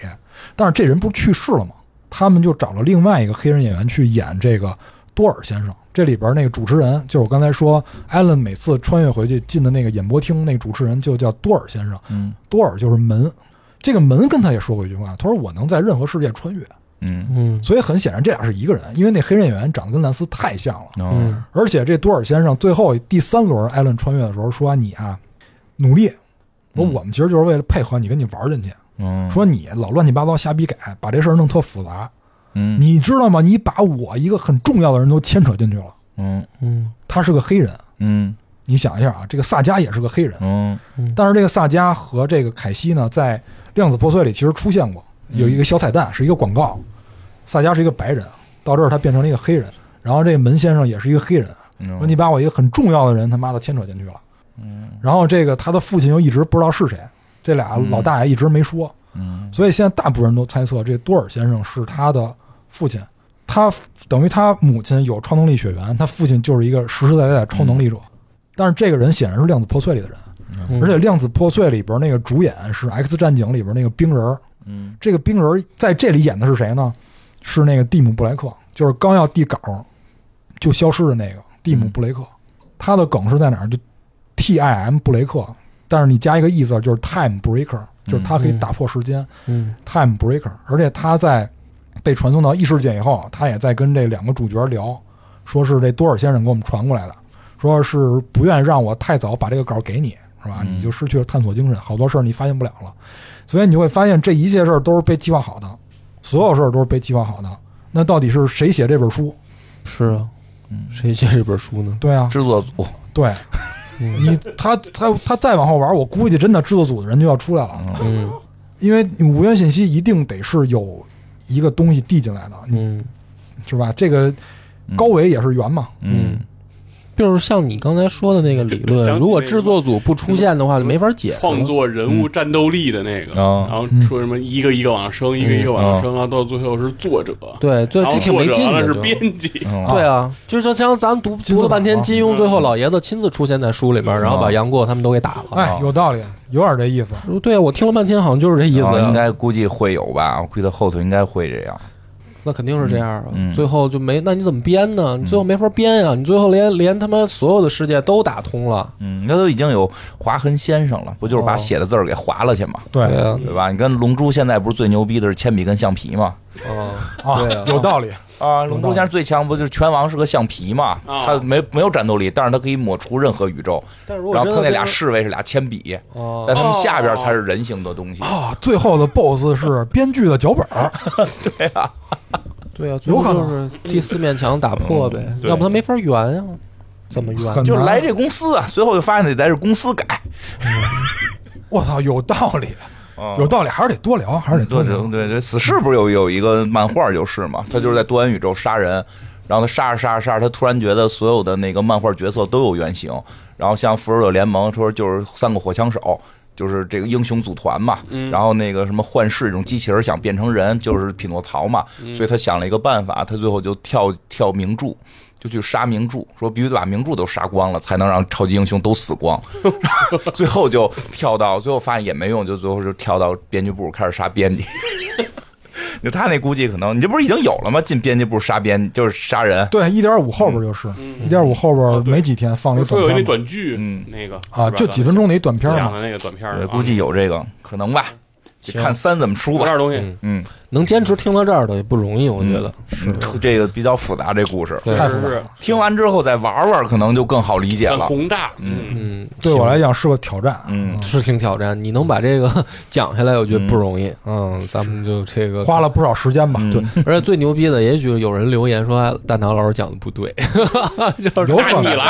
D: 但是这人不是去世了吗？他们就找了另外一个黑人演员去演这个多尔先生。这里边那个主持人就是我刚才说，艾伦每次穿越回去进的那个演播厅，那个主持人就叫多尔先生。
B: 嗯
D: 多尔就是门，这个门跟他也说过一句话，他说我能在任何世界穿越。
B: 嗯
A: 嗯
D: 所以很显然这俩是一个人，因为那黑人演员长得跟兰斯太像了。
B: 嗯
A: 嗯
D: 而且这多尔先生最后第三轮艾伦穿越的时候说：“你啊，努力。”我
B: 嗯
D: 我们其实就是为了配合你，跟你玩进去。
B: 嗯
D: 说你老乱七八糟瞎逼改，把这事儿弄特复杂，
B: 嗯
D: 你知道吗？你把我一个很重要的人都牵扯进去了。
B: 嗯
A: 嗯
D: 他是个黑人，
B: 嗯
D: 你想一下啊，这个萨迦也是个黑人，
B: 嗯
D: 但是这个萨迦和这个凯西呢，在《量子破碎》里其实出现过，有一个小彩蛋，是一个广告。萨迦是一个白人，到这儿他变成了一个黑人，然后这个门先生也是一个黑人，
B: 嗯
D: 说你把我一个很重要的人他妈的牵扯进去了。然后这个他的父亲又一直不知道是谁，这俩老大爷一直没说，
B: 嗯
D: 所以现在大部分人都猜测这多尔先生是他的父亲。他等于他母亲有超能力血缘，他父亲就是一个实实在在的超能力者。但是这个人显然是量子破碎里的人，
A: 嗯
D: 而且《量子破碎》里边那个主演是《X 战警》里边那个冰人儿，
B: 嗯
D: 这个冰人儿在这里演的是谁呢？是那个蒂姆·布莱克，就是刚要递稿就消失的那个蒂姆·布雷克。他的梗是在哪儿？就 T I M 布雷克，但是你加一个 e 字，就是 Time Breaker，就是他可以打破时间、
A: 嗯
D: t i m e Breaker。而且他在被传送到异世界以后，他也在跟这两个主角聊，说是这多尔先生给我们传过来的，说是不愿让我太早把这个稿给你，是吧？
B: 嗯
D: 你就失去了探索精神，好多事儿你发现不了了。所以你会发现这一切事儿都是被计划好的，所有事儿都是被计划好的。那到底是谁写这本书？
A: 是啊，谁写这本书呢？
D: 对啊，
B: 制作组
D: 对，
A: 嗯
D: 你他他他再往后玩，我估计真的制作组的人就要出来了，
A: 嗯
D: 因为你无源信息一定得是有一个东西递进来的，
A: 嗯。
D: 是吧？这个高维也是圆嘛，
B: 嗯
A: 就是像你刚才说的那个理 论，
C: 想起
A: 如果
C: 那个
A: 制作组不出现的话，就没法解释了。
C: 创作人物战斗力的那个，
B: 嗯
C: 然后说什么一个一个往上升，一个一个往上升，然后到最后是作者，
A: 对，这
C: 然
A: 这
C: 后
A: 挺
C: 作
A: 没
C: 者
A: 劲
C: 完了
A: 的。
C: 是
A: 就
C: 编辑，
B: 嗯
A: 对啊，就是说像咱读
D: 金
A: 读了
D: 字塔
A: 半天
D: 嘛
A: 金
C: 嗯
A: 庸，最后老爷子亲自出现在书里边，然后
B: 嗯
A: 把杨过他们都给打了。
D: 哎，有道理，有点这意思。
A: 对啊，我听了半天好像就是这意思
B: 啊
A: 呀。
B: 应该估计会有吧，我估计他后头应该会这样。
A: 那肯定是这样啊。
B: 嗯嗯嗯
A: 最后就没，那你怎么编呢？你最后没法编啊呀、你最后连连他妈所有的世界都打通了，
B: 嗯，那都已经有划痕先生了，不就是把
A: 哦
B: 写的字儿给划了去吗？
D: 对
A: 对啊，
B: 对吧？你跟龙珠现在不是最牛逼的是铅笔跟橡皮吗？
A: 啊，
D: 啊
A: 对啊，
D: 有道理。
B: 啊，龙珠现在最强不就是拳王是个橡皮嘛？
C: 啊
B: 他没没有战斗力，但是他可以抹除任何宇宙。
A: 但是如果
B: 然后
A: 真
B: 他
A: 的
B: 那俩
A: 跟
B: 侍卫是俩铅笔，
A: 哦
B: 在他们下边才是人形的东西。
D: 啊，最后的 BOSS 是编剧的脚本儿，
A: 对啊，最后
D: 有可
A: 就是第四面墙打破呗，
C: 嗯
B: 对
A: 要不他没法圆呀、怎么圆？啊
D: 很
B: 就是
D: 难
B: 来这公司啊，最后就发现得在这公司改。
D: 我操，有道理，
B: 嗯
D: 有道理，还是得多聊，还是得多嗯
B: 对
D: 聊
B: 对。对对，死侍不是有有一个漫画就是嘛，他就是在多元宇宙杀人，然后他杀着杀着杀着，他突然觉得所有的那个漫画角色都有原型，然后像复仇者联盟说就是三个火枪手。就是这个英雄组团嘛，然后那个什么幻视这种机器人想变成人，就是匹诺曹嘛，所以他想了一个办法，他最后就跳跳名著，就去杀名著，说必须得把名著都杀光了，才能让超级英雄都死光。 最后就跳到，最后发现也没用，就最后就跳到编辑部开始杀编辑。 就他那估计可能，你这不是已经有了吗？进编辑部杀编就是杀人，
D: 对，一点五后边就是
C: 嗯
D: 一点五后边没几天放了
C: 不
D: 一
C: 是说啊有一那
D: 短片
C: 短剧，
B: 嗯
C: 那个
D: 啊，
C: 是吧
D: 就几分钟的一短片
C: 讲
D: 嘛。
C: 的那个短片儿
B: 对
C: 啊，
B: 估计有这个可能吧。就看三怎么出
C: 有
B: 吧。
C: 点东西。
B: 嗯，
A: 能坚持听到这儿的也不容易，我觉得、
B: 嗯这个比较复杂，这故事
A: 对
D: 太复
C: 是
D: 杂
C: 是
D: 了，
B: 听完之后再玩玩，可能就更好理解
C: 很
B: 了。
C: 宏大，嗯，
A: 嗯，
D: 对我
A: 行
D: 来讲是个挑战。
B: 嗯，
A: 是挺挑战，你能把这个 讲下来，我觉得不容易。嗯，咱们就这个嗯
D: 花了不少时间吧，
B: 对，
A: 而且最牛逼的，也许有人留言说哎蛋挞老师讲的不对， 就是
D: 有
C: 大
D: 可
C: 你
D: 能，
C: 来，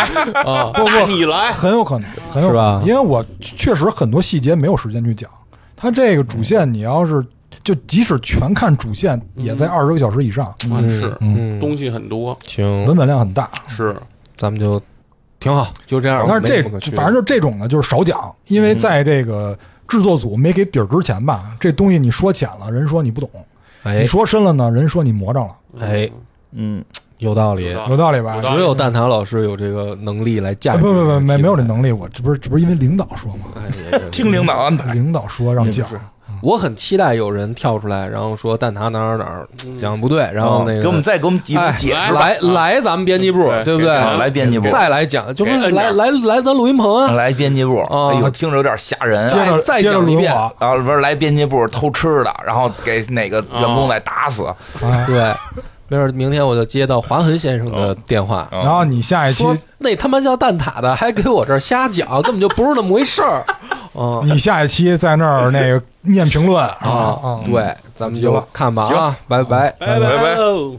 A: 啊，
D: 不
C: 大
D: 不，
C: 你来，
D: 很有可能，很有
A: 是
D: 可
A: 吧
D: 能，因为我确实很多细节没有时间去讲。它这个主线，你要是就即使全看主线，也在二十个小时以上，
C: 嗯是
A: 嗯，
C: 东西很多，
A: 行，
D: 文本量很大。
C: 是
A: 咱们就挺好，就这样。
D: 但是
A: 没
D: 这
A: 什么可去的
D: 反正就这种呢，就是少讲，因为在这个制作组没给底儿之前吧，这东西你说浅了，人说你不懂；
A: 嗯哎
D: 你说深了呢，人说你魔怔了，
A: 哎
B: 嗯，
A: 有道理，
C: 有道
D: 有道理吧
C: 有？道
A: 啊
C: 理
A: 只有蛋挞老师有这个能力来驾
D: 哎
A: 驭。
D: 不不不，没没有这。能力，我这不是这不是因为领导说吗？
A: 哎，也也
B: 听领导安排。
D: 领导说让
A: 嗯
D: 讲，
A: 我很期待有人跳出来，然后说蛋挞哪儿哪儿嗯讲得不对，然后那个
B: 哦啊给我们再给我们几
A: 哎
B: 解释吧。
A: 来来咱们编辑部，
C: 对
A: 对不
C: 给
A: 对？
B: 啊来编辑部，
A: 再来讲，就
C: 给
A: 是
C: 摁
A: 来
C: 点
A: 来来咱录音棚啊，
B: 来编辑部，
A: 啊
B: 哎呦，听着有点吓人
D: 接
B: 啊。
D: 着
A: 再
D: 接着
A: 讲一
D: 轮
A: 遍
D: 滑，
B: 然后不是来编辑部偷吃的，然后给哪个员工再打死。
D: 哎，
A: 对，没准明天我就接到华恒先生的电话，
B: 嗯
D: 然后你下一期
A: 说那他妈叫蛋挞的还给我这儿瞎讲，根本就不是那么回事儿。嗯
D: 你下一期在那儿那个念评论啊
A: 啊，对，咱们就看吧啊，拜拜。
C: 拜
B: 拜拜
C: 喽。